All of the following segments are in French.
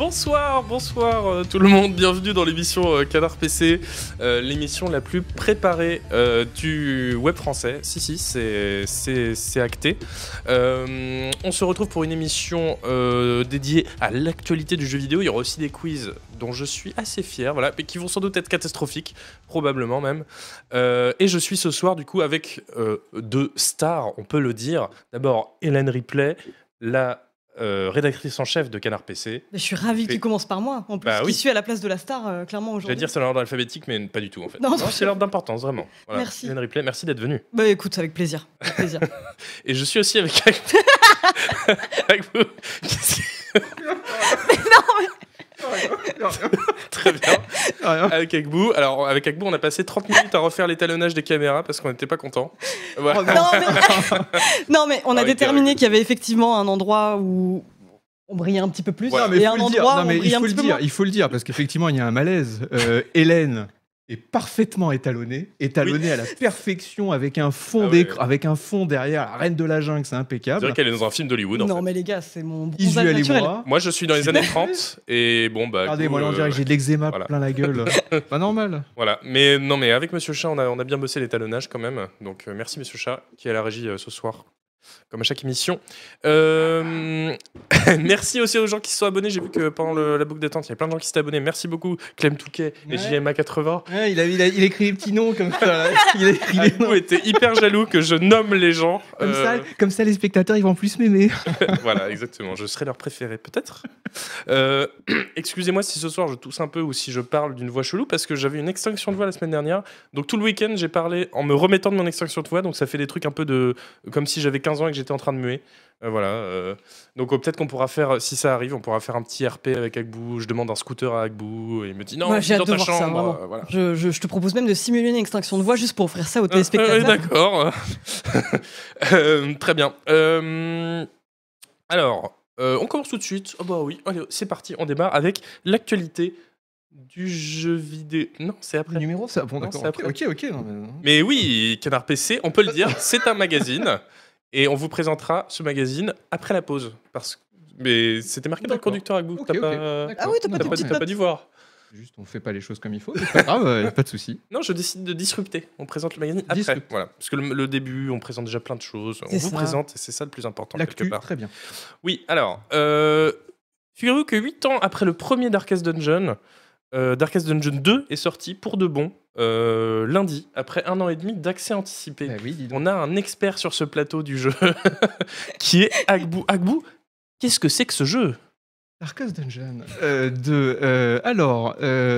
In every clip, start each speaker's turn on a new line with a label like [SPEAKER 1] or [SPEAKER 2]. [SPEAKER 1] Bonsoir, bonsoir euh, tout le monde, bienvenue dans l'émission euh, Canard PC, euh, l'émission la plus préparée euh, du web français. Si, si, c'est- c'est c'est acté. Euh, on se retrouve pour une émission euh, dédiée à l'actualité du jeu vidéo. Il y aura aussi des quiz dont je suis assez fier, voilà, mais qui vont sans doute être catastrophiques, probablement même. Euh, et je suis ce soir du coup avec euh, deux stars, on peut le dire. D'abord, Hélène Ripley, la euh, rédactrice en chef de Canard PC.
[SPEAKER 2] Mais Je suis ravie que
[SPEAKER 1] Et-
[SPEAKER 2] tu commences par moi. En plus,
[SPEAKER 1] Bah
[SPEAKER 2] qui
[SPEAKER 1] oui.
[SPEAKER 2] suis à la place de la star, euh, clairement,
[SPEAKER 1] J'allais
[SPEAKER 2] aujourd'hui.
[SPEAKER 1] dire c'est dans l'ordre alphabétique, mais pas du tout en fait.
[SPEAKER 2] Non,
[SPEAKER 1] Non,
[SPEAKER 2] non.
[SPEAKER 1] c'est l'ordre d'importance, vraiment. Voilà.
[SPEAKER 2] Merci.
[SPEAKER 1] Hélène Ripley, merci d'être venue.
[SPEAKER 2] Bah écoute, avec plaisir. Avec plaisir.
[SPEAKER 1] Et je suis aussi avec. avec vous. Qu'est-ce que- Très bien. Avec Agbou. Alors, avec Agbou, on a passé 30 minutes à refaire l'étalonnage des caméras parce qu'on n'était pas contents. Voilà.
[SPEAKER 2] non, mais... non, mais on a
[SPEAKER 1] Ah oui,
[SPEAKER 2] déterminé
[SPEAKER 1] terrible.
[SPEAKER 2] qu'il y avait effectivement un endroit où on brillait un petit peu plus
[SPEAKER 1] Voilà.
[SPEAKER 2] et un endroit où on
[SPEAKER 3] il
[SPEAKER 2] brillait un
[SPEAKER 3] faut le
[SPEAKER 2] petit peu
[SPEAKER 3] dire,
[SPEAKER 2] moins.
[SPEAKER 3] il faut le dire, parce qu'effectivement, il y a un malaise. Euh, Hélène est parfaitement étalonnée, étalonnée à la perfection, avec un fond
[SPEAKER 1] Ah ouais.
[SPEAKER 3] d'écran, avec un fond derrière, la reine de la jungle, c'est
[SPEAKER 1] On dirait
[SPEAKER 3] impeccable.
[SPEAKER 1] qu'elle est dans un film d'Hollywood en
[SPEAKER 2] Non,
[SPEAKER 1] fait.
[SPEAKER 2] mais les gars, c'est mon bronzage
[SPEAKER 3] Isuel et
[SPEAKER 2] naturel.
[SPEAKER 3] moi.
[SPEAKER 1] Moi, je suis dans les années 30 et bon, bah.
[SPEAKER 3] Regardez,
[SPEAKER 1] Agbou,
[SPEAKER 3] moi, là, on
[SPEAKER 1] euh,
[SPEAKER 3] dirait que j'ai de l'eczéma
[SPEAKER 1] voilà.
[SPEAKER 3] plein la gueule. Pas normal.
[SPEAKER 1] Voilà, mais non, mais avec Monsieur Chat, on a, on a bien bossé l'étalonnage quand même. Donc euh, merci Monsieur Chat qui est à la régie euh, ce soir, comme à chaque émission. Euh, merci aussi aux gens qui se sont abonnés. J'ai vu que pendant le- la boucle d'attente, il y a plein de gens qui s'étaient abonnés. Merci beaucoup Clem Touquet et
[SPEAKER 3] Ouais.
[SPEAKER 1] JMA80.
[SPEAKER 3] il, a, écrit les petits noms comme ça. Il a écrit les
[SPEAKER 1] Vous étiez hyper jaloux que je nomme les gens.
[SPEAKER 3] Comme,
[SPEAKER 1] Ah, Euh,
[SPEAKER 3] ça, comme ça, les spectateurs, ils vont plus m'aimer.
[SPEAKER 1] voilà, exactement. Je serai leur préféré, peut-être. Euh, Excusez-moi si ce soir je tousse un peu ou si je parle d'une voix chelou, parce que j'avais une extinction de voix la semaine dernière. Donc tout le week-end, j'ai parlé en me remettant de mon extinction de voix. Donc ça fait des trucs un peu de. comme si j'avais 15 ans et que j'étais en train de muer. Euh, voilà. euh, donc euh, peut-être qu'on pourra faire, si ça arrive, on pourra faire un petit RP avec Agbou. Je demande un scooter à Agbou et il me dit non,
[SPEAKER 2] Moi,
[SPEAKER 1] je
[SPEAKER 2] j'ai
[SPEAKER 1] suis dans
[SPEAKER 2] hâte
[SPEAKER 1] ta
[SPEAKER 2] de voir ça,
[SPEAKER 1] chambre.
[SPEAKER 2] vraiment.
[SPEAKER 1] euh, voilà.
[SPEAKER 2] Je, je- je te propose même de simuler une extinction de voix juste pour offrir ça aux
[SPEAKER 1] Euh, euh,
[SPEAKER 2] téléspectateurs.
[SPEAKER 1] D'accord. Euh, très bien. Euh, alors, euh, on commence tout de suite. Oh bah oui, allez, c'est parti, on démarre avec l'actualité du jeu vidéo. Non, c'est après.
[SPEAKER 3] numéro, ça. Bon,
[SPEAKER 1] Non,
[SPEAKER 3] d'accord.
[SPEAKER 1] c'est
[SPEAKER 3] Ok,
[SPEAKER 1] après.
[SPEAKER 3] ok, ok, non, mais non.
[SPEAKER 1] Mais oui, Canard PC, on peut le dire, c'est un magazine. Et on vous présentera ce magazine après la pause. Parce que... Mais c'était marqué dans le
[SPEAKER 3] D'accord.
[SPEAKER 1] conducteur à goût.
[SPEAKER 3] Ok,
[SPEAKER 1] t'as
[SPEAKER 3] ok.
[SPEAKER 1] pas...
[SPEAKER 3] D'accord.
[SPEAKER 2] Ah oui,
[SPEAKER 1] t'as
[SPEAKER 2] t'as pas tes
[SPEAKER 3] Non,
[SPEAKER 1] pas-
[SPEAKER 2] petites
[SPEAKER 1] t'as pas
[SPEAKER 2] notes.
[SPEAKER 1] dû voir.
[SPEAKER 3] Juste, on fait pas les choses comme il faut. C'est pas grave, euh, y a pas de souci.
[SPEAKER 1] Non, je décide de disrupter. On présente le magazine après.
[SPEAKER 3] Disrupt.
[SPEAKER 1] Voilà. Parce que le, le début, on présente déjà plein de choses. On
[SPEAKER 2] C'est
[SPEAKER 1] vous
[SPEAKER 2] ça.
[SPEAKER 1] présente, et c'est ça le plus important. quelque
[SPEAKER 3] L'actu,
[SPEAKER 1] part.
[SPEAKER 3] très bien.
[SPEAKER 1] Oui, alors, euh, figurez-vous que 8 ans après le premier Darkest Dungeon, euh, Darkest Dungeon 2 est sorti pour de bon euh, lundi, après un an et demi d'accès anticipé.
[SPEAKER 3] Bah oui, dis donc.
[SPEAKER 1] On a un expert sur ce plateau du jeu, qui est Agbou. Agbou, qu'est-ce que c'est que ce jeu
[SPEAKER 3] Darkest Dungeon. Euh, de. euh, alors,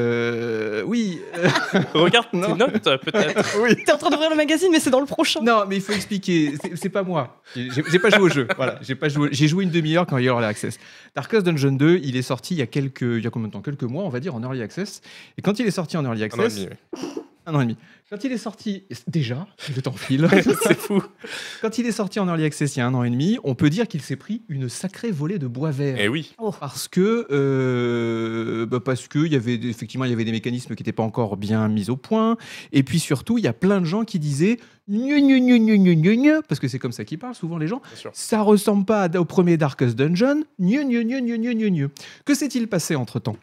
[SPEAKER 3] euh, oui. euh,
[SPEAKER 1] Regarde tes
[SPEAKER 3] Non.
[SPEAKER 1] notes, peut-être.
[SPEAKER 3] oui.
[SPEAKER 2] T'es en train d'ouvrir le magazine, mais c'est dans le prochain.
[SPEAKER 3] Non, mais il faut expliquer. C'est- C'est pas moi. J'ai j'ai pas joué au jeu. Voilà, j'ai pas joué. J'ai joué une demi-heure quand il y aura Access. Darkest Dungeon 2, il est sorti il y a quelques, il y a combien de temps Quelques mois, on va dire, en early access. Et quand il est sorti en early
[SPEAKER 1] Un an et
[SPEAKER 3] access,
[SPEAKER 1] demi, oui.
[SPEAKER 3] un an et demi. Quand il est sorti, déjà, le temps file.
[SPEAKER 1] c'est fou.
[SPEAKER 3] quand il est sorti en early access il y a un an et demi, on peut dire qu'il s'est pris une sacrée volée de bois vert.
[SPEAKER 1] Eh oui.
[SPEAKER 2] Oh.
[SPEAKER 3] Parce que, euh, bah parce que il y avait effectivement il y avait des mécanismes qui n'étaient pas encore bien mis au point, et puis surtout il y a plein de gens qui disaient Gnu, gnu, gnu, gnu, gnu, gnu, gnu parce que c'est comme ça qu'ils parlent souvent les gens.
[SPEAKER 1] Bien sûr.
[SPEAKER 3] Ça ressemble pas à- au premier Darkest Dungeon. Gnu, gnu, gnu, gnu, gnu, gnu, gnu. Que s'est-il passé entre temps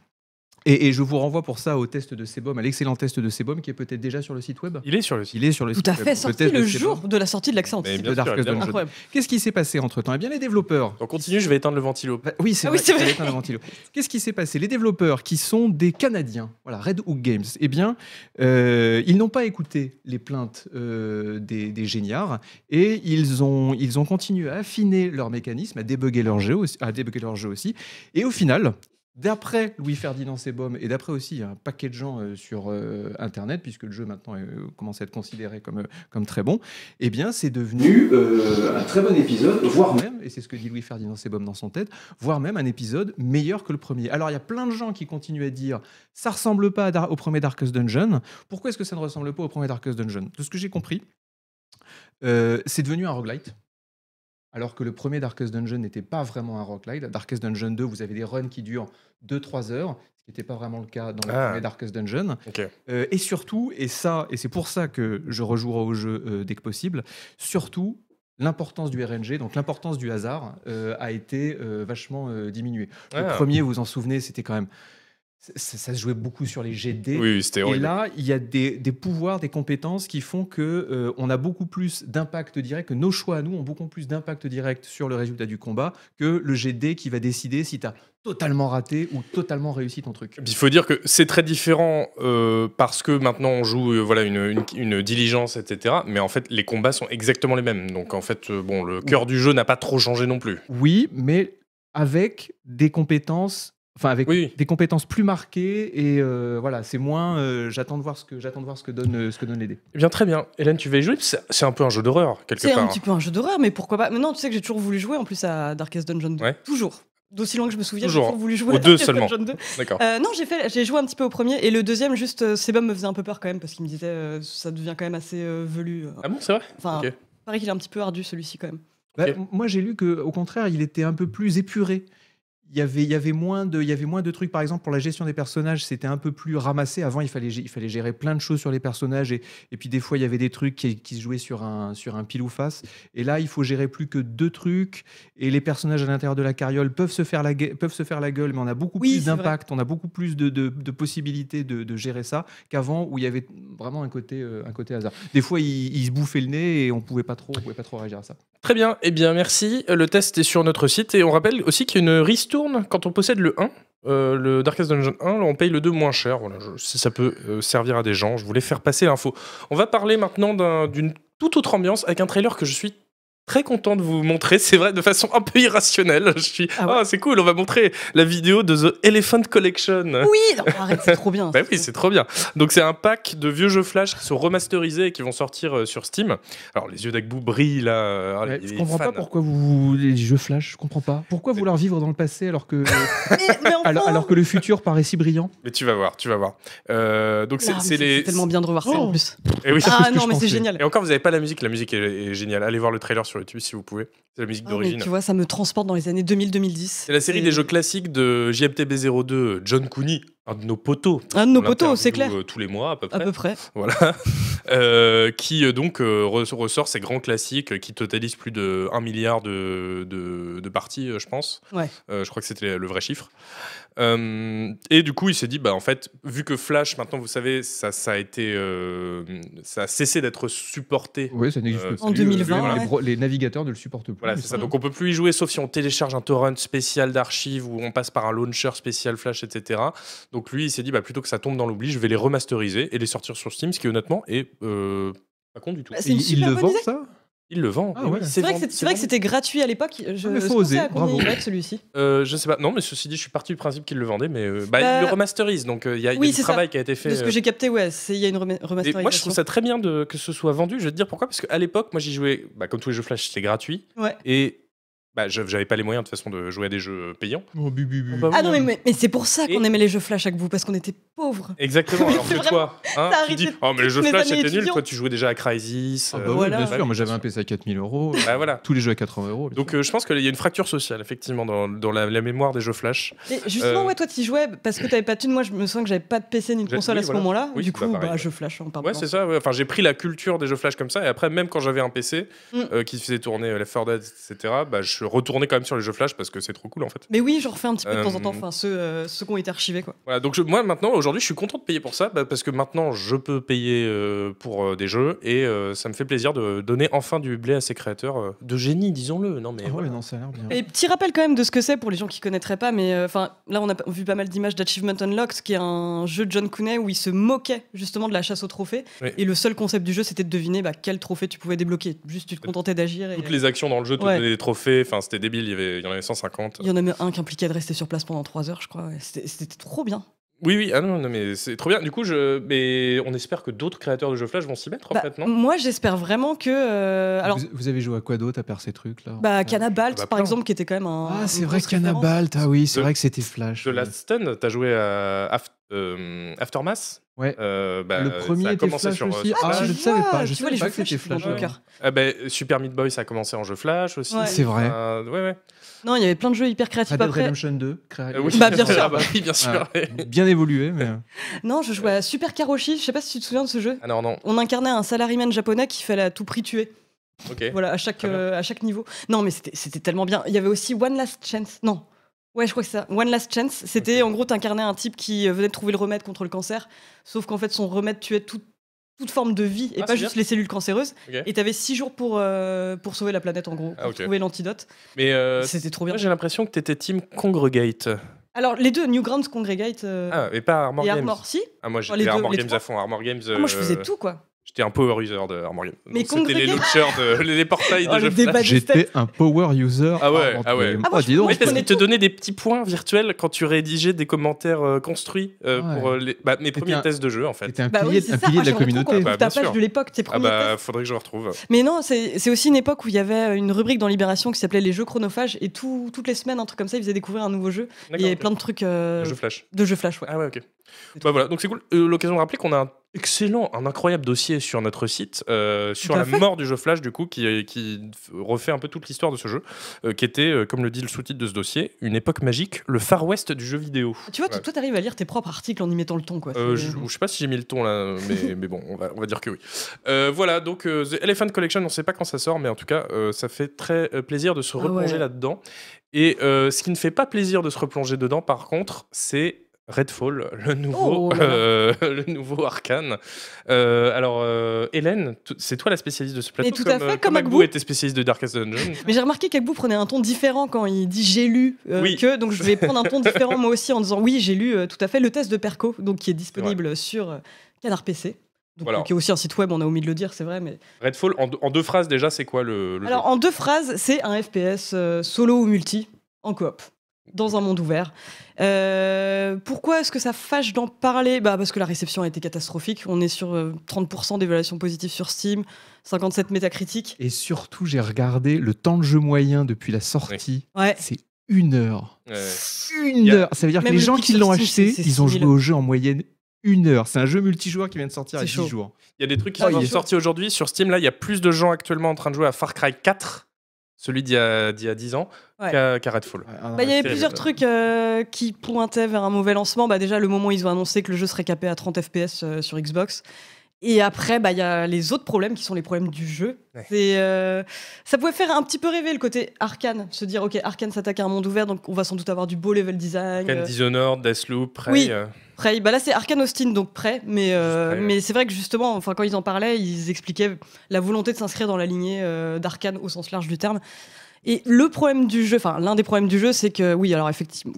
[SPEAKER 3] et, et je vous renvoie pour ça au test de Sebum, à l'excellent test de Sebum qui est peut-être déjà sur le site web.
[SPEAKER 1] Il est sur le site.
[SPEAKER 3] Il est sur le
[SPEAKER 2] Tout
[SPEAKER 3] site
[SPEAKER 2] à
[SPEAKER 3] web.
[SPEAKER 2] fait,
[SPEAKER 3] test
[SPEAKER 2] sorti
[SPEAKER 3] de
[SPEAKER 2] le
[SPEAKER 3] Sebum.
[SPEAKER 2] jour de la sortie de l'accès anticipé.
[SPEAKER 1] bien
[SPEAKER 3] de Darkest
[SPEAKER 1] évidemment.
[SPEAKER 3] Dungeon.
[SPEAKER 2] Incroyable.
[SPEAKER 3] Qu'est-ce qui s'est passé entre temps Eh bien, les développeurs
[SPEAKER 1] On continue, je vais éteindre le ventilo.
[SPEAKER 3] bah oui, c'est
[SPEAKER 2] Ah
[SPEAKER 3] vrai.
[SPEAKER 2] oui, c'est
[SPEAKER 3] il fallait
[SPEAKER 2] vrai.
[SPEAKER 3] éteindre le ventilo. Qu'est-ce qui s'est passé Les développeurs qui sont des Canadiens, voilà, Red Hook Games, eh bien, euh, ils n'ont pas écouté les plaintes euh, des, des géniards et ils ont, ils ont continué à affiner leurs mécanismes, à débugger leur jeu aussi. À débugger leur jeu aussi. Et au final, d'après Louis-Ferdinand Sebom et d'après aussi un paquet de gens euh, sur euh, Internet, puisque le jeu maintenant euh, commence à être considéré comme, euh, comme très bon, eh bien, c'est devenu euh, un très bon épisode, voire même, et c'est ce que dit Louis-Ferdinand Sebom dans son tête, voire même un épisode meilleur que le premier. Alors il y a plein de gens qui continuent à dire ça ressemble pas à Dar- au premier Darkest Dungeon. Pourquoi est-ce que ça ne ressemble pas au premier Darkest Dungeon De ce que j'ai compris, euh, c'est devenu un roguelite. Alors que le premier Darkest Dungeon n'était pas vraiment un roguelite. Darkest Dungeon 2, vous avez des runs qui durent 2-3 heures, ce qui n'était pas vraiment le cas dans le
[SPEAKER 1] Ah.
[SPEAKER 3] premier Darkest Dungeon.
[SPEAKER 1] Ok.
[SPEAKER 3] Euh, et surtout, et ça, et c'est pour ça que je rejouerai au jeu euh, dès que possible, surtout l'importance du RNG, donc l'importance du hasard, euh, a été euh, vachement euh, diminuée. Le
[SPEAKER 1] Ah.
[SPEAKER 3] premier, vous vous en souvenez, c'était quand même. c- Ça, ça se jouait beaucoup sur les GD.
[SPEAKER 1] Oui, oui, c'était
[SPEAKER 3] Et
[SPEAKER 1] horrible.
[SPEAKER 3] là, il y a des, des pouvoirs, des compétences qui font que euh, on a beaucoup plus d'impact direct, que nos choix à nous ont beaucoup plus d'impact direct sur le résultat du combat que le GD qui va décider si tu as totalement raté ou totalement réussi ton truc.
[SPEAKER 1] Il faut dire que c'est très différent euh, parce que maintenant on joue euh, voilà, une, une- une diligence, etc. Mais en fait, les combats sont exactement les mêmes. Donc en fait, euh, bon, le cœur du jeu n'a pas trop changé non plus.
[SPEAKER 3] Oui, mais avec des compétences, enfin avec
[SPEAKER 1] Oui.
[SPEAKER 3] des compétences plus marquées et euh, voilà, c'est moins. euh, j'attends de voir ce que j'attends de voir ce que donne euh, ce que donne les dés.
[SPEAKER 1] Eh bien, très bien. Hélène, tu vas y jouer parce que C'est c'est un peu un jeu d'horreur, quelque
[SPEAKER 2] C'est
[SPEAKER 1] part. hein.
[SPEAKER 2] un petit peu un jeu d'horreur, mais pourquoi pas. Mais non, tu sais que j'ai toujours voulu jouer en plus à Darkest Dungeon 2.
[SPEAKER 1] Ouais.
[SPEAKER 2] Toujours. D'aussi loin que je me souviens, j'ai
[SPEAKER 1] Toujours.
[SPEAKER 2] toujours voulu jouer
[SPEAKER 1] Aux
[SPEAKER 2] à
[SPEAKER 1] deux
[SPEAKER 2] Darkest
[SPEAKER 1] seulement.
[SPEAKER 2] Dungeon 2.
[SPEAKER 1] hein. D'accord.
[SPEAKER 2] Euh, non, j'ai fait, j'ai joué un petit peu au premier et le deuxième, juste, euh, Sebum me faisait un peu peur quand même parce qu'il me disait, euh, ça devient quand même assez euh, velu. euh.
[SPEAKER 1] Ah bon, c'est vrai
[SPEAKER 2] Enfin,
[SPEAKER 1] ok.
[SPEAKER 2] paraît qu'il est un petit peu ardu celui-ci quand même.
[SPEAKER 3] Bah,
[SPEAKER 1] Ok.
[SPEAKER 3] m- Moi, j'ai lu que, au contraire, il était un peu plus épuré. Il y avait, il y avait moins de, il y avait moins de trucs. Par exemple, pour la gestion des personnages, c'était un peu plus ramassé. Avant, il fallait, gé- il fallait gérer plein de choses sur les personnages et, et puis des fois, il y avait des trucs qui, qui se jouaient sur un, sur un pile ou face. Et là, il faut gérer plus que deux trucs et les personnages à l'intérieur de la carriole peuvent se faire la, gue- peuvent se faire la gueule, mais on a beaucoup
[SPEAKER 2] Oui,
[SPEAKER 3] plus
[SPEAKER 2] c'est vrai.
[SPEAKER 3] d'impact, on a beaucoup plus de, de- de possibilités de, de gérer ça qu'avant où il y avait vraiment un côté, euh, un côté hasard. Des fois, ils ils se bouffaient le nez et on pouvait pas trop, on pouvait pas trop réagir à ça.
[SPEAKER 1] Très bien. Eh bien, merci. Euh, Le test est sur notre site. Et on rappelle aussi qu'il y a une ristourne quand on possède le 1. euh, le Darkest Dungeon 1, là, on paye le 2 moins cher. Voilà, je- si ça peut euh, servir à des gens, je voulais faire passer l'info. On va parler maintenant d'un- d'une toute autre ambiance avec un trailer que je suis très content de vous montrer. C'est vrai, de façon un peu irrationnelle. Je suis. Ah,
[SPEAKER 2] Ah ouais
[SPEAKER 1] c'est cool, on va montrer la vidéo de The Elephant Collection.
[SPEAKER 2] Oui, non, arrête, c'est trop bien.
[SPEAKER 1] Bah oui, c'est trop bien. Donc c'est un pack de vieux jeux Flash qui sont remasterisés et qui vont sortir euh, sur Steam. Alors les yeux d'Agbou brillent là. euh, ah,
[SPEAKER 3] Ouais,
[SPEAKER 1] il
[SPEAKER 3] je
[SPEAKER 1] est
[SPEAKER 3] comprends pas
[SPEAKER 1] fan.
[SPEAKER 3] pourquoi vous les jeux flash, je comprends pas. Pourquoi vouloir vivre dans le passé alors que
[SPEAKER 2] Mais, mais enfin,
[SPEAKER 3] alors, alors que le futur paraît si brillant
[SPEAKER 1] Mais tu vas voir, tu vas voir. Euh, donc c'est
[SPEAKER 2] Ah, mais
[SPEAKER 1] c'est les.
[SPEAKER 2] tellement bien de revoir ça en
[SPEAKER 3] Oh.
[SPEAKER 2] plus.
[SPEAKER 1] Eh oui.
[SPEAKER 3] ce
[SPEAKER 2] Ah
[SPEAKER 3] que
[SPEAKER 2] non,
[SPEAKER 3] je
[SPEAKER 2] mais c'est
[SPEAKER 3] pensais.
[SPEAKER 1] Et
[SPEAKER 2] génial.
[SPEAKER 1] encore, vous n'avez pas la musique. La musique est, est géniale. Allez voir le trailer sur YouTube si vous pouvez. C'est la musique
[SPEAKER 2] Ah, mais
[SPEAKER 1] d'origine.
[SPEAKER 2] tu vois, ça me transporte dans les années 2000-2010.
[SPEAKER 1] C'est la série des jeux classiques de JMTB02, John Cooney, un de nos poteaux.
[SPEAKER 2] Un de nos
[SPEAKER 1] On
[SPEAKER 2] poteaux, c'est
[SPEAKER 1] l'interviewe,
[SPEAKER 2] clair.
[SPEAKER 1] euh, Tous les mois à peu près.
[SPEAKER 2] À peu près.
[SPEAKER 1] Voilà. Euh, qui euh, donc euh, re- ressort ces grands classiques euh, qui totalisent plus de 1 milliard de, de, de parties, euh, je pense.
[SPEAKER 2] Ouais.
[SPEAKER 1] Euh, je crois que c'était le vrai chiffre. Euh, et du coup, il s'est dit, bah, en fait, vu que Flash, maintenant, vous savez, ça, ça a été. euh, ça a cessé d'être supporté.
[SPEAKER 3] Oui, ça n'existe
[SPEAKER 1] Euh,
[SPEAKER 3] plus.
[SPEAKER 2] En 2020,
[SPEAKER 1] voilà.
[SPEAKER 3] les, bro- les navigateurs ne le supportent plus.
[SPEAKER 1] Voilà, c'est ça.
[SPEAKER 2] Mm.
[SPEAKER 1] Donc on peut plus y jouer sauf si on télécharge un torrent spécial d'archives ou on passe par un launcher spécial Flash, etc. Donc lui, il s'est dit, bah, plutôt que ça tombe dans l'oubli, je vais les remasteriser et les sortir sur Steam, ce qui honnêtement est euh, pas con du tout.
[SPEAKER 2] Bah,
[SPEAKER 3] Et
[SPEAKER 2] c'est une
[SPEAKER 3] ils
[SPEAKER 2] super
[SPEAKER 3] le
[SPEAKER 2] bonne
[SPEAKER 3] vendent
[SPEAKER 2] idée.
[SPEAKER 3] ça
[SPEAKER 1] Il le vend.
[SPEAKER 3] Ah
[SPEAKER 1] Eh oui,
[SPEAKER 3] ouais.
[SPEAKER 2] C'est vrai que c'est- c'est vrai que c'était gratuit à l'époque. Je,
[SPEAKER 3] Ah, mais faut
[SPEAKER 2] je pensais
[SPEAKER 3] oser,
[SPEAKER 2] à combien il
[SPEAKER 3] bravo.
[SPEAKER 2] va être, celui-ci.
[SPEAKER 1] Euh, je sais pas. Non, mais ceci dit, je suis parti du principe qu'il le vendait, mais euh, bah,
[SPEAKER 2] Bah,
[SPEAKER 1] il le remasterise. Donc euh, il y a, il y a
[SPEAKER 2] oui,
[SPEAKER 1] du
[SPEAKER 2] c'est ça.
[SPEAKER 1] travail qui a été fait.
[SPEAKER 2] De ce
[SPEAKER 1] euh,
[SPEAKER 2] que j'ai capté, ouais, c'est- il y a une rema-
[SPEAKER 1] et
[SPEAKER 2] remasterisation.
[SPEAKER 1] moi, je trouve ça très bien de, que ce soit vendu. Je vais te dire pourquoi. Parce qu'à l'époque, moi, j'y jouais. Bah, comme tous les jeux Flash, c'était gratuit.
[SPEAKER 2] Ouais.
[SPEAKER 1] Et bah, je- j'avais pas les moyens, de toute façon, de jouer à des jeux payants.
[SPEAKER 3] Oh, bu, bu, bu.
[SPEAKER 1] Ah bah
[SPEAKER 2] Ah non, mais, mais- mais c'est pour ça qu'on
[SPEAKER 1] Et-
[SPEAKER 2] aimait les jeux Flash avec vous, parce qu'on était pauvres.
[SPEAKER 1] Exactement.
[SPEAKER 2] Mais
[SPEAKER 1] Alors
[SPEAKER 2] c'est
[SPEAKER 1] que toi, hein,
[SPEAKER 2] ça
[SPEAKER 1] tu
[SPEAKER 2] arrêtait
[SPEAKER 1] dis, oh, mais les jeux
[SPEAKER 2] mes
[SPEAKER 1] Flash,
[SPEAKER 2] années
[SPEAKER 1] c'était nul.
[SPEAKER 2] étudiantes.
[SPEAKER 1] Toi, tu jouais déjà à Crysis.
[SPEAKER 3] Ah bah
[SPEAKER 1] euh,
[SPEAKER 3] oui,
[SPEAKER 2] Voilà.
[SPEAKER 3] bien sûr,
[SPEAKER 1] bah,
[SPEAKER 3] moi j'avais un PC à 4000 euros,
[SPEAKER 1] Bah voilà.
[SPEAKER 3] tous les jeux à 80 euros. bien
[SPEAKER 1] Donc
[SPEAKER 3] sûr.
[SPEAKER 1] euh, je pense qu'il y a une fracture sociale, effectivement, dans, dans la, la mémoire des jeux Flash.
[SPEAKER 2] Et justement,
[SPEAKER 1] Euh,
[SPEAKER 2] ouais, toi, tu jouais parce que t'avais pas de thune. Moi, je me souviens que j'avais pas de PC ni de
[SPEAKER 1] J'ai-
[SPEAKER 2] console
[SPEAKER 1] oui,
[SPEAKER 2] à ce
[SPEAKER 1] voilà.
[SPEAKER 2] moment-là.
[SPEAKER 1] Oui,
[SPEAKER 2] du
[SPEAKER 1] c'est pas
[SPEAKER 2] coup,
[SPEAKER 1] pareil,
[SPEAKER 2] bah,
[SPEAKER 1] ouais.
[SPEAKER 2] je flash en
[SPEAKER 1] Ouais,
[SPEAKER 2] permanence.
[SPEAKER 1] c'est ça. ouais. Enfin, j'ai pris la culture des jeux Flash comme ça. Et après, même quand j'avais un PC
[SPEAKER 2] Mm.
[SPEAKER 1] euh, qui faisait tourner les Dead, etc., bah, je retournais quand même sur les jeux Flash parce que c'est trop cool en fait.
[SPEAKER 2] mais oui, j'en refais un petit peu de temps en temps,
[SPEAKER 1] Euh,
[SPEAKER 2] enfin, ceux, euh, ceux qui ont été archivés, quoi.
[SPEAKER 1] Voilà, donc je- moi maintenant, aujourd'hui, je suis content de payer pour ça bah, parce que maintenant, je peux payer euh, pour euh, des jeux et euh, ça me fait plaisir de donner enfin du blé à ces créateurs euh, de génie, disons-le. Non, mais
[SPEAKER 3] Ah ouais,
[SPEAKER 1] voilà.
[SPEAKER 3] non, ça a l'air bien.
[SPEAKER 2] Et petit rappel quand même de ce que c'est pour les gens qui connaîtraient pas, mais euh, enfin là on a vu pas mal d'images d'Achievement Unlocked, qui est un jeu de John Cooney où il se moquait justement de la chasse aux trophées.
[SPEAKER 1] Oui.
[SPEAKER 2] Et le seul concept du jeu c'était de deviner bah, quel trophée tu pouvais débloquer. Juste tu te contentais d'agir. Et...
[SPEAKER 1] Toutes les actions dans le jeu, toutes
[SPEAKER 2] Ouais.
[SPEAKER 1] les trophées, enfin, c'était débile. Il y, avait- il y en avait 150.
[SPEAKER 2] Il y en a même un qui impliquait de rester sur place pendant 3 heures, je crois. ouais. C'était c'était trop bien.
[SPEAKER 1] Oui, oui, ah non, non, mais c'est trop bien. Du coup, je... mais on espère que d'autres créateurs de jeux Flash vont s'y mettre
[SPEAKER 2] Bah,
[SPEAKER 1] en fait, non
[SPEAKER 2] moi j'espère vraiment que. euh, alors,
[SPEAKER 3] vous, vous avez joué à quoi d'autre à part ces trucs là
[SPEAKER 2] bah, Cannabalt
[SPEAKER 1] Ah bah,
[SPEAKER 2] par
[SPEAKER 1] plein.
[SPEAKER 2] exemple, qui était quand même un.
[SPEAKER 3] Ah, c'est
[SPEAKER 2] une
[SPEAKER 3] vrai,
[SPEAKER 2] grosse référence.
[SPEAKER 3] Cannabalt, ah oui, c'est
[SPEAKER 1] The-
[SPEAKER 3] vrai que c'était Flash.
[SPEAKER 1] The Last Stand, t'as joué à Af- euh, Aftermath
[SPEAKER 3] Ouais.
[SPEAKER 1] Euh, bah,
[SPEAKER 3] le
[SPEAKER 1] ça
[SPEAKER 3] premier
[SPEAKER 1] a
[SPEAKER 3] était
[SPEAKER 1] commencé
[SPEAKER 3] Flash
[SPEAKER 1] sur
[SPEAKER 3] aussi.
[SPEAKER 1] euh,
[SPEAKER 3] Ah,
[SPEAKER 1] Flash.
[SPEAKER 3] je ne savais
[SPEAKER 2] vois,
[SPEAKER 3] pas, je
[SPEAKER 2] tu vois
[SPEAKER 3] savais
[SPEAKER 2] les
[SPEAKER 3] pas
[SPEAKER 2] jeux
[SPEAKER 3] que c'était
[SPEAKER 2] Flash,
[SPEAKER 3] Flash.
[SPEAKER 2] c'est dans mon cœur.
[SPEAKER 1] Ah ben, Super Meat Boy, ça a commencé en jeu Flash aussi.
[SPEAKER 2] Ouais.
[SPEAKER 3] C'est vrai.
[SPEAKER 1] Euh, ouais, ouais.
[SPEAKER 2] Non, il y avait plein de jeux hyper créatifs
[SPEAKER 3] Red Dead
[SPEAKER 2] après.
[SPEAKER 3] Redemption 2, créa-
[SPEAKER 1] Euh, oui.
[SPEAKER 2] Bah, bien sûr.
[SPEAKER 1] Ah oui, bien sûr.
[SPEAKER 3] Ah, bien évolué, mais.
[SPEAKER 2] Non, je jouais à Super Karoshi, je sais pas si tu te souviens de ce jeu.
[SPEAKER 1] Ah non, non.
[SPEAKER 2] On incarnait un salaryman japonais qui fallait à tout prix tuer.
[SPEAKER 1] Ok.
[SPEAKER 2] Voilà, à chaque,
[SPEAKER 1] Très bien.
[SPEAKER 2] euh, à chaque niveau. Non, mais c'était- c'était tellement bien. Il y avait aussi One Last Chance. Non. Ouais, je crois que c'est ça. One Last Chance. C'était en gros, t'incarnais un type qui euh, venait de trouver le remède contre le cancer. Sauf qu'en fait, son remède tuait tout- toute forme de vie et
[SPEAKER 1] Ah,
[SPEAKER 2] pas
[SPEAKER 1] c'est
[SPEAKER 2] juste les cellules cancéreuses.
[SPEAKER 1] Ok.
[SPEAKER 2] Et t'avais six jours pour, euh, pour sauver la planète, en gros. Pour
[SPEAKER 1] Ah, ok.
[SPEAKER 2] trouver l'antidote.
[SPEAKER 1] Mais euh,
[SPEAKER 2] C'était trop bien.
[SPEAKER 1] moi, j'ai l'impression que t'étais team Congregate.
[SPEAKER 2] Alors, les deux, Newgrounds, Congregate euh,
[SPEAKER 1] Ah, et pas Armor
[SPEAKER 2] et
[SPEAKER 1] Games.
[SPEAKER 2] Armor, si.
[SPEAKER 1] Ah, moi,
[SPEAKER 2] les
[SPEAKER 1] j'étais
[SPEAKER 2] deux,
[SPEAKER 1] Armor
[SPEAKER 2] les
[SPEAKER 1] Games
[SPEAKER 2] trois.
[SPEAKER 1] à fond. Armor Games.
[SPEAKER 2] Ah, moi, je
[SPEAKER 1] euh,
[SPEAKER 2] faisais tout, quoi.
[SPEAKER 1] J'étais un power user de Armor Games.
[SPEAKER 2] Mais
[SPEAKER 1] Donc, C'était les
[SPEAKER 2] Congregate-
[SPEAKER 1] launchers, de, les, les portails
[SPEAKER 2] Oh,
[SPEAKER 1] de
[SPEAKER 2] le
[SPEAKER 1] jeux.
[SPEAKER 2] débat. Bah, des
[SPEAKER 3] J'étais un power user.
[SPEAKER 1] Ah ouais,
[SPEAKER 3] avant
[SPEAKER 1] ah ouais.
[SPEAKER 3] tous les-
[SPEAKER 2] Ah, moi,
[SPEAKER 3] Oh, dis donc.
[SPEAKER 1] Oui, parce
[SPEAKER 2] prenais
[SPEAKER 1] qu'il te
[SPEAKER 2] tout.
[SPEAKER 1] donnait des petits points virtuels quand tu rédigeais des commentaires euh, construits euh,
[SPEAKER 3] Ouais.
[SPEAKER 1] pour euh, les, bah, mes
[SPEAKER 3] C'était
[SPEAKER 1] premiers
[SPEAKER 3] un-
[SPEAKER 1] tests de jeu, en fait.
[SPEAKER 3] T'étais un
[SPEAKER 2] Bah
[SPEAKER 3] pilier,
[SPEAKER 2] oui, c'est
[SPEAKER 3] un
[SPEAKER 2] ça.
[SPEAKER 3] pilier
[SPEAKER 2] Ah,
[SPEAKER 3] de la
[SPEAKER 2] j'aimerais trop qu'on
[SPEAKER 3] communauté.
[SPEAKER 1] Bah,
[SPEAKER 2] retrouve ta
[SPEAKER 1] bien sûr.
[SPEAKER 2] page de l'époque, tes
[SPEAKER 1] Ah
[SPEAKER 2] premiers
[SPEAKER 1] bah,
[SPEAKER 2] tests.
[SPEAKER 1] faudrait que je le retrouve.
[SPEAKER 2] Mais non, c'est c'est aussi une époque où il y avait euh, une rubrique dans Libération qui s'appelait les jeux chronophages et tout- toutes les semaines, un truc comme ça, ils faisaient découvrir un nouveau jeu. Et il y
[SPEAKER 1] D'accord,
[SPEAKER 2] avait
[SPEAKER 1] ok.
[SPEAKER 2] plein de trucs euh,
[SPEAKER 1] Je flash.
[SPEAKER 2] de jeux flash. Ouais.
[SPEAKER 1] Ah ouais, ok. Bah voilà, donc c'est cool. Euh, L'occasion de rappeler qu'on a un excellent, un incroyable dossier sur notre site euh, sur
[SPEAKER 2] Tout
[SPEAKER 1] la
[SPEAKER 2] à fait.
[SPEAKER 1] mort du jeu Flash, du coup, qui, euh, qui refait un peu toute l'histoire de ce jeu, euh, qui était, euh, comme le dit le sous-titre de ce dossier, une époque magique, le Far West du jeu vidéo.
[SPEAKER 2] Tu vois, t-
[SPEAKER 1] Ouais.
[SPEAKER 2] toi, t'arrives à lire tes propres articles en y mettant le ton. quoi.
[SPEAKER 1] Euh,
[SPEAKER 2] C'est-
[SPEAKER 1] je, je sais pas si j'ai mis le ton là, mais, mais bon, on va, on va dire que oui. Euh, voilà, donc euh, The Elephant Collection, on sait pas quand ça sort, mais en tout cas, euh, ça fait très euh, plaisir de se
[SPEAKER 2] Ah
[SPEAKER 1] replonger
[SPEAKER 2] ouais.
[SPEAKER 1] là-dedans. Et euh, ce qui ne fait pas plaisir de se replonger dedans, par contre, c'est Redfall, le nouveau,
[SPEAKER 2] Oh là là.
[SPEAKER 1] euh, le nouveau Arcane. Euh, alors, euh, Hélène, t- c'est toi la spécialiste de ce plateau.
[SPEAKER 2] Mais tout à fait,
[SPEAKER 1] euh,
[SPEAKER 2] comme
[SPEAKER 1] Agbu
[SPEAKER 2] Agbu.
[SPEAKER 1] était spécialiste de Darkest Dungeon.
[SPEAKER 2] Mais j'ai remarqué qu'Agbou prenait un ton différent quand il dit j'ai lu euh,
[SPEAKER 1] Oui.
[SPEAKER 2] que, donc je vais prendre un ton différent moi aussi en disant oui, j'ai lu euh, tout à fait le test de Perco, donc qui est disponible sur euh, Canard PC. Donc,
[SPEAKER 1] Voilà.
[SPEAKER 2] euh, qui est aussi un site web, on a omis de le dire, c'est vrai, mais
[SPEAKER 1] Redfall, en, deux- en deux phrases déjà, c'est quoi le, le
[SPEAKER 2] Alors, en deux phrases, c'est un FPS euh, solo ou multi, en coop, dans un monde ouvert. Euh, pourquoi est-ce que ça fâche d'en parler bah, Parce que la réception a été catastrophique. On est sur euh, 30% d'évaluation positive sur Steam, 57 métacritiques.
[SPEAKER 3] Et surtout, j'ai regardé le temps de jeu moyen depuis la sortie.
[SPEAKER 2] Ouais.
[SPEAKER 3] C'est une heure.
[SPEAKER 1] jeu Ouais.
[SPEAKER 3] Une
[SPEAKER 1] Y a-
[SPEAKER 3] heure. Ça veut dire que
[SPEAKER 2] Même
[SPEAKER 3] les
[SPEAKER 2] le
[SPEAKER 3] gens
[SPEAKER 2] pic
[SPEAKER 3] qui
[SPEAKER 2] sur
[SPEAKER 3] l'ont
[SPEAKER 2] Steam,
[SPEAKER 3] acheté,
[SPEAKER 2] c'est- c'est
[SPEAKER 3] ils ont
[SPEAKER 2] 6 000.
[SPEAKER 3] joué au jeu en moyenne une heure. C'est un jeu multijoueur qui vient de sortir il y a
[SPEAKER 2] C'est
[SPEAKER 3] 10
[SPEAKER 2] chaud.
[SPEAKER 3] jours.
[SPEAKER 1] Il y a des trucs qui sont
[SPEAKER 2] Ah, bien sûr.
[SPEAKER 1] sortis aujourd'hui sur Steam. Là, il y a plus de gens actuellement en train de jouer à Far Cry 4, celui d'il y, a- d'il y a 10 ans,
[SPEAKER 2] Ouais.
[SPEAKER 1] qu'à qu'à Redfall.
[SPEAKER 3] Ah,
[SPEAKER 2] Bah, Il y avait
[SPEAKER 1] terrible.
[SPEAKER 2] plusieurs trucs euh, qui pointaient vers un mauvais lancement. Bah, déjà, le moment où ils ont annoncé que le jeu serait capé à 30 FPS euh, sur Xbox. Et après, bah, il y a les autres problèmes qui sont les problèmes du jeu.
[SPEAKER 1] Ouais.
[SPEAKER 2] C'est, euh, ça pouvait faire un petit peu rêver le côté arcane. Se dire, ok, arcane s'attaque à un monde ouvert, donc on va sans doute avoir du beau level design.
[SPEAKER 1] Arcane,
[SPEAKER 2] euh,
[SPEAKER 1] Dishonored, Deathloop, Prey.
[SPEAKER 2] Oui.
[SPEAKER 1] euh,
[SPEAKER 2] Prey. Bah là, c'est Arkane Austin, donc prêt. Mais, euh,
[SPEAKER 1] Prey, ouais.
[SPEAKER 2] mais c'est vrai que justement, enfin, quand ils en parlaient, ils expliquaient la volonté de s'inscrire dans la lignée euh, d'Arkane au sens large du terme. Et le problème du jeu, enfin, l'un des problèmes du jeu, c'est que, oui, alors effectivement,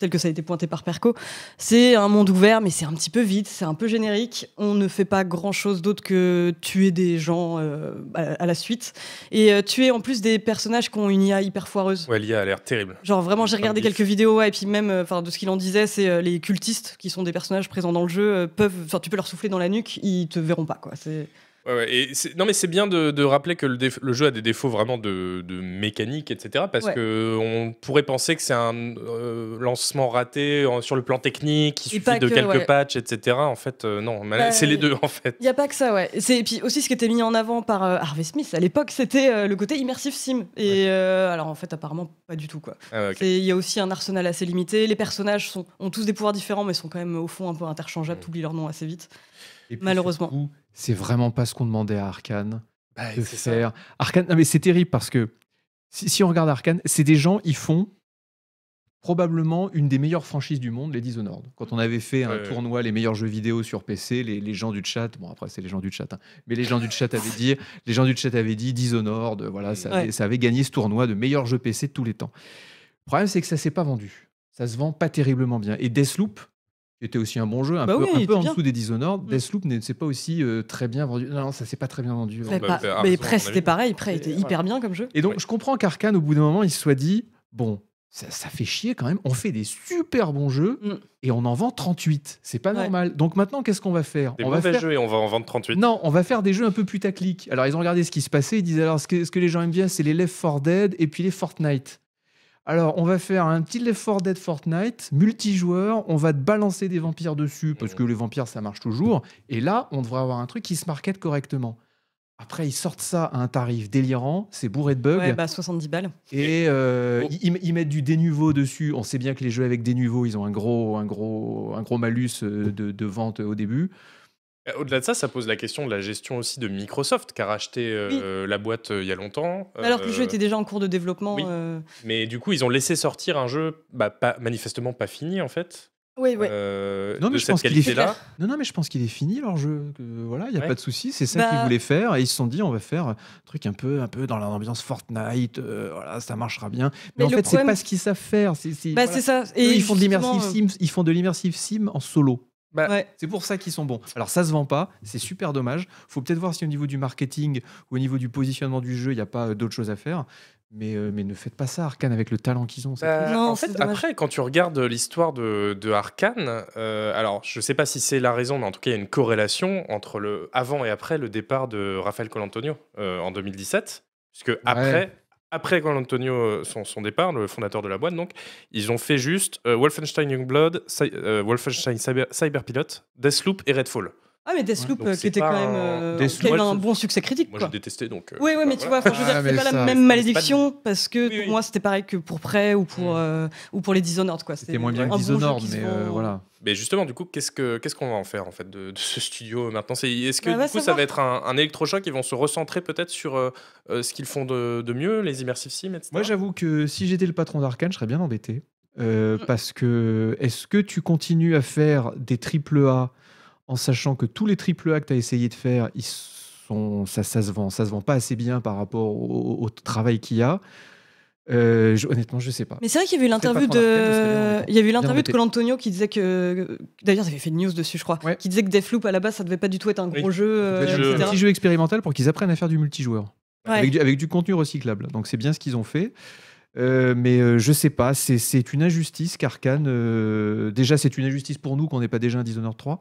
[SPEAKER 2] tel que ça a été pointé par Perco, c'est un monde ouvert, mais c'est un petit peu vide, c'est un peu générique. On ne fait pas grand chose d'autre que tuer des gens euh, à, à la suite. Et euh, tuer en plus des personnages qui ont une IA hyper foireuse.
[SPEAKER 1] ouais, l'IA a l'air terrible.
[SPEAKER 2] Genre vraiment,
[SPEAKER 1] Comme
[SPEAKER 2] j'ai regardé
[SPEAKER 1] GIF.
[SPEAKER 2] quelques vidéos ouais, et puis même, euh, enfin de ce qu'il en disait, c'est euh, les cultistes qui sont des personnages présents dans le jeu euh, peuvent, enfin tu peux leur souffler dans la nuque, ils te verront pas quoi. C'est
[SPEAKER 1] Ouais, ouais, et c'est- non, mais c'est bien de, de rappeler que le, déf- le jeu a des défauts vraiment de, de mécanique, etc. Parce
[SPEAKER 2] Ouais.
[SPEAKER 1] que on pourrait penser que c'est un euh, lancement raté en- sur le plan technique, il
[SPEAKER 2] Et
[SPEAKER 1] suffit
[SPEAKER 2] pas
[SPEAKER 1] de
[SPEAKER 2] que,
[SPEAKER 1] quelques
[SPEAKER 2] ouais.
[SPEAKER 1] patchs, etc. En fait, euh, non, mais
[SPEAKER 2] Bah,
[SPEAKER 1] c'est les deux, en fait.
[SPEAKER 2] il y a pas que ça ouais. C'est- Et puis aussi ce qui était mis en avant par euh, Harvey Smith à l'époque, c'était euh, le côté immersif sim. Et euh, alors en fait apparemment pas du tout quoi.
[SPEAKER 1] Ah, ouais, ok.
[SPEAKER 2] C'est- Il y a aussi un arsenal assez limité. Les personnages sont, ont tous des pouvoirs différents, mais sont quand même au fond un peu interchangeables.
[SPEAKER 1] Mm.
[SPEAKER 2] T'oublies leur nom assez vite.
[SPEAKER 3] Et puis,
[SPEAKER 2] Malheureusement.
[SPEAKER 3] surtout, C'est vraiment pas ce qu'on demandait à Arkane
[SPEAKER 1] Bah,
[SPEAKER 3] de
[SPEAKER 1] c'est ça.
[SPEAKER 3] faire. Arkane, non mais c'est terrible parce que si, si on regarde Arkane, c'est des gens, ils font probablement une des meilleures franchises du monde, les Dishonored. Quand on avait fait un
[SPEAKER 1] Ouais.
[SPEAKER 3] tournoi, les meilleurs jeux vidéo sur PC, les, les gens du chat, bon après c'est les gens du chat, hein, mais les gens du chat avaient dit, les gens du chat avaient dit Dishonored, voilà, ça avait,
[SPEAKER 2] Ouais.
[SPEAKER 3] ça avait gagné ce tournoi de meilleurs jeux PC de tous les temps. Le problème c'est que ça s'est pas vendu. Ça se vend pas terriblement bien. Et Deathloop, qui était aussi un bon jeu, un
[SPEAKER 2] Bah
[SPEAKER 3] peu,
[SPEAKER 2] oui,
[SPEAKER 3] un
[SPEAKER 2] il était
[SPEAKER 3] peu en
[SPEAKER 2] bien.
[SPEAKER 3] dessous des Dishonored,
[SPEAKER 2] Mm.
[SPEAKER 3] Deathloop ne s'est pas aussi euh, très bien vendu. Non, non, ça s'est pas très bien vendu.
[SPEAKER 1] Ouais.
[SPEAKER 2] Mais
[SPEAKER 1] bah,
[SPEAKER 2] pas-
[SPEAKER 1] t'as raison,
[SPEAKER 2] mais
[SPEAKER 1] on a
[SPEAKER 2] Prey
[SPEAKER 1] vu.
[SPEAKER 2] c'était pareil. Prey était
[SPEAKER 3] Et-
[SPEAKER 2] hyper bien comme jeu.
[SPEAKER 3] Et donc,
[SPEAKER 1] Ouais.
[SPEAKER 3] je comprends qu'Arkane, au bout d'un moment, il se soit dit bon, ça, ça fait chier quand même, on fait des super bons jeux
[SPEAKER 2] Mm.
[SPEAKER 3] et on en vend 38. C'est pas
[SPEAKER 2] Ouais.
[SPEAKER 3] normal. Donc maintenant, qu'est-ce qu'on va faire
[SPEAKER 1] Des
[SPEAKER 3] On va
[SPEAKER 1] mauvais
[SPEAKER 3] faire.
[SPEAKER 1] jeux et on va en vendre 38.
[SPEAKER 3] Non, on va faire des jeux un peu putaclic. Alors, ils ont regardé ce qui se passait. Ils disaient alors, ce que, ce que les gens aiment bien, c'est les Left 4 Dead et puis les Fortnite. Alors, on va faire un petit Left 4 Dead Fortnite, multijoueur. On va te balancer des vampires dessus parce que les vampires, ça marche toujours. Et là, on devrait avoir un truc qui se market correctement. Après, ils sortent ça à un tarif délirant. C'est bourré de bugs.
[SPEAKER 2] Ouais, bah 70 balles.
[SPEAKER 3] Et euh,
[SPEAKER 1] Oh.
[SPEAKER 3] ils, ils mettent du dénuveau dessus. On sait bien que les jeux avec dénuveau, ils ont un gros, un gros, un gros malus euh, de, de vente au début.
[SPEAKER 1] Euh, Au-delà de ça, ça pose la question de la gestion aussi de Microsoft, qui a racheté euh, la boîte euh, il y a longtemps.
[SPEAKER 2] Alors que le jeu
[SPEAKER 1] Euh,
[SPEAKER 2] était déjà en cours de développement.
[SPEAKER 1] oui.
[SPEAKER 2] euh,
[SPEAKER 1] Mais du coup, ils ont laissé sortir un jeu bah, pas, manifestement pas fini, en fait.
[SPEAKER 2] Oui, oui.
[SPEAKER 1] euh,
[SPEAKER 3] Non, mais
[SPEAKER 1] de
[SPEAKER 3] je
[SPEAKER 1] cette
[SPEAKER 3] pense qu'il est
[SPEAKER 1] qualité-là.
[SPEAKER 3] Non, non, mais je pense qu'il est fini leur jeu. que, voilà, il n'y a
[SPEAKER 1] Ouais.
[SPEAKER 3] pas de souci. C'est ça
[SPEAKER 2] Bah-
[SPEAKER 3] qu'ils voulaient faire. Et ils se sont dit, on va faire un truc un peu, un peu dans l'ambiance Fortnite. euh, voilà, ça marchera bien.
[SPEAKER 2] Mais
[SPEAKER 3] Mais, en
[SPEAKER 2] le
[SPEAKER 3] fait, c'est
[SPEAKER 2] problème-
[SPEAKER 3] pas ce qu'ils savent faire. c'est- c'est-
[SPEAKER 2] Bah,
[SPEAKER 3] voilà.
[SPEAKER 2] c'est ça.
[SPEAKER 3] Eux, ils font de l'immersive
[SPEAKER 2] justement, euh,
[SPEAKER 3] sim, ils font de l'immersive sim en solo.
[SPEAKER 1] Bah,
[SPEAKER 2] Ouais.
[SPEAKER 3] C'est pour ça qu'ils sont bons. Alors ça se vend pas, c'est super dommage. Faut peut-être voir si au niveau du marketing ou au niveau du positionnement du jeu, il n'y a pas euh, d'autres choses à faire. Mais, euh, mais ne faites pas ça, Arkane, avec le talent qu'ils ont. c'est
[SPEAKER 1] Bah,
[SPEAKER 2] triste. Non,
[SPEAKER 1] en
[SPEAKER 2] c'est
[SPEAKER 1] fait,
[SPEAKER 2] dommage.
[SPEAKER 1] après, quand tu regardes l'histoire de, de Arkane, euh, alors je sais pas si c'est la raison, mais en tout cas, il y a une corrélation entre le avant et après le départ de Raphaël Colantonio euh, en 2017. Puisque après, après Colantonio, euh, son, son départ, le fondateur de la boîte, donc, ils ont fait juste euh, Wolfenstein Youngblood, Cy- euh, Wolfenstein Cyber, Cyberpilot, Deathloop et Redfall.
[SPEAKER 2] Ah, mais Deathloop,
[SPEAKER 1] donc
[SPEAKER 2] euh,
[SPEAKER 1] c'est
[SPEAKER 2] qui était
[SPEAKER 1] pas
[SPEAKER 2] quand même.
[SPEAKER 1] un-
[SPEAKER 2] euh,
[SPEAKER 3] Deathloop,
[SPEAKER 2] qui a eu
[SPEAKER 1] moi,
[SPEAKER 2] un
[SPEAKER 1] je-
[SPEAKER 2] bon succès critique,
[SPEAKER 1] Moi,
[SPEAKER 2] quoi.
[SPEAKER 1] j'ai détesté, donc. euh,
[SPEAKER 2] Oui, oui, mais tu vois,
[SPEAKER 1] voilà.
[SPEAKER 2] enfin, je veux
[SPEAKER 3] Ah,
[SPEAKER 2] dire,
[SPEAKER 3] mais
[SPEAKER 2] c'est pas
[SPEAKER 3] ça,
[SPEAKER 2] la même
[SPEAKER 1] c'est-
[SPEAKER 2] malédiction parce que
[SPEAKER 1] Oui,
[SPEAKER 2] pour
[SPEAKER 1] oui.
[SPEAKER 2] moi, c'était pareil que pour Prey ou pour,
[SPEAKER 1] Mm.
[SPEAKER 2] euh, ou pour les Dishonored, quoi.
[SPEAKER 3] C'était moins bien
[SPEAKER 2] un
[SPEAKER 3] que
[SPEAKER 2] bon jeu
[SPEAKER 3] Dishonored,
[SPEAKER 2] qui se
[SPEAKER 3] mais
[SPEAKER 2] vend-
[SPEAKER 3] euh, voilà.
[SPEAKER 1] Mais justement, du coup, qu'est-ce que qu'est-ce qu'on va en faire en fait de, de ce studio euh, maintenant C'est- Est-ce que
[SPEAKER 2] Bah, va
[SPEAKER 1] du coup, ça
[SPEAKER 2] savoir.
[SPEAKER 1] va être un, un électrochoc Ils vont se recentrer peut-être sur euh, euh, ce qu'ils font de, de mieux, les immersive sim, etc.
[SPEAKER 3] Moi, j'avoue que si j'étais le patron d'Arkane, je serais bien embêté. Euh, parce que est-ce que tu continues à faire des triple A en sachant que tous les triple A que tu as essayé de faire, ils sont, ça, ça se vend, ça se vend pas assez bien par rapport au, au travail qu'il y a. Euh, je- honnêtement, je sais pas.
[SPEAKER 2] Mais c'est vrai qu'il y avait eu
[SPEAKER 3] Je serais pas
[SPEAKER 2] l'interview
[SPEAKER 3] trop marqué, je serais bien
[SPEAKER 2] de.
[SPEAKER 3] embêté.
[SPEAKER 2] Il y avait eu l'interview de
[SPEAKER 3] embêté.
[SPEAKER 2] Colantonio qui disait que. D'ailleurs, ça avait fait une news dessus, je crois.
[SPEAKER 3] Ouais.
[SPEAKER 2] Qui disait que Deathloop, à la base, ça devait pas du tout être un
[SPEAKER 1] Oui.
[SPEAKER 2] gros jeu,
[SPEAKER 1] Ça
[SPEAKER 2] euh,
[SPEAKER 1] devait être
[SPEAKER 3] un
[SPEAKER 1] jeu.
[SPEAKER 2] etc.
[SPEAKER 3] petit jeu expérimental pour qu'ils apprennent à faire du multijoueur
[SPEAKER 2] Ouais.
[SPEAKER 3] avec, du, avec du contenu recyclable. Donc c'est bien ce qu'ils ont fait. Euh, mais euh, je sais pas, c'est- c'est une injustice qu'Arkane. euh, déjà, c'est une injustice pour nous qu'on n'ait pas déjà un Dishonored 3.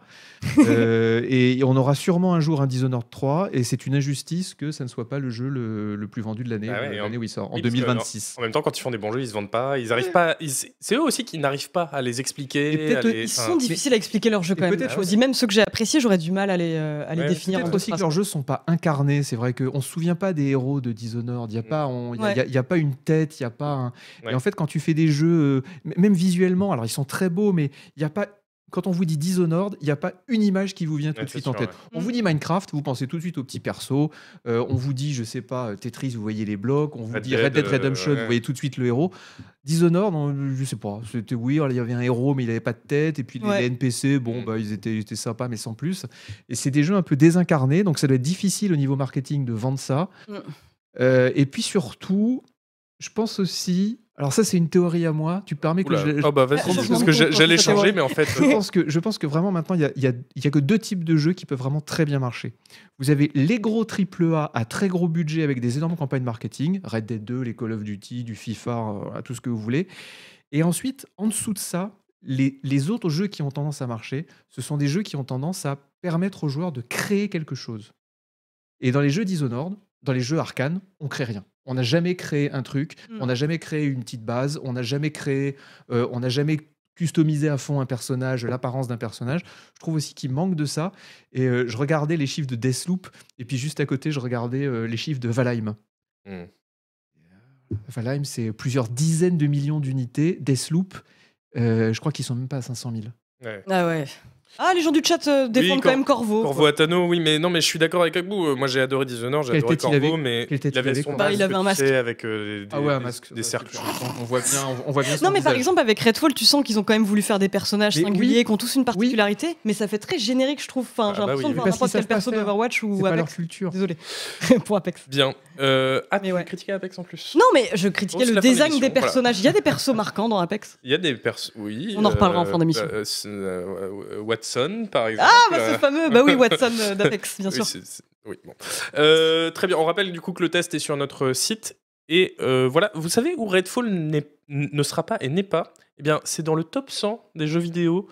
[SPEAKER 3] Euh, et on aura sûrement un jour un Dishonored 3. Et c'est une injustice que ça ne soit pas le jeu le, le plus vendu de l'année
[SPEAKER 1] Ah ouais,
[SPEAKER 3] euh,
[SPEAKER 1] et en-
[SPEAKER 3] l'année où il sort, en
[SPEAKER 1] oui, parce que,
[SPEAKER 3] 2026.
[SPEAKER 1] En même temps, quand ils font des bons jeux, ils se vendent pas. Ils arrivent pas. ils- C'est eux aussi qui n'arrivent pas à les expliquer.
[SPEAKER 3] Et peut-être
[SPEAKER 1] à les-
[SPEAKER 2] Ils
[SPEAKER 1] enfin,
[SPEAKER 2] sont difficiles à expliquer leur jeu
[SPEAKER 3] Et
[SPEAKER 2] quand même.
[SPEAKER 3] peut-être
[SPEAKER 2] Je
[SPEAKER 1] aussi-
[SPEAKER 2] dis même ceux que j'ai appréciés, j'aurais du mal à les, euh, à les
[SPEAKER 1] Ouais,
[SPEAKER 2] définir. en
[SPEAKER 3] Peut-être
[SPEAKER 2] deux
[SPEAKER 3] aussi que
[SPEAKER 2] phrases.
[SPEAKER 3] leurs jeux sont pas incarnés. C'est vrai qu'on se souvient pas des héros de Dishonored. Il n'y a, pas- on- y a-
[SPEAKER 2] Ouais.
[SPEAKER 3] y a- y a pas une tête, il n'y a pas un.
[SPEAKER 1] Mm. Ouais.
[SPEAKER 3] Et en fait, quand tu fais des jeux, euh, m- même visuellement, alors ils sont très beaux, mais il n'y a pas. Quand on vous dit Dishonored, il n'y a pas une image qui vous vient tout
[SPEAKER 1] Ouais,
[SPEAKER 3] de suite
[SPEAKER 1] c'est
[SPEAKER 3] en
[SPEAKER 1] sûr,
[SPEAKER 3] tête.
[SPEAKER 1] ouais.
[SPEAKER 3] On
[SPEAKER 2] Mhm.
[SPEAKER 3] vous dit Minecraft, vous pensez tout de suite aux petits persos. Euh, on vous dit, je sais pas, euh, Tetris, vous voyez les blocs. On vous
[SPEAKER 1] Red
[SPEAKER 3] dit
[SPEAKER 1] Dead,
[SPEAKER 3] Red Dead
[SPEAKER 1] euh,
[SPEAKER 3] Redemption,
[SPEAKER 1] ouais.
[SPEAKER 3] vous voyez tout de suite le héros. Dishonored, on- je sais pas. C'était oui, alors, il y avait un héros, mais il n'avait pas de tête. Et puis les-
[SPEAKER 2] Ouais.
[SPEAKER 3] les NPC, bon,
[SPEAKER 1] Mhm.
[SPEAKER 3] bah, ils, étaient, ils étaient sympas, mais sans plus. Et c'est des jeux un peu désincarnés, donc ça doit être difficile au niveau marketing de vendre ça.
[SPEAKER 2] Mm.
[SPEAKER 3] Euh, et puis surtout, je pense aussi. Alors ça, c'est une théorie à moi. Tu permets que
[SPEAKER 1] Oula.
[SPEAKER 3] je, la- je-
[SPEAKER 1] Oh bah vas-y,
[SPEAKER 2] Ah,
[SPEAKER 1] parce
[SPEAKER 2] franchement,
[SPEAKER 1] que
[SPEAKER 2] je
[SPEAKER 1] j'a-
[SPEAKER 2] pense
[SPEAKER 1] j'allais
[SPEAKER 2] que ça va.
[SPEAKER 1] changer, mais en fait. euh,
[SPEAKER 3] je pense que je pense que vraiment maintenant, il y a, il y a- il y a que deux types de jeux qui peuvent vraiment très bien marcher. Vous avez les gros triple A à très gros budget avec des énormes campagnes marketing, Red Dead 2, les Call of Duty, du FIFA, euh, voilà, tout ce que vous voulez. Et ensuite, en dessous de ça, les, les autres jeux qui ont tendance à marcher, ce sont des jeux qui ont tendance à permettre aux joueurs de créer quelque chose. Et dans les jeux Dishonored, dans les jeux Arkane, on crée rien. On n'a jamais créé un truc,
[SPEAKER 2] Mm.
[SPEAKER 3] on n'a jamais créé une petite base, on n'a jamais créé, euh, on n'a jamais customisé à fond un personnage, l'apparence d'un personnage. Je trouve aussi qu'il manque de ça. Et euh, je regardais les chiffres de Deathloop, et puis juste à côté, je regardais euh, les chiffres de Valheim.
[SPEAKER 1] Hmm.
[SPEAKER 3] Valheim, c'est plusieurs dizaines de millions d'unités. Deathloop, euh, je crois qu'ils sont même pas à 500 000.
[SPEAKER 1] Ouais.
[SPEAKER 2] Ah ouais. Ah, les gens du chat euh, défendent
[SPEAKER 1] Cor-
[SPEAKER 2] quand même Corvo.
[SPEAKER 1] Corvo
[SPEAKER 2] quoi.
[SPEAKER 1] Atano, oui, mais non, mais je suis d'accord avec Agbou. Euh, Moi, j'ai adoré Dishonored, j'ai
[SPEAKER 3] Quelle
[SPEAKER 1] adoré
[SPEAKER 3] tête il
[SPEAKER 1] Corvo,
[SPEAKER 3] avait
[SPEAKER 1] mais
[SPEAKER 3] Quelle tête
[SPEAKER 1] il avait
[SPEAKER 3] il avait, Ah
[SPEAKER 1] son
[SPEAKER 3] quoi.
[SPEAKER 2] Bah, il avait un
[SPEAKER 1] tu sais,
[SPEAKER 2] masque.
[SPEAKER 1] avec euh, des, des- des cercles.
[SPEAKER 3] On voit bien, on voit bien.
[SPEAKER 2] Non, mais par exemple, avec Redfall, tu sens qu'ils ont quand même voulu faire des personnages
[SPEAKER 3] Mais
[SPEAKER 2] singuliers
[SPEAKER 3] oui.
[SPEAKER 2] qui ont tous une particularité, mais ça fait très générique, je trouve. Enfin,
[SPEAKER 1] Ah
[SPEAKER 2] j'ai
[SPEAKER 1] bah
[SPEAKER 2] l'impression
[SPEAKER 1] oui,
[SPEAKER 2] de voir
[SPEAKER 3] oui.
[SPEAKER 2] n'importe
[SPEAKER 3] Parce qu'ils
[SPEAKER 2] quel
[SPEAKER 3] savent pas
[SPEAKER 2] perso
[SPEAKER 3] faire.
[SPEAKER 2] d'Overwatch
[SPEAKER 3] c'est
[SPEAKER 2] ou
[SPEAKER 3] pas leur
[SPEAKER 2] Apex.
[SPEAKER 3] culture.
[SPEAKER 2] Désolé pour Apex.
[SPEAKER 1] Bien. Euh, ah,
[SPEAKER 2] Mais
[SPEAKER 1] tu
[SPEAKER 2] ouais.
[SPEAKER 1] critiquais Apex en plus.
[SPEAKER 2] Non, mais je critiquais
[SPEAKER 1] Oh, c'est
[SPEAKER 2] le
[SPEAKER 1] la fin de
[SPEAKER 2] design
[SPEAKER 1] l'émission,
[SPEAKER 2] des personnages. Il y a des persos marquants dans Apex.
[SPEAKER 1] Il y a des persos. Oui.
[SPEAKER 2] On en reparlera en fin d'émission.
[SPEAKER 1] bah, euh, c'est, euh, euh, Watson, par exemple. euh,
[SPEAKER 2] Ah, bah, ce fameux. Bah oui, Watson euh, d'Apex, bien
[SPEAKER 1] Oui,
[SPEAKER 2] sûr.
[SPEAKER 1] c'est- c'est- oui, bon. Euh, très bien. On rappelle du coup que le test est sur notre site. Et euh, voilà, vous savez où Redfall n'est- ne sera pas et n'est pas Eh bien, c'est dans le top 100 des jeux vidéo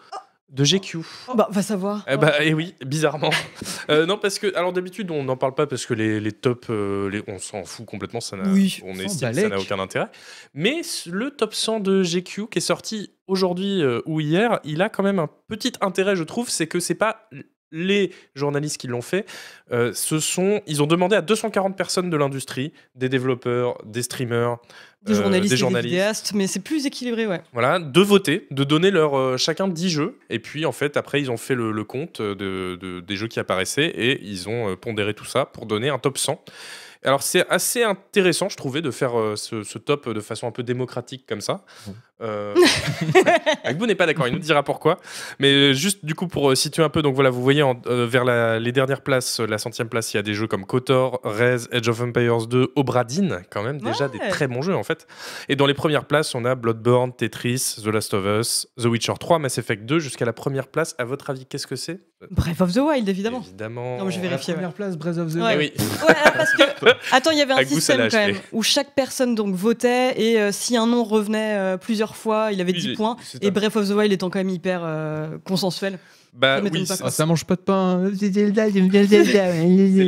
[SPEAKER 1] de GQ.
[SPEAKER 2] Oh, Bah, va savoir.
[SPEAKER 1] Eh bah, eh oui, bizarrement. Euh, non, parce que, alors d'habitude, on n'en parle pas parce que les, les tops, euh, les- on s'en fout complètement, ça n'a,
[SPEAKER 2] Oui,
[SPEAKER 1] on
[SPEAKER 3] s'en
[SPEAKER 1] estime que ça
[SPEAKER 3] balèque.
[SPEAKER 1] n'a aucun intérêt. Mais ce- le top 100 de GQ qui est sorti aujourd'hui euh, ou hier, il a quand même un petit intérêt, je trouve, c'est que c'est pas les journalistes qui l'ont fait, euh, ce sont, ils ont demandé à 240 personnes de l'industrie, des développeurs, des streamers,
[SPEAKER 2] Des
[SPEAKER 1] euh,
[SPEAKER 2] journalistes, et
[SPEAKER 1] des
[SPEAKER 2] des
[SPEAKER 1] journalistes,
[SPEAKER 2] vidéastes, mais c'est plus équilibré, ouais.
[SPEAKER 1] voilà, de voter, de donner leur euh, chacun 10 jeux, et puis en fait après ils ont fait le, le compte euh, de, de- des jeux qui apparaissaient et ils ont euh, pondéré tout ça pour donner un top 100. Alors c'est assez intéressant, je trouvais, de faire euh, ce, ce top de façon un peu démocratique comme ça.
[SPEAKER 2] Mmh.
[SPEAKER 3] Mhm.
[SPEAKER 1] Euh, Agbo n'est pas d'accord, il nous dira pourquoi. Mais euh, juste du coup pour euh, situer un peu, donc voilà, vous voyez en- euh, vers la- les dernières places, euh, la centième place, il y a des jeux comme Kotor, Rez, Edge of Empires 2, Obradine, quand même déjà des
[SPEAKER 2] Ouais.
[SPEAKER 1] très bons jeux en fait. Et dans les premières places, on a Bloodborne, Tetris, The Last of Us, The Witcher 3, Mass Effect 2, jusqu'à la première place. À votre avis, qu'est-ce que c'est
[SPEAKER 2] Breath of the Wild, évidemment.
[SPEAKER 1] Évidemment.
[SPEAKER 2] Non, mais je vais
[SPEAKER 3] La
[SPEAKER 2] Vérifier,
[SPEAKER 3] première place, Breath of the
[SPEAKER 1] Eh
[SPEAKER 2] Ouais.
[SPEAKER 3] Wild.
[SPEAKER 1] oui.
[SPEAKER 2] Ouais, ah, parce que attends, il y avait un
[SPEAKER 1] Avec vous, ça
[SPEAKER 2] système
[SPEAKER 1] l'a
[SPEAKER 2] quand
[SPEAKER 1] acheté.
[SPEAKER 2] même où chaque personne donc votait et euh, si un nom revenait euh, plusieurs fois, il avait 10 points.
[SPEAKER 1] C'est
[SPEAKER 2] Et
[SPEAKER 1] un-
[SPEAKER 2] Breath of the Wild étant quand même hyper euh, consensuel.
[SPEAKER 1] Bah
[SPEAKER 2] ça m'étonne
[SPEAKER 1] oui,
[SPEAKER 2] pas,
[SPEAKER 1] c'est-
[SPEAKER 3] Ah,
[SPEAKER 2] quoi.
[SPEAKER 3] ça mange pas de pain.
[SPEAKER 1] C'est
[SPEAKER 2] euh,
[SPEAKER 1] la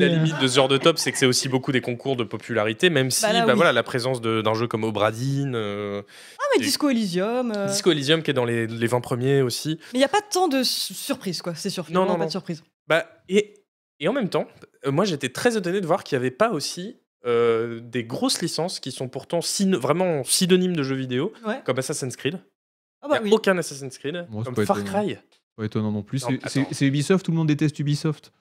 [SPEAKER 1] limite de ce genre de top, c'est que c'est aussi beaucoup des concours de popularité, même si
[SPEAKER 2] Bah là,
[SPEAKER 1] bah
[SPEAKER 2] oui.
[SPEAKER 1] voilà, la présence de- d'un jeu comme Obradine, euh,
[SPEAKER 2] Ah mais
[SPEAKER 1] Et-
[SPEAKER 2] Disco Elysium. euh,
[SPEAKER 1] Disco Elysium qui est dans les, les 20 premiers aussi.
[SPEAKER 2] Mais il y a pas tant de su- surprises quoi, c'est sûr.
[SPEAKER 1] Non,
[SPEAKER 2] Vraiment
[SPEAKER 1] non,
[SPEAKER 2] pas
[SPEAKER 1] non.
[SPEAKER 2] de surprise.
[SPEAKER 1] Bah, et, et en même temps, euh, moi j'étais très étonné de voir qu'il n'y avait pas aussi euh, des grosses licences qui sont pourtant syn- vraiment synonymes de jeux vidéo,
[SPEAKER 2] Ouais.
[SPEAKER 1] comme Assassin's Creed. Il
[SPEAKER 2] Ah
[SPEAKER 1] y
[SPEAKER 2] bah
[SPEAKER 1] a
[SPEAKER 2] oui.
[SPEAKER 1] aucun Assassin's Creed,
[SPEAKER 3] Bon, c'est
[SPEAKER 1] comme
[SPEAKER 3] pas
[SPEAKER 1] Far
[SPEAKER 3] étonnant.
[SPEAKER 1] Cry,
[SPEAKER 3] Pas étonnant non plus.
[SPEAKER 1] Non,
[SPEAKER 3] c'est- c'est-
[SPEAKER 1] attends.
[SPEAKER 3] C'est Ubisoft, tout le monde déteste Ubisoft.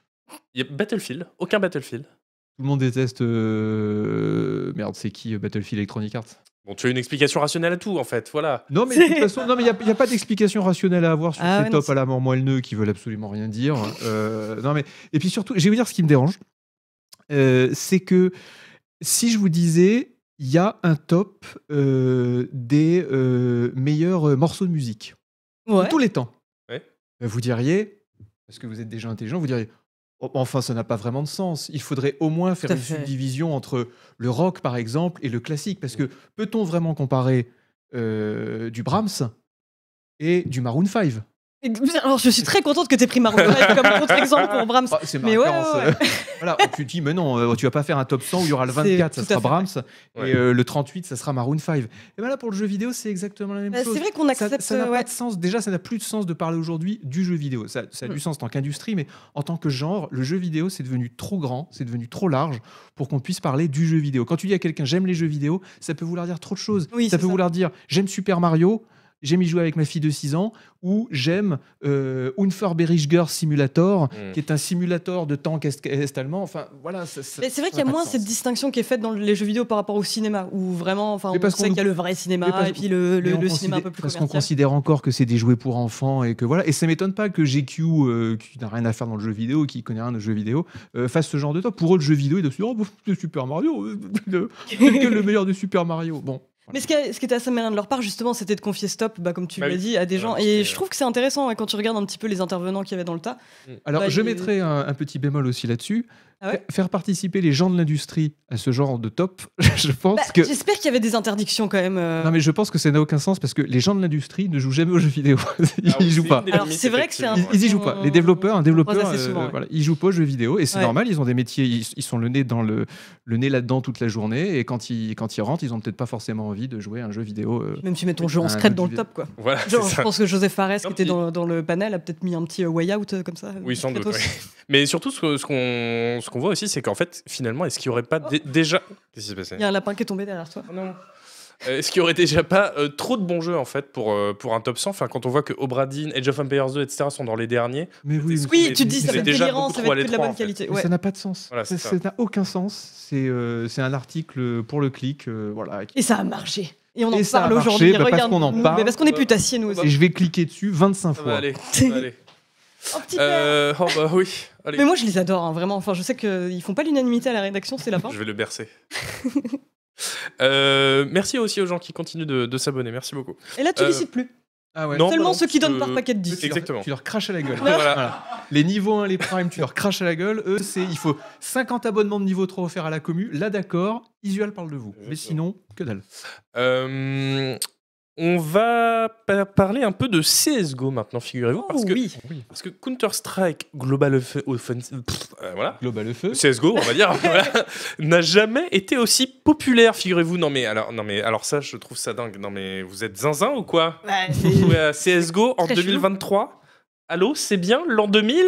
[SPEAKER 1] il y a Battlefield, aucun Battlefield.
[SPEAKER 3] Tout le monde déteste. euh, Merde, c'est qui euh, Battlefield Electronic Arts
[SPEAKER 1] Bon, tu as une explication rationnelle à tout en fait, voilà.
[SPEAKER 3] Non, mais de toute façon, non, mais il n'y a, y a pas d'explication rationnelle à avoir sur
[SPEAKER 2] Ah
[SPEAKER 3] ces
[SPEAKER 2] ouais, non,
[SPEAKER 3] tops à la mort moelleux qui veulent absolument rien dire. Euh, non, mais et puis surtout, je vais vous dire ce qui me dérange, Euh, c'est que si je vous disais, il y a un top euh, des euh, meilleurs euh, morceaux de musique de
[SPEAKER 2] Ouais.
[SPEAKER 3] tous les temps,
[SPEAKER 1] Ouais.
[SPEAKER 3] ben, vous diriez, parce que vous êtes déjà intelligent, vous diriez. oh, Enfin, ça n'a pas vraiment de sens. Il faudrait au moins faire
[SPEAKER 2] Tout à
[SPEAKER 3] une
[SPEAKER 2] fait.
[SPEAKER 3] subdivision entre le rock, par exemple, et le classique. Parce que peut-on vraiment comparer euh, du Brahms et du Maroon 5
[SPEAKER 2] Et- Alors je suis très contente que t'aies pris Maroon 5 comme contre-exemple pour Brahms.
[SPEAKER 3] Ah, C'est ma
[SPEAKER 2] Mais ouais,
[SPEAKER 3] référence.
[SPEAKER 2] ouais,
[SPEAKER 3] voilà, tu te dis, mais non, euh, tu vas pas faire un top 100 où il y aura le
[SPEAKER 2] C'est
[SPEAKER 3] 24, ça
[SPEAKER 2] tout à
[SPEAKER 3] sera
[SPEAKER 2] fait
[SPEAKER 3] Brahms,
[SPEAKER 1] Ouais.
[SPEAKER 3] et euh, le 38, ça sera Maroon 5. Et bien là, pour le jeu vidéo, c'est exactement la même
[SPEAKER 2] Bah,
[SPEAKER 3] chose.
[SPEAKER 2] c'est vrai qu'on
[SPEAKER 3] Ça-
[SPEAKER 2] accepte.
[SPEAKER 3] ça n'a
[SPEAKER 2] euh,
[SPEAKER 3] pas
[SPEAKER 2] ouais.
[SPEAKER 3] de sens. Déjà, ça n'a plus de sens de parler aujourd'hui du jeu vidéo. Ça,
[SPEAKER 2] Mm.
[SPEAKER 3] ça a du sens en tant qu'industrie, mais en tant que genre, le jeu vidéo, c'est devenu trop grand, c'est devenu trop large pour qu'on puisse parler du jeu vidéo. Quand tu dis à quelqu'un j'aime les jeux vidéo, ça peut vouloir dire trop de choses.
[SPEAKER 2] Oui,
[SPEAKER 3] ça
[SPEAKER 2] c'est
[SPEAKER 3] peut
[SPEAKER 2] ça.
[SPEAKER 3] vouloir dire j'aime Super Mario. J'aime y jouer avec ma fille de 6 ans, ou j'aime euh, Unverbericht Girl Simulator,
[SPEAKER 1] Mm.
[SPEAKER 3] qui est un simulateur de tank est- est-allemand. Enfin, voilà. ça- ça-
[SPEAKER 2] Mais c'est vrai
[SPEAKER 3] ça
[SPEAKER 2] qu'il y a
[SPEAKER 3] n'a pas
[SPEAKER 2] moins
[SPEAKER 3] de
[SPEAKER 2] cette
[SPEAKER 3] sens.
[SPEAKER 2] distinction qui est faite dans les jeux vidéo par rapport au cinéma, où vraiment, enfin,
[SPEAKER 3] Mais
[SPEAKER 2] on
[SPEAKER 3] parce qu'on
[SPEAKER 2] sait qu'il y a le vrai cinéma
[SPEAKER 3] mais parce-
[SPEAKER 2] et puis le, le-
[SPEAKER 3] Mais on
[SPEAKER 2] le cinéma un
[SPEAKER 3] considère-
[SPEAKER 2] peu plus
[SPEAKER 3] parce qu'on
[SPEAKER 2] commercial.
[SPEAKER 3] considère encore que c'est des jouets pour enfants et que voilà et ça m'étonne pas que GQ euh, qui n'a rien à faire dans le jeu vidéo qui connaît rien de jeu vidéo euh, fasse ce genre de top pour eux le jeu vidéo ils doivent se dire oh bah, c'est Super Mario euh, le- lequel le meilleur de Super Mario bon
[SPEAKER 2] Mais ce qui, a- ce qui était assez malin de leur part, justement, c'était de confier stop, bah, comme tu
[SPEAKER 1] Bah
[SPEAKER 2] l'as
[SPEAKER 1] oui.
[SPEAKER 2] dit, à des
[SPEAKER 1] Ouais,
[SPEAKER 2] gens.
[SPEAKER 1] parce
[SPEAKER 2] Et
[SPEAKER 1] que-
[SPEAKER 2] je trouve que c'est intéressant ouais, quand tu regardes un petit peu les intervenants qu'il y avait dans le tas.
[SPEAKER 3] alors
[SPEAKER 2] Bah,
[SPEAKER 3] je
[SPEAKER 2] il-
[SPEAKER 3] mettrai un, un petit bémol aussi là-dessus
[SPEAKER 2] Ah ouais
[SPEAKER 3] faire participer les gens de l'industrie à ce genre de top je pense
[SPEAKER 2] Bah,
[SPEAKER 3] que
[SPEAKER 2] J'espère qu'il y avait des interdictions quand même. euh.
[SPEAKER 3] non mais je pense que ça n'a aucun sens parce que les gens de l'industrie ne jouent jamais aux jeux vidéo ils
[SPEAKER 1] Ah oui,
[SPEAKER 3] y jouent
[SPEAKER 1] c'est
[SPEAKER 3] pas
[SPEAKER 1] une des
[SPEAKER 2] Alors,
[SPEAKER 1] limites,
[SPEAKER 2] c'est vrai que c'est un-
[SPEAKER 1] effectivement,
[SPEAKER 3] Ils, ils y jouent pas. Les développeurs, un
[SPEAKER 2] On
[SPEAKER 3] développeur,
[SPEAKER 2] croise assez souvent,
[SPEAKER 3] euh,
[SPEAKER 2] ouais.
[SPEAKER 3] voilà, ils jouent pas aux jeux vidéo et c'est
[SPEAKER 2] Ouais.
[SPEAKER 3] normal. Ils ont des métiers, ils, ils sont le nez dans le, le nez là-dedans toute la journée et quand ils quand ils rentrent, ils ont peut-être pas forcément envie de jouer à un jeu vidéo. euh.
[SPEAKER 2] Même tu mets ton jeu en
[SPEAKER 3] un
[SPEAKER 2] secret
[SPEAKER 3] autre
[SPEAKER 2] dans le
[SPEAKER 3] vidéo.
[SPEAKER 2] top, quoi.
[SPEAKER 1] ouais. Voilà, c'est
[SPEAKER 2] Genre,
[SPEAKER 1] ça.
[SPEAKER 2] je pense que Joseph Fares, qui
[SPEAKER 1] Non,
[SPEAKER 2] était
[SPEAKER 1] puis-
[SPEAKER 2] dans, dans le panel, a peut-être mis un petit euh, way out euh, comme ça.
[SPEAKER 1] Oui, sans doute.
[SPEAKER 2] secretos.
[SPEAKER 1] oui. Mais surtout, ce que- ce qu'on ce qu'on voit aussi, c'est qu'en fait, finalement, est-ce qu'il n'y aurait pas dé- déjà. Qu'est-ce qui s'est passé
[SPEAKER 2] Il y a un lapin qui est tombé derrière toi.
[SPEAKER 1] Oh non. Euh, Est-ce qu'il y aurait déjà pas euh, trop de bons jeux en fait pour, euh, pour un top 100 enfin, Quand on voit que Obradine, Age of Empires 2, etc. sont dans les derniers,
[SPEAKER 3] Mais oui,
[SPEAKER 1] Des
[SPEAKER 3] mais-
[SPEAKER 1] Oui,
[SPEAKER 2] Oui, tu te dis, ça
[SPEAKER 1] c'est
[SPEAKER 2] va être
[SPEAKER 1] déjà
[SPEAKER 2] délirant,
[SPEAKER 1] beaucoup
[SPEAKER 2] ça
[SPEAKER 1] trop
[SPEAKER 2] va
[SPEAKER 1] à
[SPEAKER 2] être que de
[SPEAKER 1] l'étroit,
[SPEAKER 2] la bonne
[SPEAKER 1] en fait.
[SPEAKER 2] qualité.
[SPEAKER 3] mais
[SPEAKER 2] ouais.
[SPEAKER 3] ça n'a pas de sens.
[SPEAKER 1] Voilà,
[SPEAKER 3] ça
[SPEAKER 1] c'est
[SPEAKER 3] ça
[SPEAKER 1] ça.
[SPEAKER 3] n'a aucun sens. C'est euh, c'est un article pour le clic. euh, voilà.
[SPEAKER 2] Et ça a marché. Et on
[SPEAKER 3] Et
[SPEAKER 2] en
[SPEAKER 3] ça a
[SPEAKER 2] parle
[SPEAKER 3] marché,
[SPEAKER 2] aujourd'hui.
[SPEAKER 3] bah, parce
[SPEAKER 2] regarde,
[SPEAKER 3] qu'on en
[SPEAKER 2] nous,
[SPEAKER 3] parle.
[SPEAKER 2] mais parce qu'on est putassiers, nous aussi.
[SPEAKER 3] Et je vais cliquer dessus 25
[SPEAKER 1] ça va
[SPEAKER 3] fois.
[SPEAKER 1] aller. Ça va aller.
[SPEAKER 2] Oh, petit père.
[SPEAKER 1] Euh, oh bah oui, allez.
[SPEAKER 2] Mais moi, je les adore, hein, vraiment. Enfin, je sais qu'ils font pas l'unanimité à la rédaction, c'est lapin.
[SPEAKER 1] Je vais le bercer. Euh, merci aussi aux gens qui continuent de, de s'abonner, merci beaucoup.
[SPEAKER 2] Et là, tu
[SPEAKER 1] Euh,
[SPEAKER 2] les cites plus.
[SPEAKER 3] Ah ouais.
[SPEAKER 1] Non,
[SPEAKER 2] Seulement
[SPEAKER 1] bah
[SPEAKER 2] ceux qui donnent
[SPEAKER 1] euh,
[SPEAKER 2] par paquet de
[SPEAKER 3] Tu
[SPEAKER 2] 10.
[SPEAKER 3] leur-
[SPEAKER 1] Exactement.
[SPEAKER 3] Tu leur craches à la gueule.
[SPEAKER 1] Voilà.
[SPEAKER 3] Voilà. Les niveaux 1, les primes, tu leur craches à la gueule. Eux, c'est il faut 50 abonnements de niveau 3 offerts à la commu. Là, d'accord, Isual parle de vous. Mais
[SPEAKER 1] Exactement.
[SPEAKER 3] sinon, que dalle.
[SPEAKER 1] Euh, on va pa- parler un peu de CSGO maintenant, figurez-vous, parce,
[SPEAKER 2] Oh,
[SPEAKER 1] que-
[SPEAKER 2] oui.
[SPEAKER 1] parce que Counter-Strike Global Off- Offensive, pff, euh, voilà,
[SPEAKER 3] Global le feu.
[SPEAKER 1] CSGO, on va dire, voilà, n'a jamais été aussi populaire, figurez-vous. Non mais alors, non mais alors ça, je trouve ça dingue. Non mais vous êtes zinzin ou quoi
[SPEAKER 2] Bah,
[SPEAKER 1] Vous jouez à CSGO en
[SPEAKER 2] Très chelou.
[SPEAKER 1] 2023 Allô, c'est bien l'an 2000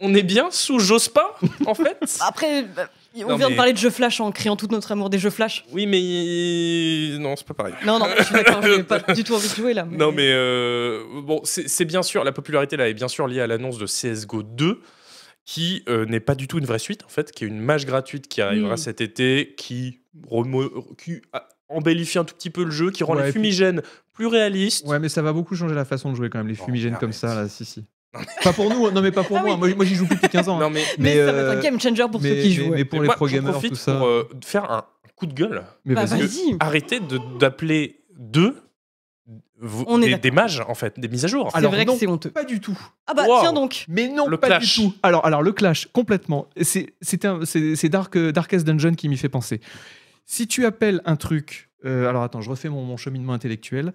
[SPEAKER 1] On est bien sous Jospin, en fait
[SPEAKER 2] Après, bah, on
[SPEAKER 1] Non,
[SPEAKER 2] vient
[SPEAKER 1] mais-
[SPEAKER 2] de parler de jeux Flash en criant tout notre amour des jeux Flash.
[SPEAKER 1] Oui, mais. Non, c'est pas pareil.
[SPEAKER 2] Non, non, je suis d'accord, je n'ai pas du tout envie de jouer là.
[SPEAKER 1] Non, mais euh, bon, c'est c'est bien sûr, la popularité là est bien sûr liée à l'annonce de CSGO 2, qui euh, n'est pas du tout une vraie suite, en fait, qui est une mage gratuite qui arrivera
[SPEAKER 2] Mm.
[SPEAKER 1] cet été, qui, remo- qui a- embellifie un tout petit peu le jeu, qui rend
[SPEAKER 3] Ouais,
[SPEAKER 1] les
[SPEAKER 3] et puis-
[SPEAKER 1] fumigènes plus réalistes.
[SPEAKER 3] Ouais, mais ça va beaucoup changer la façon de jouer quand même, les
[SPEAKER 1] Oh,
[SPEAKER 3] fumigènes comme
[SPEAKER 1] arrête.
[SPEAKER 3] ça, là, si, si. pas pour nous, hein, non, mais pas pour
[SPEAKER 2] Ah
[SPEAKER 3] moi.
[SPEAKER 2] oui.
[SPEAKER 3] Moi, moi, j'y joue plus depuis 15 ans. hein.
[SPEAKER 1] Non, mais.
[SPEAKER 2] Mais, ça va être
[SPEAKER 3] euh,
[SPEAKER 2] un game changer pour
[SPEAKER 3] mais-
[SPEAKER 2] ceux qui jouent.
[SPEAKER 3] mais-
[SPEAKER 2] ouais.
[SPEAKER 3] mais pour
[SPEAKER 1] mais
[SPEAKER 3] les
[SPEAKER 1] moi,
[SPEAKER 3] pro
[SPEAKER 1] j'en
[SPEAKER 3] gamers,
[SPEAKER 1] profite
[SPEAKER 3] tout ça.
[SPEAKER 1] Pour euh, faire un coup de gueule.
[SPEAKER 3] Mais
[SPEAKER 2] Bah
[SPEAKER 3] vas-y.
[SPEAKER 2] vas-y.
[SPEAKER 1] Arrêtez de- d'appeler deux vous-
[SPEAKER 2] On est
[SPEAKER 1] des,
[SPEAKER 2] d'accord.
[SPEAKER 1] des mages, en fait, des mises à jour.
[SPEAKER 3] Ah,
[SPEAKER 2] C'est
[SPEAKER 3] alors
[SPEAKER 2] vrai
[SPEAKER 3] non.
[SPEAKER 2] que c'est honteux.
[SPEAKER 3] Pas du tout.
[SPEAKER 2] Ah bah
[SPEAKER 1] Wow.
[SPEAKER 2] tiens donc.
[SPEAKER 3] Mais non,
[SPEAKER 1] Le
[SPEAKER 3] pas
[SPEAKER 1] clash.
[SPEAKER 3] du tout. Alors, alors le clash, complètement. C'est c'est un- c'est- c'est Dark, euh, Darkest Dungeon qui m'y fait penser. Si tu appelles un truc. euh, alors attends, je refais mon, mon cheminement intellectuel.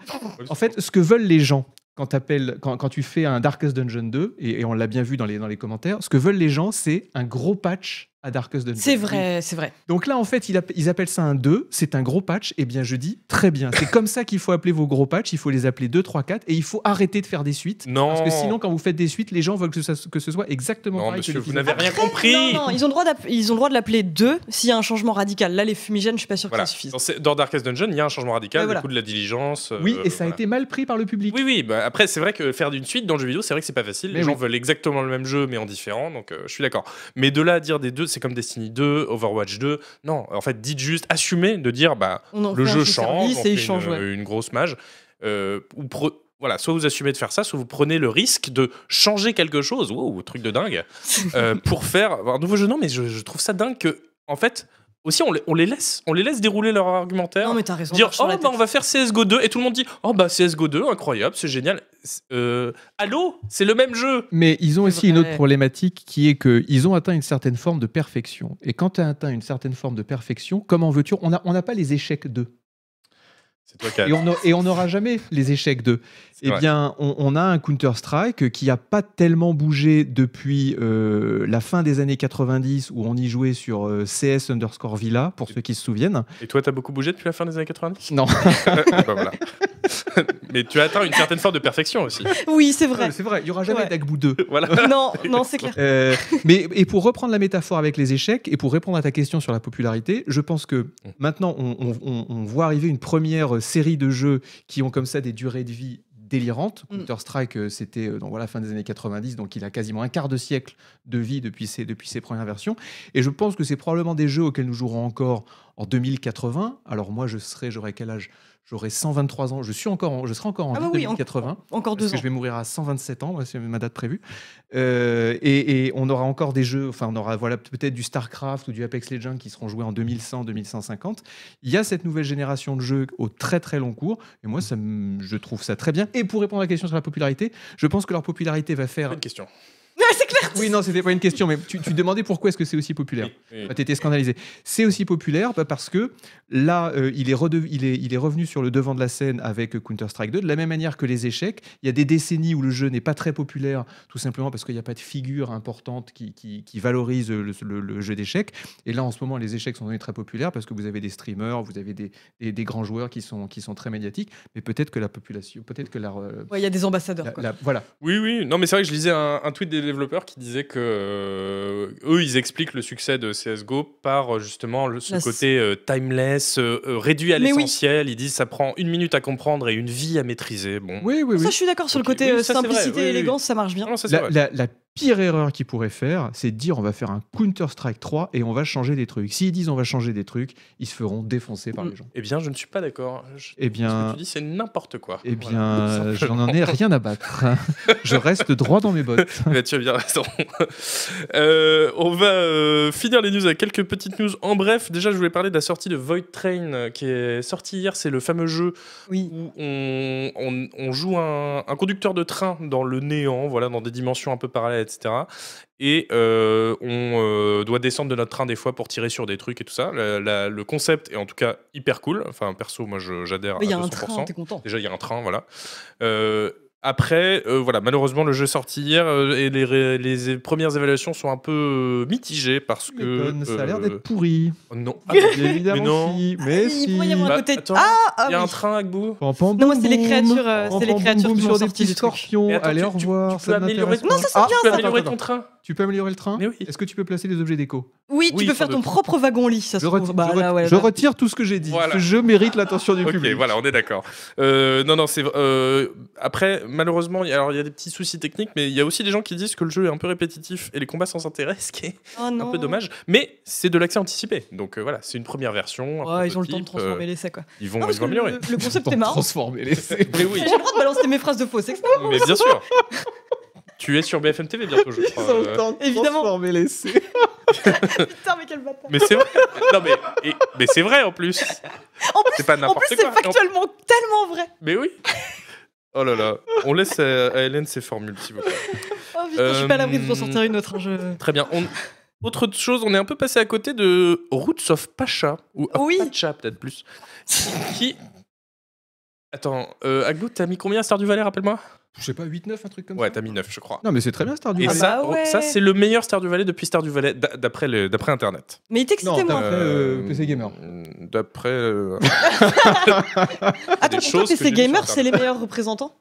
[SPEAKER 3] En fait, ce que veulent les gens quand, t'appelles- quand, quand tu fais un Darkest Dungeon 2, et, et on l'a bien vu dans les, dans les commentaires, ce que veulent les gens, c'est un gros patch à Darkest Dungeon.
[SPEAKER 2] C'est vrai, c'est vrai.
[SPEAKER 3] Donc là, en fait, ils, app- ils appellent ça un 2, c'est un gros patch. Eh bien, je dis très bien. C'est comme ça qu'il faut appeler vos gros patchs. Il faut les appeler 2, 3, 4 et il faut arrêter de faire des suites.
[SPEAKER 1] non.
[SPEAKER 3] Parce que sinon, quand vous faites des suites, les gens veulent que ce soit, que ce soit exactement
[SPEAKER 1] Non,
[SPEAKER 3] pareil
[SPEAKER 1] monsieur,
[SPEAKER 3] que les
[SPEAKER 1] vous
[SPEAKER 3] films.
[SPEAKER 1] n'avez rien compris.
[SPEAKER 2] Non, non, ils ont le droit d'app- ils ont le droit de l'appeler deux s'il y a un changement radical. Là les fumigènes, je suis pas sûr
[SPEAKER 1] Voilà.
[SPEAKER 2] que ça suffise.
[SPEAKER 1] Dans, ce- dans Darkest Dungeon, il y a un changement radical,
[SPEAKER 2] Ouais,
[SPEAKER 1] le
[SPEAKER 2] voilà.
[SPEAKER 1] coup de la diligence.
[SPEAKER 3] Oui,
[SPEAKER 1] euh,
[SPEAKER 3] et ça a
[SPEAKER 1] voilà.
[SPEAKER 3] été mal pris par le public.
[SPEAKER 1] Oui, oui, bah, après, c'est vrai que faire une suite dans le jeu vidéo, c'est vrai que c'est pas facile.
[SPEAKER 3] Mais
[SPEAKER 1] les gens
[SPEAKER 3] oui.
[SPEAKER 1] veulent exactement le même jeu, mais en différent, donc euh, je suis d'accord. Mais de là à dire des deux, c'est comme Destiny 2, Overwatch 2. Non, en fait, dites juste, assumez de dire, bah,
[SPEAKER 2] On en
[SPEAKER 1] le
[SPEAKER 2] fait un
[SPEAKER 1] jeu
[SPEAKER 2] sous-service
[SPEAKER 1] change, on
[SPEAKER 2] et
[SPEAKER 1] fait
[SPEAKER 2] il change.
[SPEAKER 1] une,
[SPEAKER 2] ouais.
[SPEAKER 1] une grosse mage. euh, ou pre- voilà, soit vous assumez de faire ça, soit vous prenez le risque de changer quelque chose, wow, truc de dingue, euh, pour faire un nouveau jeu. Non, mais je, je trouve ça dingue que, en fait, aussi, on les, on les laisse, on les laisse dérouler leur argumentaire
[SPEAKER 2] Non mais t'as raison.
[SPEAKER 1] dire
[SPEAKER 2] marche
[SPEAKER 1] oh
[SPEAKER 2] sur la
[SPEAKER 1] bah
[SPEAKER 2] tête.
[SPEAKER 1] on va faire CSGO 2 et tout le monde dit oh bah CSGO 2 incroyable c'est génial C'est- euh, allô c'est le même jeu
[SPEAKER 3] Mais ils ont
[SPEAKER 2] C'est
[SPEAKER 3] aussi une
[SPEAKER 2] vrai.
[SPEAKER 3] autre problématique qui est qu'ils ont atteint une certaine forme de perfection. Et quand tu as atteint une certaine forme de perfection, comment veux-tu On n'a on n'a pas les échecs 2.
[SPEAKER 1] c'est toi qui as-
[SPEAKER 3] Et on a- et on n'aura jamais les échecs 2.
[SPEAKER 1] c'est
[SPEAKER 3] Eh
[SPEAKER 1] vrai.
[SPEAKER 3] bien, on, on a un Counter-Strike qui n'a pas tellement bougé depuis euh, la fin des années 90 où on y jouait sur euh, CS underscore Villa, pour ceux qui se souviennent.
[SPEAKER 1] et toi t'as beaucoup bougé depuis la fin des années 90
[SPEAKER 3] Non,
[SPEAKER 1] Bah, voilà. mais tu as atteint une certaine forme de perfection aussi
[SPEAKER 2] Oui, c'est vrai.
[SPEAKER 3] c'est vrai, il n'y aura jamais
[SPEAKER 2] Ouais.
[SPEAKER 3] d'Agbou 2.
[SPEAKER 1] voilà
[SPEAKER 2] non, non, c'est clair.
[SPEAKER 3] Euh, mais et pour reprendre la métaphore avec les échecs et pour répondre à ta question sur la popularité, je pense
[SPEAKER 2] Mm.
[SPEAKER 3] que maintenant on, on- on- on voit arriver une première série de jeux qui ont comme ça des durées de vie délirantes.
[SPEAKER 2] Mm.
[SPEAKER 3] Counter Strike, euh, c'était euh, dans voilà fin des années 90, donc il a quasiment un quart de siècle de vie depuis ses depuis ses premières versions. Et je pense que c'est probablement des jeux auxquels nous jouerons encore en 2080. Alors moi, je serai, j'aurai quel âge J'aurai 123 ans. Je suis encore, en- je serai encore en
[SPEAKER 2] Ah
[SPEAKER 3] vie
[SPEAKER 2] bah oui, en-
[SPEAKER 3] 2080
[SPEAKER 2] Encore
[SPEAKER 3] parce
[SPEAKER 2] deux
[SPEAKER 3] que
[SPEAKER 2] ans.
[SPEAKER 3] je vais mourir à 127 ans, moi, c'est ma date prévue. Euh, et, et on aura encore des jeux, enfin on aura voilà, peut-être du StarCraft ou du Apex Legends qui seront joués en 2100, 2150. Il y a cette nouvelle génération de jeux au très très long cours, et moi ça, me- je trouve ça très bien. Et pour répondre à la question sur la popularité, je pense que leur popularité va faire...
[SPEAKER 1] bonne question
[SPEAKER 2] c'est clair.
[SPEAKER 3] Oui, non, c'était pas une question, mais tu, tu demandais pourquoi est-ce que c'est aussi populaire.
[SPEAKER 1] Oui.
[SPEAKER 3] Bah, T'étais scandalisé. C'est aussi populaire bah, parce que là, euh, il, est redev- il, est, il est revenu sur le devant de la scène avec euh, Counter-Strike 2, de la même manière que les échecs. Il y a des décennies où le jeu n'est pas très populaire, tout simplement parce qu'il n'y a pas de figure importante qui, qui, qui valorise euh, le, le- le jeu d'échecs. Et là, en ce moment, les échecs sont devenus très populaires parce que vous avez des streamers, vous avez des, des, des grands joueurs qui sont, qui sont très médiatiques. Mais peut-être que la population, peut-être que la. euh,
[SPEAKER 2] Ouais, il y a des ambassadeurs.
[SPEAKER 3] la-
[SPEAKER 2] quoi.
[SPEAKER 3] la- voilà.
[SPEAKER 1] Oui, oui. Non, mais c'est vrai que je lisais un, un tweet des développeurs qui disait que euh, eux, ils expliquent le succès de CSGO par euh, justement le- ce
[SPEAKER 2] La-
[SPEAKER 1] côté euh, timeless, euh, euh, réduit à
[SPEAKER 2] Mais oui.
[SPEAKER 1] l'essentiel. Ils disent ça prend une minute à comprendre et une vie à maîtriser. Bon.
[SPEAKER 3] Oui, oui, oui.
[SPEAKER 2] Ça, je suis d'accord sur
[SPEAKER 1] Ok.
[SPEAKER 2] le côté
[SPEAKER 1] Oui,
[SPEAKER 2] euh,
[SPEAKER 1] ça, c'est vrai.
[SPEAKER 2] simplicité
[SPEAKER 1] Oui,
[SPEAKER 2] et
[SPEAKER 1] oui, oui.
[SPEAKER 2] élégance, ça marche bien.
[SPEAKER 1] Non, non, ça, c'est
[SPEAKER 3] La,
[SPEAKER 1] vrai.
[SPEAKER 3] la- la pire erreur qu'ils pourraient faire, c'est de dire on va faire un Counter-Strike 3 et on va changer des trucs. S'ils disent on va changer des trucs, ils se feront défoncer par
[SPEAKER 2] Mm.
[SPEAKER 3] les gens.
[SPEAKER 1] Eh bien, je ne suis pas d'accord. Je-
[SPEAKER 3] Eh
[SPEAKER 1] Ce que
[SPEAKER 3] bien,
[SPEAKER 1] tu dis, c'est n'importe quoi.
[SPEAKER 3] eh
[SPEAKER 1] Voilà, tout
[SPEAKER 3] bien
[SPEAKER 1] simplement.
[SPEAKER 3] j'en en ai rien à battre. Je reste droit dans mes bottes.
[SPEAKER 1] Là, tu as bien raison. Euh, on va euh, finir les news avec quelques petites news. En bref, déjà, je voulais parler de la sortie de Void Train euh, qui est sorti hier. C'est le fameux jeu
[SPEAKER 2] Oui.
[SPEAKER 1] où on, on- on joue un, un conducteur de train dans le néant, voilà, dans des dimensions un peu parallèles, etc. Et euh, on euh, doit descendre de notre train des fois pour tirer sur des trucs et tout ça. La- la- le concept est en tout cas hyper cool. Enfin, perso, moi, je- j'adhère à
[SPEAKER 2] Mais Il
[SPEAKER 1] 200%.
[SPEAKER 2] y a un train, t'es content.
[SPEAKER 1] Déjà, il y a un train, voilà. Euh, Après, euh, voilà, malheureusement, le jeu est sorti hier euh, et les, ré- les é- premières évaluations sont un peu euh, mitigées parce
[SPEAKER 3] Tu
[SPEAKER 1] que.
[SPEAKER 3] m'étonnes, ça a l'air
[SPEAKER 1] euh,
[SPEAKER 3] d'être pourri.
[SPEAKER 1] Non.
[SPEAKER 3] évidemment,
[SPEAKER 1] mais non.
[SPEAKER 3] si. Mais
[SPEAKER 2] Il pourrait y
[SPEAKER 3] si.
[SPEAKER 2] avoir
[SPEAKER 1] Bah,
[SPEAKER 2] un côté.
[SPEAKER 1] attends,
[SPEAKER 2] ah, ah
[SPEAKER 1] Il y a
[SPEAKER 2] oui.
[SPEAKER 1] un train à bout.
[SPEAKER 3] Pam, pam,
[SPEAKER 2] Non, moi,
[SPEAKER 3] boum,
[SPEAKER 2] c'est les
[SPEAKER 3] boum.
[SPEAKER 2] créatures, euh,
[SPEAKER 3] Pam,
[SPEAKER 2] c'est les
[SPEAKER 3] pam,
[SPEAKER 2] créatures
[SPEAKER 3] boum,
[SPEAKER 2] qui
[SPEAKER 3] boum,
[SPEAKER 2] m'ont
[SPEAKER 3] sur des
[SPEAKER 2] sorti
[SPEAKER 3] petits
[SPEAKER 2] du truc.
[SPEAKER 3] scorpions.
[SPEAKER 1] Mais attends,
[SPEAKER 3] Allez,
[SPEAKER 1] tu-
[SPEAKER 3] au
[SPEAKER 1] tu-
[SPEAKER 3] revoir.
[SPEAKER 1] tu peux
[SPEAKER 3] ça ne
[SPEAKER 1] améliorer-
[SPEAKER 3] m'intéresse
[SPEAKER 2] Non, ça, c'est bien,
[SPEAKER 3] pas. Ah,
[SPEAKER 1] Tu peux
[SPEAKER 2] ça.
[SPEAKER 1] améliorer ton
[SPEAKER 3] attends,
[SPEAKER 1] train
[SPEAKER 3] attends. Tu peux améliorer le train
[SPEAKER 1] Mais oui.
[SPEAKER 3] Est-ce que tu peux placer des objets déco
[SPEAKER 2] Oui,
[SPEAKER 1] Oui,
[SPEAKER 2] tu peux
[SPEAKER 1] faut
[SPEAKER 2] faire
[SPEAKER 1] de-
[SPEAKER 2] ton propre wagon lit, ça se
[SPEAKER 3] je, reti-
[SPEAKER 2] trouve. Bah,
[SPEAKER 3] je,
[SPEAKER 2] là,
[SPEAKER 3] reti-
[SPEAKER 2] ouais,
[SPEAKER 3] je
[SPEAKER 2] bah.
[SPEAKER 3] retire tout ce que j'ai dit.
[SPEAKER 1] Voilà.
[SPEAKER 3] Ce jeu mérite l'attention du
[SPEAKER 1] Ok,
[SPEAKER 3] public.
[SPEAKER 1] voilà, on est d'accord. Euh, non, non, c'est euh, après malheureusement, il y a- alors il y a des petits soucis techniques, mais il y a aussi des gens qui disent que le jeu est un peu répétitif et les combats sans intérêt, ce qui est
[SPEAKER 2] Ah,
[SPEAKER 1] un
[SPEAKER 2] non.
[SPEAKER 1] peu dommage. Mais c'est de l'accès anticipé, donc euh, voilà, c'est une première version. un
[SPEAKER 2] Ouais, ils ont le temps de
[SPEAKER 1] prototype, euh,
[SPEAKER 2] transformer l'essai, quoi.
[SPEAKER 1] ils vont, ils
[SPEAKER 2] Non, parce
[SPEAKER 1] vont
[SPEAKER 2] que le,
[SPEAKER 1] améliorer.
[SPEAKER 2] le concept est marrant.
[SPEAKER 3] Transformer les
[SPEAKER 1] Mais oui,
[SPEAKER 2] J'ai le droit de balancer mes phrases de faux, c'est extrêmement-
[SPEAKER 1] mais bien sûr. tu es sur BFM TV
[SPEAKER 3] Oh
[SPEAKER 1] bientôt, je crois. euh.
[SPEAKER 2] Évidemment.
[SPEAKER 3] transformer l'essai.
[SPEAKER 2] Putain, mais quel bâtard.
[SPEAKER 1] Mais c'est vrai. Non mais, et- mais c'est vrai en plus.
[SPEAKER 2] En plus,
[SPEAKER 1] C'est pas
[SPEAKER 2] En
[SPEAKER 1] n'importe quoi.
[SPEAKER 2] plus, c'est
[SPEAKER 1] Et en-
[SPEAKER 2] factuellement tellement vrai.
[SPEAKER 1] Mais oui. Oh là là. On laisse à, à Hélène ses formules, s'il vous plaît.
[SPEAKER 2] Oh putain, je suis pas à l'abri de
[SPEAKER 1] Euh,
[SPEAKER 2] vous en sortir une autre. hein, je-
[SPEAKER 1] Très bien. On- Autre chose, on est un peu passé à côté de Roots of Pacha ou of
[SPEAKER 2] Oui.
[SPEAKER 1] Pacha peut-être plus. Qui Attends, euh, Agbo, t'as mis combien à Star du Valais, rappelle-moi
[SPEAKER 3] Je sais pas, 8-9, un truc comme
[SPEAKER 1] Ouais,
[SPEAKER 3] ça.
[SPEAKER 1] t'as mis 9, je crois.
[SPEAKER 3] Non, mais c'est très bien Stardew
[SPEAKER 1] Et
[SPEAKER 2] Ah
[SPEAKER 3] Valley.
[SPEAKER 1] ça, oh,
[SPEAKER 2] bah ouais.
[SPEAKER 1] ça c'est le meilleur Star du Valais depuis Star du Valais, d'a- d'après le- d'après Internet.
[SPEAKER 2] Mais il t'excitait,
[SPEAKER 3] non,
[SPEAKER 2] moi.
[SPEAKER 3] t'as- D'après, euh, PC Gamer.
[SPEAKER 1] D'après. euh,
[SPEAKER 2] Attends,
[SPEAKER 1] des
[SPEAKER 2] pour toi,
[SPEAKER 1] choses que j'ai
[SPEAKER 2] PC
[SPEAKER 1] vues
[SPEAKER 2] Gamer,
[SPEAKER 1] sur
[SPEAKER 2] c'est les meilleurs représentants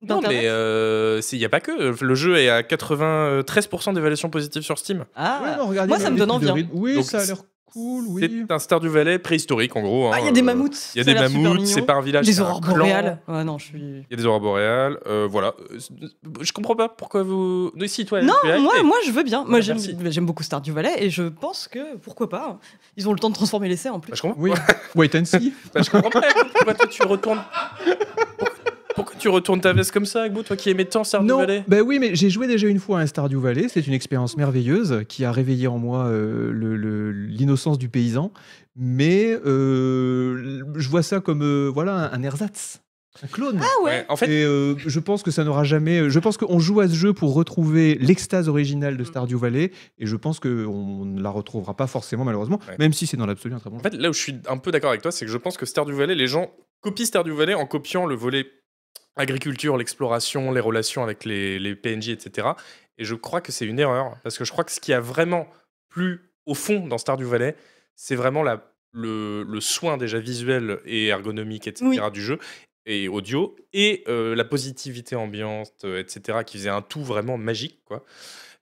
[SPEAKER 1] non, mais
[SPEAKER 2] d'Internet.
[SPEAKER 1] il n'y a pas que. Le jeu est à 93% d'évaluation positive sur Steam.
[SPEAKER 2] Ah,
[SPEAKER 3] Ouais, non, regardez,
[SPEAKER 2] Moi,
[SPEAKER 3] le
[SPEAKER 2] ça me
[SPEAKER 3] petit
[SPEAKER 2] donne envie,
[SPEAKER 3] de
[SPEAKER 2] hein.
[SPEAKER 3] Reed. Oui,
[SPEAKER 1] Donc,
[SPEAKER 3] ça a l'air cool, oui.
[SPEAKER 1] C'est un Star du Valais préhistorique, en gros.
[SPEAKER 2] Ah, il y
[SPEAKER 1] hein,
[SPEAKER 2] a des
[SPEAKER 1] euh,
[SPEAKER 2] mammouths.
[SPEAKER 1] Il y a
[SPEAKER 2] ça
[SPEAKER 1] des
[SPEAKER 2] l'air super
[SPEAKER 1] mammouths,
[SPEAKER 2] mignon.
[SPEAKER 1] c'est pas un village.
[SPEAKER 2] Des
[SPEAKER 1] c'est un
[SPEAKER 2] aurores
[SPEAKER 1] clan.
[SPEAKER 2] boréales. Ouais, non, je suis.
[SPEAKER 1] Il y a des aurores boréales. euh, voilà. Euh, Je comprends pas pourquoi vous. Non, si, toi,
[SPEAKER 2] Non,
[SPEAKER 1] tu as
[SPEAKER 2] moi,
[SPEAKER 1] été.
[SPEAKER 2] moi, je veux bien. Moi,
[SPEAKER 1] Ouais,
[SPEAKER 2] j'aime bah,
[SPEAKER 1] merci.
[SPEAKER 2] j'aime beaucoup Star du Valais et je pense que pourquoi pas. hein. Ils ont le temps de transformer l'essai en plus.
[SPEAKER 1] Bah, je comprends.
[SPEAKER 3] Oui, wait and see.
[SPEAKER 1] Bah, je comprends pas. Agbo, Pourquoi toi, tu retournes. Pourquoi tu retournes ta veste comme ça, Agbo, toi qui aimais tant Star du
[SPEAKER 3] Non,
[SPEAKER 1] Valais
[SPEAKER 3] ben oui, mais j'ai joué déjà une fois à un Stardew Valley. C'est une expérience merveilleuse qui a réveillé en moi euh, le- le- l'innocence du paysan. Mais euh, je vois ça comme euh, voilà un, un ersatz, un clone.
[SPEAKER 2] Ah ouais.
[SPEAKER 1] Ouais, En fait,
[SPEAKER 3] Et euh, je pense que ça n'aura jamais. Je pense qu'on joue à ce jeu pour retrouver l'extase originale
[SPEAKER 1] Mm.
[SPEAKER 3] de Stardew Valley, et je pense qu'on ne la retrouvera pas forcément, malheureusement,
[SPEAKER 1] Ouais.
[SPEAKER 3] même si c'est dans l'absolu un très bon
[SPEAKER 1] En
[SPEAKER 3] jeu.
[SPEAKER 1] fait, là où je suis un peu d'accord avec toi, c'est que je pense que Star du Valais, les gens copient Star du Valais en copiant le volet agriculture, l'exploration, les relations avec les, les PNJ, etc. Et je crois que c'est une erreur, parce que je crois que ce qui a vraiment plu au fond dans Star du Valais, c'est vraiment la, le, le soin déjà visuel et ergonomique, etc.
[SPEAKER 2] Oui.
[SPEAKER 1] du jeu et audio, et euh, la positivité ambiante, euh, etc., qui faisait un tout vraiment magique, quoi.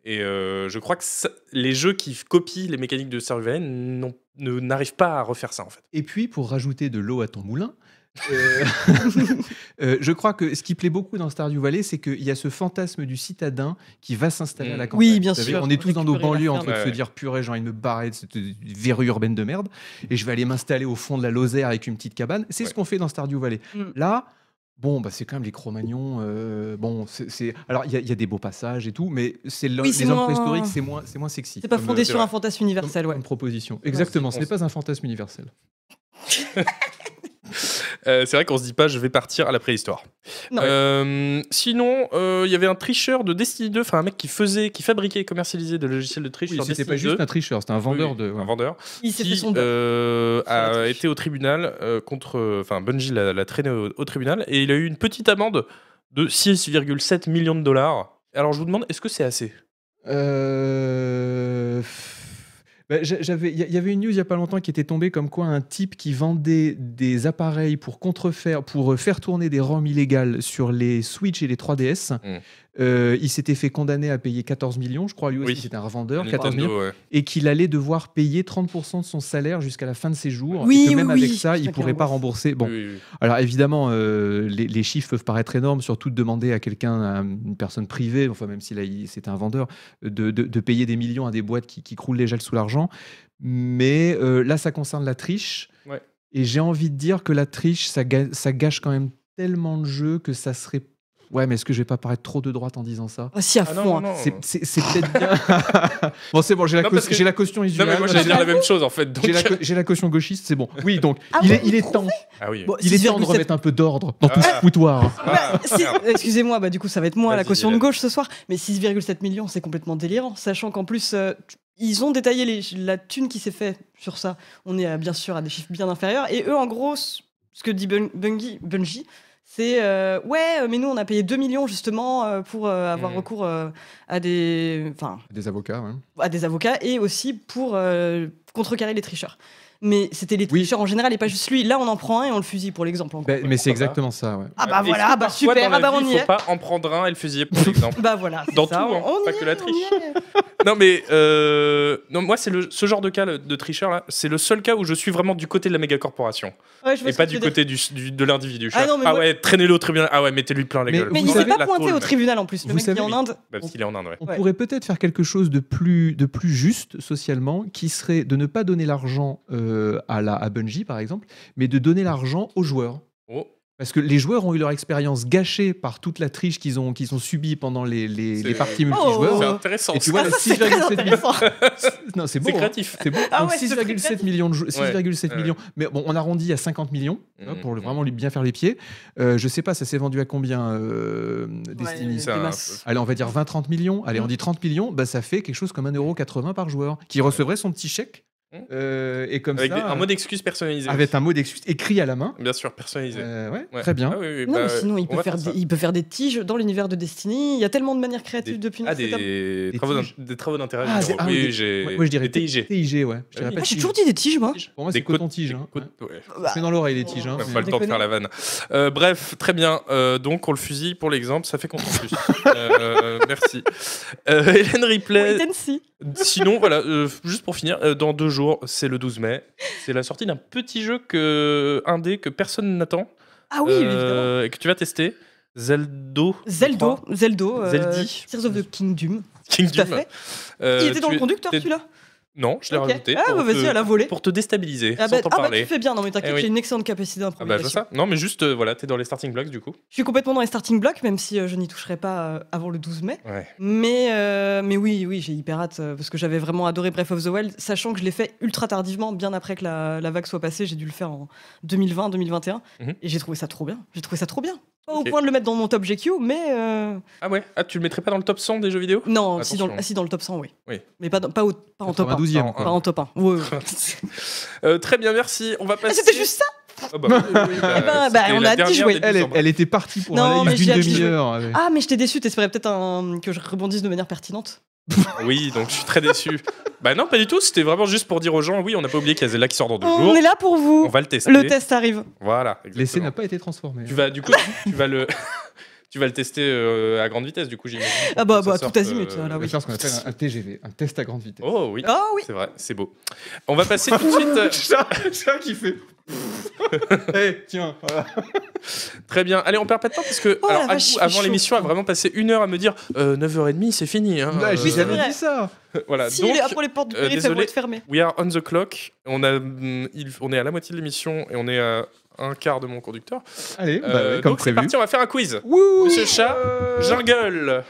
[SPEAKER 1] Et euh, je crois que ça- les jeux qui f- copient les mécaniques de Stardew Valley n'ont- ne- n'arrivent pas à refaire ça en fait.
[SPEAKER 3] Et puis, pour rajouter de l'eau à ton moulin, euh, euh, je crois que ce qui plaît beaucoup dans Stardew Valley, c'est qu'il y a ce fantasme du citadin qui va s'installer à la
[SPEAKER 1] Mm.
[SPEAKER 3] campagne.
[SPEAKER 2] Oui, bien
[SPEAKER 3] Vous savez,
[SPEAKER 2] sûr.
[SPEAKER 3] On est tous dans nos
[SPEAKER 2] Récupérer la
[SPEAKER 3] banlieues en
[SPEAKER 2] ferme.
[SPEAKER 3] train de
[SPEAKER 1] Ouais,
[SPEAKER 3] se
[SPEAKER 1] ouais.
[SPEAKER 3] dire purée, j'ai envie de me barrer de cette verrue urbaine de merde, et je vais aller m'installer au fond de la Lozère avec une petite cabane. C'est ce
[SPEAKER 1] Ouais.
[SPEAKER 3] qu'on fait dans Stardew Valley.
[SPEAKER 2] Mm.
[SPEAKER 3] Là. Bon, bah, c'est quand même les Cro-Magnons. euh, bon, c'est- c'est alors il y, a- il y a des beaux passages et tout, mais c'est le-
[SPEAKER 2] Oui, c'est
[SPEAKER 3] les hommes
[SPEAKER 2] moins-
[SPEAKER 3] préhistoriques, c'est moins, c'est moins sexy.
[SPEAKER 2] C'est pas
[SPEAKER 3] comme- euh,
[SPEAKER 2] fondé
[SPEAKER 1] c'est
[SPEAKER 2] sur un
[SPEAKER 1] vrai.
[SPEAKER 2] fantasme
[SPEAKER 3] comme-
[SPEAKER 2] universel, ouais.
[SPEAKER 3] comme proposition. Exactement, ce n'est pas un fantasme universel.
[SPEAKER 1] Euh, c'est vrai qu'on se dit pas je vais partir à la préhistoire.
[SPEAKER 2] Non.
[SPEAKER 1] Euh, sinon, euh, il y avait un tricheur de Destiny 2, enfin un mec qui faisait, qui fabriquait et commercialisait des logiciels de triche
[SPEAKER 3] Oui,
[SPEAKER 1] sur
[SPEAKER 3] c'était
[SPEAKER 1] Destiny
[SPEAKER 3] pas
[SPEAKER 1] 2.
[SPEAKER 3] juste un tricheur, c'était un vendeur
[SPEAKER 1] Oui,
[SPEAKER 3] de.
[SPEAKER 1] un
[SPEAKER 3] ouais.
[SPEAKER 1] vendeur
[SPEAKER 2] Il s'est fait
[SPEAKER 1] qui
[SPEAKER 2] son deuil.
[SPEAKER 1] euh,
[SPEAKER 2] sur la
[SPEAKER 1] a
[SPEAKER 2] triche.
[SPEAKER 1] été au tribunal euh, contre, euh, enfin Bungie l'a l'a traîné au, au tribunal et il a eu une petite amende de 6,7 millions de dollars. Alors je vous demande, est-ce que c'est assez
[SPEAKER 3] Euh, bah, j'a- j'avais- Il y, a- il y avait une news il n'y a pas longtemps qui était tombée comme quoi un type qui vendait des appareils pour contrefaire, pour euh, faire tourner des ROM illégales sur les Switch et les 3DS.
[SPEAKER 1] Mm.
[SPEAKER 3] Euh, il s'était fait condamner à payer 14 millions, je crois. Lui aussi,
[SPEAKER 1] Oui.
[SPEAKER 3] c'était un revendeur,
[SPEAKER 1] Nintendo,
[SPEAKER 3] 14 millions.
[SPEAKER 1] ouais.
[SPEAKER 3] Et qu'il allait devoir payer 30% de son salaire jusqu'à la fin de ses jours.
[SPEAKER 2] Oui,
[SPEAKER 3] et que même
[SPEAKER 2] oui,
[SPEAKER 3] avec
[SPEAKER 2] oui.
[SPEAKER 3] ça, il
[SPEAKER 2] Chacun
[SPEAKER 3] ne pourrait pas rembourser. Bon,
[SPEAKER 1] Oui, oui, oui.
[SPEAKER 3] Alors évidemment, euh, les, les chiffres peuvent paraître énormes, surtout de demander à quelqu'un, à une personne privée, enfin même si là il- c'était un vendeur, de, de- de payer des millions à des boîtes qui, qui croulent déjà sous l'argent. Mais euh, là, ça concerne la triche.
[SPEAKER 1] Ouais.
[SPEAKER 3] Et j'ai envie de dire que la triche, ça, ga- ça gâche quand même tellement de jeux que ça serait... Ouais, mais est-ce que je vais pas paraître trop de droite en disant ça
[SPEAKER 2] Ah, si, à
[SPEAKER 1] Ah
[SPEAKER 2] fond.
[SPEAKER 1] non,
[SPEAKER 2] hein.
[SPEAKER 1] non, non.
[SPEAKER 3] C'est c'est- c'est peut-être bien. bon, c'est bon, j'ai la,
[SPEAKER 1] Non,
[SPEAKER 3] cau-
[SPEAKER 1] parce que-
[SPEAKER 3] j'ai la caution
[SPEAKER 1] Non,
[SPEAKER 3] usuelle.
[SPEAKER 1] mais moi, j'allais dire la même chose, en fait. donc-
[SPEAKER 3] J'ai la, co- j'ai la caution gauchiste, c'est bon. Oui, donc,
[SPEAKER 2] Ah
[SPEAKER 3] il,
[SPEAKER 2] bon,
[SPEAKER 3] est, il est temps.
[SPEAKER 1] Ah oui.
[SPEAKER 2] Bon,
[SPEAKER 3] Il est temps de
[SPEAKER 2] 6,7.
[SPEAKER 3] remettre un peu d'ordre dans tout ce
[SPEAKER 1] Ah.
[SPEAKER 3] foutoir. hein.
[SPEAKER 2] Bah,
[SPEAKER 1] Ah,
[SPEAKER 2] si-
[SPEAKER 1] merde.
[SPEAKER 2] Excusez-moi, bah, du coup, ça va être moi la
[SPEAKER 1] Vas-y,
[SPEAKER 2] caution de
[SPEAKER 1] Hélène.
[SPEAKER 2] gauche ce soir. Mais 6,7 millions, c'est complètement délirant. Sachant qu'en plus, euh, tu- ils ont détaillé les- la thune qui s'est faite sur euh, ça. On est à- bien sûr à des chiffres bien inférieurs. Et eux, en gros, ce ce que dit Bun- Bungie, Bungie, c'est euh, ouais, mais nous on a payé 2 millions justement euh, pour euh, avoir
[SPEAKER 1] Mm.
[SPEAKER 2] recours euh, à des, enfin,
[SPEAKER 3] Des avocats, ouais.
[SPEAKER 2] à des avocats et aussi pour euh, contrecarrer les tricheurs. Mais c'était les
[SPEAKER 3] Oui.
[SPEAKER 2] tricheurs en général et pas juste lui. Là, on en prend un et on le fusille pour l'exemple. en gros.
[SPEAKER 3] Bah, mais c'est
[SPEAKER 1] pas.
[SPEAKER 3] exactement ça, ouais.
[SPEAKER 2] Ah bah
[SPEAKER 1] Est-ce
[SPEAKER 2] voilà,
[SPEAKER 1] que
[SPEAKER 2] ah bah
[SPEAKER 1] parfois,
[SPEAKER 2] super,
[SPEAKER 1] dans
[SPEAKER 2] ah
[SPEAKER 1] la
[SPEAKER 2] bah
[SPEAKER 1] vie,
[SPEAKER 2] on y
[SPEAKER 1] faut
[SPEAKER 2] est.
[SPEAKER 1] pas en prendre un et le fusiller pour l'exemple.
[SPEAKER 2] Bah voilà. c'est
[SPEAKER 1] Dans
[SPEAKER 2] ça,
[SPEAKER 1] tout, hein,
[SPEAKER 2] on, on
[SPEAKER 1] pas
[SPEAKER 2] y
[SPEAKER 1] que
[SPEAKER 2] est,
[SPEAKER 1] la
[SPEAKER 2] on y
[SPEAKER 1] triche.
[SPEAKER 2] est.
[SPEAKER 1] Non mais euh, non, moi c'est le ce genre de cas le- de tricheur là, c'est le seul cas où je suis vraiment du côté de la méga corporation
[SPEAKER 2] Ouais, je vois
[SPEAKER 1] et
[SPEAKER 2] ce
[SPEAKER 1] pas
[SPEAKER 2] que tu
[SPEAKER 1] du
[SPEAKER 2] veux
[SPEAKER 1] côté
[SPEAKER 2] dire.
[SPEAKER 1] du, du- de l'individu. Je suis
[SPEAKER 2] Ah
[SPEAKER 1] là,
[SPEAKER 2] non, mais moi-
[SPEAKER 1] ouais, traînez-le au tribunal. Ah ouais, mettez-lui plein la
[SPEAKER 3] Mais-
[SPEAKER 1] gueule.
[SPEAKER 2] Mais
[SPEAKER 1] Vous
[SPEAKER 2] il
[SPEAKER 3] Vous
[SPEAKER 2] s'est
[SPEAKER 1] savez,
[SPEAKER 2] pas
[SPEAKER 1] la
[SPEAKER 2] pointé
[SPEAKER 1] tôle,
[SPEAKER 2] au
[SPEAKER 1] même.
[SPEAKER 2] tribunal en plus. Le
[SPEAKER 3] Vous
[SPEAKER 2] mec qui est
[SPEAKER 3] savez-
[SPEAKER 2] en Inde.
[SPEAKER 1] Bah, parce qu'il est en Inde, ouais.
[SPEAKER 3] On
[SPEAKER 2] Ouais.
[SPEAKER 3] pourrait peut-être faire quelque chose de plus, de plus juste socialement, qui serait de ne pas donner l'argent euh, à, la, à Bungie, par exemple, mais de donner l'argent aux joueurs.
[SPEAKER 1] Oh,
[SPEAKER 3] Parce que les joueurs ont eu leur expérience gâchée par toute la triche qu'ils ont, qu'ils ont subie pendant les, les,
[SPEAKER 1] C'est-
[SPEAKER 3] les parties
[SPEAKER 2] Oh.
[SPEAKER 3] multijoueurs.
[SPEAKER 1] c'est intéressant.
[SPEAKER 3] Et tu vois,
[SPEAKER 2] Ah,
[SPEAKER 3] les
[SPEAKER 2] ça, c'est très
[SPEAKER 3] 6,7 millions.
[SPEAKER 2] intéressant.
[SPEAKER 3] Non, c'est beau.
[SPEAKER 1] c'est
[SPEAKER 3] hein.
[SPEAKER 1] créatif.
[SPEAKER 3] C'est beau.
[SPEAKER 2] Ah
[SPEAKER 3] Donc
[SPEAKER 2] ouais, c'est très
[SPEAKER 3] 6,7
[SPEAKER 2] clair.
[SPEAKER 3] millions de jou- 6,7
[SPEAKER 1] Ouais.
[SPEAKER 3] millions. Mais bon, on arrondit à 50 millions hein,
[SPEAKER 1] Mhm.
[SPEAKER 3] pour le- vraiment lui bien faire les pieds. Euh, je sais pas, ça s'est vendu à combien euh, Destiny
[SPEAKER 2] Ouais,
[SPEAKER 1] ça,
[SPEAKER 2] des
[SPEAKER 1] un
[SPEAKER 2] masses.
[SPEAKER 3] Allez, on va dire 20-30 millions. Allez, on
[SPEAKER 2] Mhm.
[SPEAKER 3] dit 30 millions, bah, ça fait quelque chose comme 1,80€ par joueur qui recevrait son petit chèque.
[SPEAKER 1] Mhm.
[SPEAKER 3] euh, et comme
[SPEAKER 1] Avec
[SPEAKER 3] ça,
[SPEAKER 1] des- un mot d'excuse personnalisé.
[SPEAKER 3] avec un mot d'excuse écrit à la main.
[SPEAKER 1] Bien sûr, personnalisé.
[SPEAKER 3] Euh, ouais,
[SPEAKER 1] Ouais.
[SPEAKER 3] Très bien.
[SPEAKER 1] Ah oui, oui,
[SPEAKER 2] Non,
[SPEAKER 1] bah,
[SPEAKER 2] mais sinon, il
[SPEAKER 1] on
[SPEAKER 2] peut,
[SPEAKER 1] va
[SPEAKER 2] faire
[SPEAKER 1] ça.
[SPEAKER 2] des, il peut faire des tiges dans l'univers de Destiny. Il y a tellement de manières créatives
[SPEAKER 1] Des-
[SPEAKER 2] depuis
[SPEAKER 1] Ah,
[SPEAKER 2] 19 septembre.
[SPEAKER 1] des,
[SPEAKER 3] Des
[SPEAKER 1] travaux d'in-
[SPEAKER 3] tiges.
[SPEAKER 1] des travaux d'intérêt.
[SPEAKER 3] Ah,
[SPEAKER 1] généraux.
[SPEAKER 3] des- ah oui,
[SPEAKER 1] oui,
[SPEAKER 3] des-
[SPEAKER 1] j'ai.
[SPEAKER 3] Ouais, ouais, je dirais
[SPEAKER 1] des TIG.
[SPEAKER 3] TIG, ouais. Je dirais
[SPEAKER 1] Ah,
[SPEAKER 3] pas
[SPEAKER 2] Ah, j'ai
[SPEAKER 3] tige.
[SPEAKER 2] toujours dit des tiges, moi.
[SPEAKER 3] Pour moi, c'est
[SPEAKER 1] Des côtes-
[SPEAKER 3] coton-tige.
[SPEAKER 1] des
[SPEAKER 3] hein.
[SPEAKER 1] côtes- ouais.
[SPEAKER 2] Bah,
[SPEAKER 3] C'est dans l'oreille, les tiges. hein.
[SPEAKER 1] Même
[SPEAKER 2] Sans
[SPEAKER 1] pas le temps de
[SPEAKER 2] déconner.
[SPEAKER 1] faire la vanne. Euh, bref, très bien. Euh, donc, on le fusille pour l'exemple, ça fait qu'on s'en plus. Euh, merci. Euh, Hélène Ripley.
[SPEAKER 2] Wait and see.
[SPEAKER 1] Sinon, voilà, euh, juste pour finir, euh, dans deux jours, c'est le 12 mai. C'est la sortie d'un petit jeu que, indé que personne n'attend.
[SPEAKER 2] Ah oui, évidemment.
[SPEAKER 1] euh, Et que tu vas tester. Zeldo. je
[SPEAKER 2] Zeldo,
[SPEAKER 1] crois.
[SPEAKER 2] Zeldo, euh,
[SPEAKER 1] Zeldi.
[SPEAKER 2] Tears of the Kingdom, tout à
[SPEAKER 1] Kingdom.
[SPEAKER 2] fait.
[SPEAKER 1] Euh,
[SPEAKER 2] il était dans
[SPEAKER 1] tu
[SPEAKER 2] le
[SPEAKER 1] es-
[SPEAKER 2] conducteur
[SPEAKER 1] t'es-
[SPEAKER 2] celui-là
[SPEAKER 1] Non, je l'ai
[SPEAKER 2] Ok.
[SPEAKER 1] rajouté.
[SPEAKER 2] Ah
[SPEAKER 1] pour
[SPEAKER 2] bah vas-y,
[SPEAKER 1] te-
[SPEAKER 2] elle a volé.
[SPEAKER 1] Pour te déstabiliser,
[SPEAKER 2] Ah
[SPEAKER 1] sans
[SPEAKER 2] bah,
[SPEAKER 1] t'en
[SPEAKER 2] ah bah,
[SPEAKER 1] parler.
[SPEAKER 2] tu fais bien, non mais t'inquiète,
[SPEAKER 1] Eh oui.
[SPEAKER 2] j'ai une excellente capacité
[SPEAKER 1] Ah bah c'est
[SPEAKER 2] d'improvisation.
[SPEAKER 1] ça. Non mais juste euh, voilà, t'es dans les starting blocks du coup.
[SPEAKER 2] je suis complètement dans les starting blocks, même si euh, je n'y toucherai pas euh, avant le 12 mai.
[SPEAKER 1] Ouais.
[SPEAKER 2] Mais, euh, mais oui, oui, j'ai hyper hâte euh, parce que j'avais vraiment adoré Breath of the Wild, sachant que je l'ai fait ultra tardivement, bien après que la, la vague soit passée. J'ai dû le faire en 2020, 2021,
[SPEAKER 1] Mhm.
[SPEAKER 2] et j'ai trouvé ça trop bien. J'ai trouvé ça trop bien. Pas
[SPEAKER 1] Ok.
[SPEAKER 2] au point de le mettre dans mon top GQ, mais euh,
[SPEAKER 1] Ah ouais. Ah tu le mettrais pas dans le top 100 des jeux vidéo
[SPEAKER 2] non, si dans, le-
[SPEAKER 1] Attention.
[SPEAKER 2] ah, si dans le top 100, oui.
[SPEAKER 1] Oui.
[SPEAKER 2] Mais pas, dans- pas, au- pas en top 1.
[SPEAKER 3] 92e,
[SPEAKER 1] Par an,
[SPEAKER 3] quoi.
[SPEAKER 2] Pas en top 1. Ouais, ouais.
[SPEAKER 1] Euh, Très bien, merci. On va
[SPEAKER 2] Ah,
[SPEAKER 1] passer.
[SPEAKER 2] C'était juste ça.
[SPEAKER 1] Ah bah, oui, bah,
[SPEAKER 2] Eh ben, bah,
[SPEAKER 1] c'était
[SPEAKER 2] on
[SPEAKER 1] la
[SPEAKER 2] a dit
[SPEAKER 1] dernière des
[SPEAKER 2] jouer.
[SPEAKER 3] Elle, est-
[SPEAKER 1] 200.
[SPEAKER 3] elle était partie pour
[SPEAKER 2] Non,
[SPEAKER 3] un
[SPEAKER 2] mais
[SPEAKER 3] live
[SPEAKER 2] j'ai
[SPEAKER 3] d'une
[SPEAKER 2] appris-
[SPEAKER 3] demi-heure. ouais.
[SPEAKER 2] Ah, mais j'étais déçu. T'espérais peut-être un- que je rebondisse de manière pertinente.
[SPEAKER 1] Oui, donc je suis très déçu. bah non, pas du tout. C'était vraiment juste pour dire aux gens, oui, on n'a pas oublié qu'il y a Zelda qui sort dans deux
[SPEAKER 2] On
[SPEAKER 1] jours.
[SPEAKER 2] est là pour
[SPEAKER 1] On
[SPEAKER 2] vous.
[SPEAKER 1] va le tester.
[SPEAKER 2] Le test arrive.
[SPEAKER 1] Voilà.
[SPEAKER 2] Ah,
[SPEAKER 3] L'essai
[SPEAKER 1] Exactement.
[SPEAKER 3] n'a pas été transformé.
[SPEAKER 1] Tu vas du coup, tu vas le, tu vas le tester euh, à grande vitesse du coup. j'imagine,
[SPEAKER 2] Ah
[SPEAKER 1] pour
[SPEAKER 2] bah,
[SPEAKER 1] que ça euh,
[SPEAKER 2] bah,
[SPEAKER 1] sorte,
[SPEAKER 2] tout azimut, là,
[SPEAKER 1] Ah
[SPEAKER 3] On va
[SPEAKER 2] oui.
[SPEAKER 3] faire ce qu'on appelle un, un TGV, un test à grande vitesse.
[SPEAKER 1] Oh oui.
[SPEAKER 2] Oh oui.
[SPEAKER 1] C'est vrai, c'est beau. On va passer tout de suite. euh,
[SPEAKER 3] Chat, chat qui fait. Eh, tiens, voilà.
[SPEAKER 1] Très bien. Allez, on perd pas de temps parce que
[SPEAKER 2] Oh, la
[SPEAKER 1] alors,
[SPEAKER 2] vache,
[SPEAKER 1] Abou,
[SPEAKER 2] je suis
[SPEAKER 1] avant
[SPEAKER 2] chaud.
[SPEAKER 1] l'émission, a vraiment passé une heure à me dire euh, 9h30, c'est fini. Hein,
[SPEAKER 3] Bah,
[SPEAKER 2] oui,
[SPEAKER 3] J'ai
[SPEAKER 2] c'est
[SPEAKER 3] jamais
[SPEAKER 2] vrai.
[SPEAKER 3] dit ça.
[SPEAKER 1] Voilà.
[SPEAKER 2] si
[SPEAKER 1] bah, donc,
[SPEAKER 2] les, après les portes du
[SPEAKER 1] euh,
[SPEAKER 2] périph' elles vont
[SPEAKER 1] désolé.
[SPEAKER 2] être fermées.
[SPEAKER 1] We are on the clock. On, a, mm, il- on est à la moitié de l'émission et on est à un quart de mon conducteur.
[SPEAKER 3] Allez, bah,
[SPEAKER 1] Euh,
[SPEAKER 3] ouais, comme
[SPEAKER 1] donc c'est
[SPEAKER 3] prévu.
[SPEAKER 1] parti, on va faire un quiz.
[SPEAKER 3] Wouh
[SPEAKER 2] Oh,
[SPEAKER 1] Monsieur Chat,
[SPEAKER 3] Euh,
[SPEAKER 1] Jingle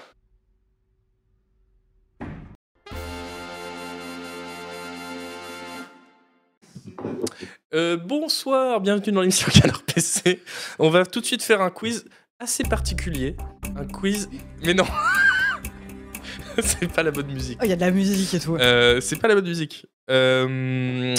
[SPEAKER 1] Euh, bonsoir, bienvenue dans l'émission Canard PC. On va tout de suite faire un quiz assez particulier. Un quiz. Mais non C'est pas la bonne musique.
[SPEAKER 2] Oh, il y a de la musique et tout. ouais.
[SPEAKER 1] Euh, c'est pas la bonne musique. Euh,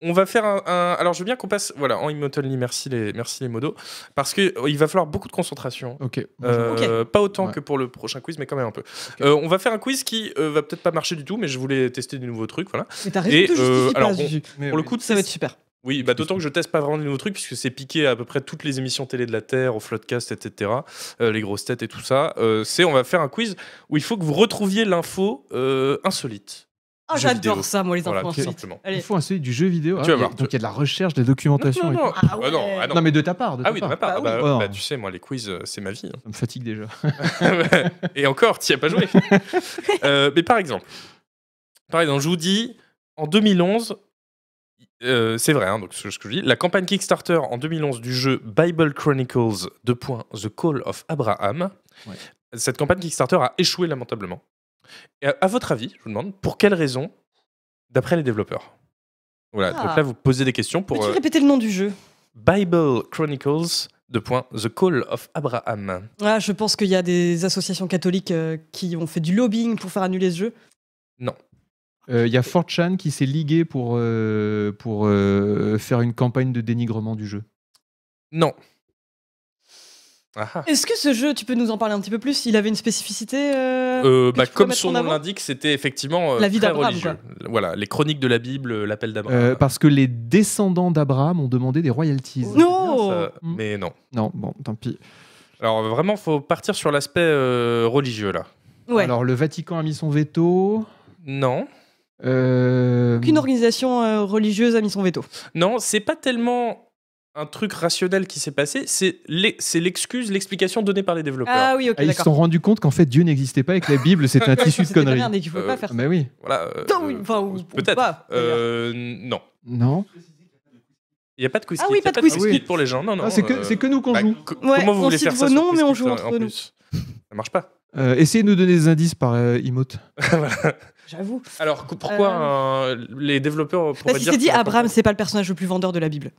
[SPEAKER 1] on va faire un, un- Alors, je veux bien qu'on passe. Voilà, en Emotonly, merci les, merci les modos. Parce qu'il va falloir beaucoup de concentration.
[SPEAKER 3] Ok.
[SPEAKER 2] Mmh.
[SPEAKER 1] Euh, Pas autant
[SPEAKER 3] Ouais.
[SPEAKER 1] que pour le prochain quiz, mais quand même un peu. Euh, on va faire un quiz qui euh, va peut-être pas marcher du tout, mais je voulais tester des nouveaux trucs. Voilà.
[SPEAKER 2] Mais t'as raison,
[SPEAKER 1] et,
[SPEAKER 2] tout
[SPEAKER 1] euh,
[SPEAKER 2] justifie
[SPEAKER 1] alors,
[SPEAKER 2] pas,
[SPEAKER 1] bon,
[SPEAKER 2] Zuzu.
[SPEAKER 1] Pour le coup,
[SPEAKER 2] Ça va être super.
[SPEAKER 1] oui, bah, d'autant que je teste pas vraiment des nouveaux trucs, puisque c'est piqué à, à peu près toutes les émissions télé de la Terre, au Floodcast, etc., euh, les grosses têtes et tout ça. Euh, c'est on va faire un quiz où il faut que vous retrouviez l'info euh, insolite.
[SPEAKER 2] Ah,
[SPEAKER 1] jeux vidéo.
[SPEAKER 2] j'adore ça, moi, les
[SPEAKER 1] Voilà,
[SPEAKER 2] infos
[SPEAKER 1] tout
[SPEAKER 2] insolites.
[SPEAKER 1] simplement.
[SPEAKER 3] il
[SPEAKER 2] Allez.
[SPEAKER 3] faut un celui du jeu vidéo.
[SPEAKER 1] Tu vas
[SPEAKER 3] Ah, il y a-
[SPEAKER 1] voir.
[SPEAKER 3] donc il y a de la recherche, de la documentation.
[SPEAKER 1] Non,
[SPEAKER 3] et
[SPEAKER 1] non, non.
[SPEAKER 3] tout.
[SPEAKER 2] Ah
[SPEAKER 1] Ah non, ah non.
[SPEAKER 3] Non, mais de ta part. De
[SPEAKER 1] Ah
[SPEAKER 3] ta
[SPEAKER 1] oui, de
[SPEAKER 3] part.
[SPEAKER 1] ma part. Ah
[SPEAKER 2] Ah
[SPEAKER 1] bah,
[SPEAKER 3] oui. Oh.
[SPEAKER 1] bah, tu sais, moi, les quiz, euh, c'est ma vie. hein.
[SPEAKER 3] Ça me fatigue déjà.
[SPEAKER 1] Et encore, tu n'y as pas joué. Euh, mais par exemple, par exemple, je vous dis, en 2011, euh, c'est vrai, hein, donc ce ce que je dis, la campagne Kickstarter en 2011 du jeu Bible Chronicles de point The Call of Abraham,
[SPEAKER 3] Ouais.
[SPEAKER 1] cette campagne Kickstarter a échoué lamentablement. Et à, à votre avis, je vous demande, pour quelle raison, d'après les développeurs Voilà,
[SPEAKER 2] Ah.
[SPEAKER 1] donc là, vous posez des questions pour
[SPEAKER 2] Peux-tu
[SPEAKER 1] euh,
[SPEAKER 2] répéter le nom du jeu
[SPEAKER 1] Bible Chronicles de point The Call of Abraham.
[SPEAKER 2] ah, Je pense qu'il y a des associations catholiques euh, qui ont fait du lobbying pour faire annuler ce jeu.
[SPEAKER 3] Euh, Il y a 4chan qui s'est ligué pour, euh, pour euh, faire une campagne de dénigrement du jeu.
[SPEAKER 1] Non. Ah, ah.
[SPEAKER 2] Est-ce que ce jeu, tu peux nous en parler un petit peu plus Il avait une spécificité euh,
[SPEAKER 1] Euh,
[SPEAKER 2] que
[SPEAKER 1] bah,
[SPEAKER 2] tu pourrais
[SPEAKER 1] comme
[SPEAKER 2] mettre
[SPEAKER 1] son
[SPEAKER 2] en
[SPEAKER 1] nom
[SPEAKER 2] avant
[SPEAKER 1] l'indique, c'était effectivement euh,
[SPEAKER 2] La vie
[SPEAKER 1] très
[SPEAKER 2] d'Abraham,
[SPEAKER 1] religieux. Voilà, les chroniques de la Bible, euh, l'appel d'Abraham.
[SPEAKER 3] Euh, parce que les descendants d'Abraham ont demandé des royalties.
[SPEAKER 1] C'est
[SPEAKER 2] Non
[SPEAKER 1] bien, ça,
[SPEAKER 3] Mm.
[SPEAKER 1] Mais non.
[SPEAKER 3] Non, bon, tant pis.
[SPEAKER 1] Alors vraiment, faut partir sur l'aspect euh, religieux là.
[SPEAKER 2] Ouais.
[SPEAKER 3] Alors, le Vatican a mis son veto.
[SPEAKER 1] Non.
[SPEAKER 3] Euh,
[SPEAKER 2] Aucune organisation euh, religieuse a mis son veto.
[SPEAKER 1] Non, c'est pas tellement un truc rationnel qui s'est passé, c'est l'e- c'est l'excuse, l'explication donnée par les développeurs.
[SPEAKER 2] Ah oui, ok,
[SPEAKER 3] ah, ils se
[SPEAKER 2] d'accord.
[SPEAKER 3] sont rendus compte qu'en fait Dieu n'existait pas et que la Bible c'était un tissu de
[SPEAKER 2] C'était de la
[SPEAKER 3] conneries.
[SPEAKER 2] merde et qu'il faut
[SPEAKER 1] Euh,
[SPEAKER 2] pas faire ça.
[SPEAKER 3] Mais oui,
[SPEAKER 1] Voilà, euh,
[SPEAKER 2] Putain, oui, enfin, ou- ou
[SPEAKER 1] Peut-être.
[SPEAKER 2] pas, d'ailleurs.
[SPEAKER 1] Euh, non.
[SPEAKER 3] non.
[SPEAKER 1] Il n'y a pas de quiz
[SPEAKER 2] Ah
[SPEAKER 1] kit,
[SPEAKER 2] oui,
[SPEAKER 1] y a
[SPEAKER 2] pas de quiz
[SPEAKER 3] kit.
[SPEAKER 1] kit pour les gens. Non, non.
[SPEAKER 3] Ah, c'est que,
[SPEAKER 1] euh,
[SPEAKER 3] c'est que nous qu'on
[SPEAKER 1] bah,
[SPEAKER 3] joue.
[SPEAKER 1] co-
[SPEAKER 2] Ouais,
[SPEAKER 1] Comment vous
[SPEAKER 2] on
[SPEAKER 1] voulez
[SPEAKER 2] cite
[SPEAKER 1] faire
[SPEAKER 2] vos
[SPEAKER 1] ça sur
[SPEAKER 2] noms, mais
[SPEAKER 1] quiz
[SPEAKER 2] on
[SPEAKER 1] kit,
[SPEAKER 2] joue
[SPEAKER 1] euh,
[SPEAKER 2] entre
[SPEAKER 1] en
[SPEAKER 2] nous.
[SPEAKER 1] plus Ça marche pas.
[SPEAKER 3] Euh, essayez de nous donner des indices par euh, emote.
[SPEAKER 2] J'avoue.
[SPEAKER 1] Alors co- pourquoi un- les développeurs pourraient
[SPEAKER 2] Parce qu'il
[SPEAKER 1] dire
[SPEAKER 2] s'est dit, ah,
[SPEAKER 1] que-
[SPEAKER 2] Abraham, c'est pas le personnage le plus vendeur de la Bible.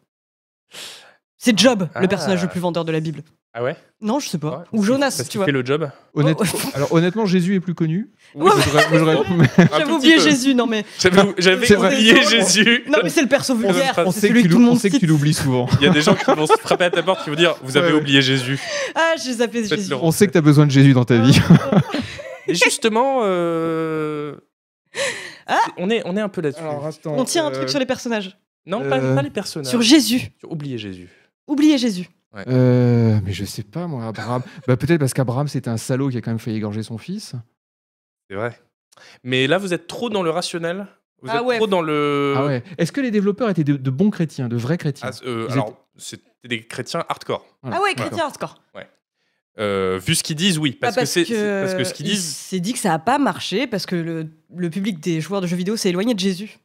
[SPEAKER 2] C'est Job,
[SPEAKER 1] Ah.
[SPEAKER 2] le personnage le plus vendeur de la Bible.
[SPEAKER 1] Ah ouais.
[SPEAKER 2] Non, je sais pas.
[SPEAKER 1] Ouais,
[SPEAKER 2] Ou Jonas,
[SPEAKER 1] Parce
[SPEAKER 2] tu
[SPEAKER 1] qu'il
[SPEAKER 2] vois.
[SPEAKER 1] fait le job.
[SPEAKER 3] Honnête-
[SPEAKER 2] Oh,
[SPEAKER 3] Alors honnêtement, Jésus est plus connu.
[SPEAKER 2] Ouais,
[SPEAKER 3] Mais j'aurais- mais j'aurais- mais
[SPEAKER 1] Un
[SPEAKER 2] J'avais
[SPEAKER 1] tout
[SPEAKER 2] oublié
[SPEAKER 1] petit peu.
[SPEAKER 2] Jésus, non mais.
[SPEAKER 1] J'avais j'avais
[SPEAKER 3] C'est vrai.
[SPEAKER 1] oublié
[SPEAKER 2] C'est vrai.
[SPEAKER 1] Jésus.
[SPEAKER 2] Non mais c'est le perso vulgaire,
[SPEAKER 1] On
[SPEAKER 2] c'est
[SPEAKER 3] sait que
[SPEAKER 2] celui
[SPEAKER 3] tu
[SPEAKER 2] que tout le
[SPEAKER 3] l'ou- on
[SPEAKER 2] monde
[SPEAKER 3] sait que
[SPEAKER 2] cite.
[SPEAKER 3] tu l'oublies souvent.
[SPEAKER 1] Il y a des gens qui vont se frapper à ta porte qui vont dire vous avez
[SPEAKER 3] Ouais.
[SPEAKER 1] oublié Jésus.
[SPEAKER 2] Ah, j'ai zappé
[SPEAKER 1] Faites-le
[SPEAKER 2] Jésus.
[SPEAKER 3] On sait que t'as besoin de Jésus dans
[SPEAKER 2] Ah.
[SPEAKER 3] ta vie.
[SPEAKER 1] Et justement, euh,
[SPEAKER 2] Ah
[SPEAKER 1] on est on est un peu là-dessus.
[SPEAKER 3] attends,
[SPEAKER 2] On tient un
[SPEAKER 1] euh,
[SPEAKER 2] truc sur les personnages.
[SPEAKER 1] Non, pas,
[SPEAKER 3] Euh,
[SPEAKER 1] pas les personnages.
[SPEAKER 2] Sur Jésus.
[SPEAKER 1] Oubliez Jésus.
[SPEAKER 2] Oubliez Jésus.
[SPEAKER 3] Euh, mais je sais pas moi, Abraham. Bah, peut-être parce qu'Abraham c'était un salaud qui a quand même failli égorger son fils.
[SPEAKER 1] C'est vrai. Mais là, vous êtes trop dans le rationnel. Vous
[SPEAKER 2] Ah
[SPEAKER 1] êtes
[SPEAKER 2] ouais.
[SPEAKER 1] trop dans le.
[SPEAKER 3] Ah ouais. Est-ce que les développeurs étaient de, de bons chrétiens, de vrais chrétiens
[SPEAKER 1] Euh. Ah, euh,
[SPEAKER 3] Ils
[SPEAKER 1] alors, c'était des chrétiens hardcore.
[SPEAKER 3] Voilà.
[SPEAKER 2] Ah ouais,
[SPEAKER 3] D'accord.
[SPEAKER 2] chrétien hardcore.
[SPEAKER 1] Euh, vu ce qu'ils disent, oui. Parce,
[SPEAKER 2] Ah,
[SPEAKER 1] que c'est c'est- parce que ce qu'ils
[SPEAKER 2] il
[SPEAKER 1] disent.
[SPEAKER 2] s'est dit que ça a pas marché parce que le, le public des joueurs de jeux vidéo s'est éloigné de Jésus.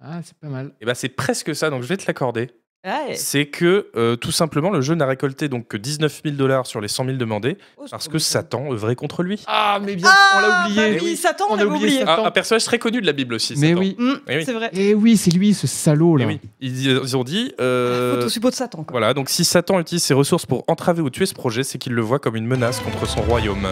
[SPEAKER 3] Ah, c'est pas mal.
[SPEAKER 1] eh ben, c'est presque ça, donc je vais te l'accorder.
[SPEAKER 2] Ah Ouais.
[SPEAKER 1] C'est que euh, tout simplement, le jeu n'a récolté donc que 19 000 dollars sur les 100 000 demandés
[SPEAKER 2] Oh, c'est
[SPEAKER 1] parce
[SPEAKER 2] trop
[SPEAKER 1] que
[SPEAKER 2] bien.
[SPEAKER 1] Satan œuvrait contre lui.
[SPEAKER 3] Ah, mais bien,
[SPEAKER 2] Ah,
[SPEAKER 3] on l'a oublié.
[SPEAKER 2] bah oui, Satan,
[SPEAKER 3] On
[SPEAKER 2] on
[SPEAKER 3] a
[SPEAKER 2] l'avait
[SPEAKER 3] oublié
[SPEAKER 2] oublié.
[SPEAKER 3] ça.
[SPEAKER 1] Ah,
[SPEAKER 3] Satan.
[SPEAKER 1] un personnage très connu de la Bible aussi.
[SPEAKER 3] Mais
[SPEAKER 1] Satan.
[SPEAKER 3] oui.
[SPEAKER 2] Mm,
[SPEAKER 1] Eh oui.
[SPEAKER 2] C'est vrai.
[SPEAKER 3] Et oui, c'est lui, ce salaud
[SPEAKER 1] Eh
[SPEAKER 3] là.
[SPEAKER 1] oui. Ils, ils ont dit. euh,
[SPEAKER 2] Photo suppôt de Satan. Quoi.
[SPEAKER 1] Voilà, donc si Satan utilise ses ressources pour entraver ou tuer ce projet, c'est qu'il le voit comme une menace contre son royaume.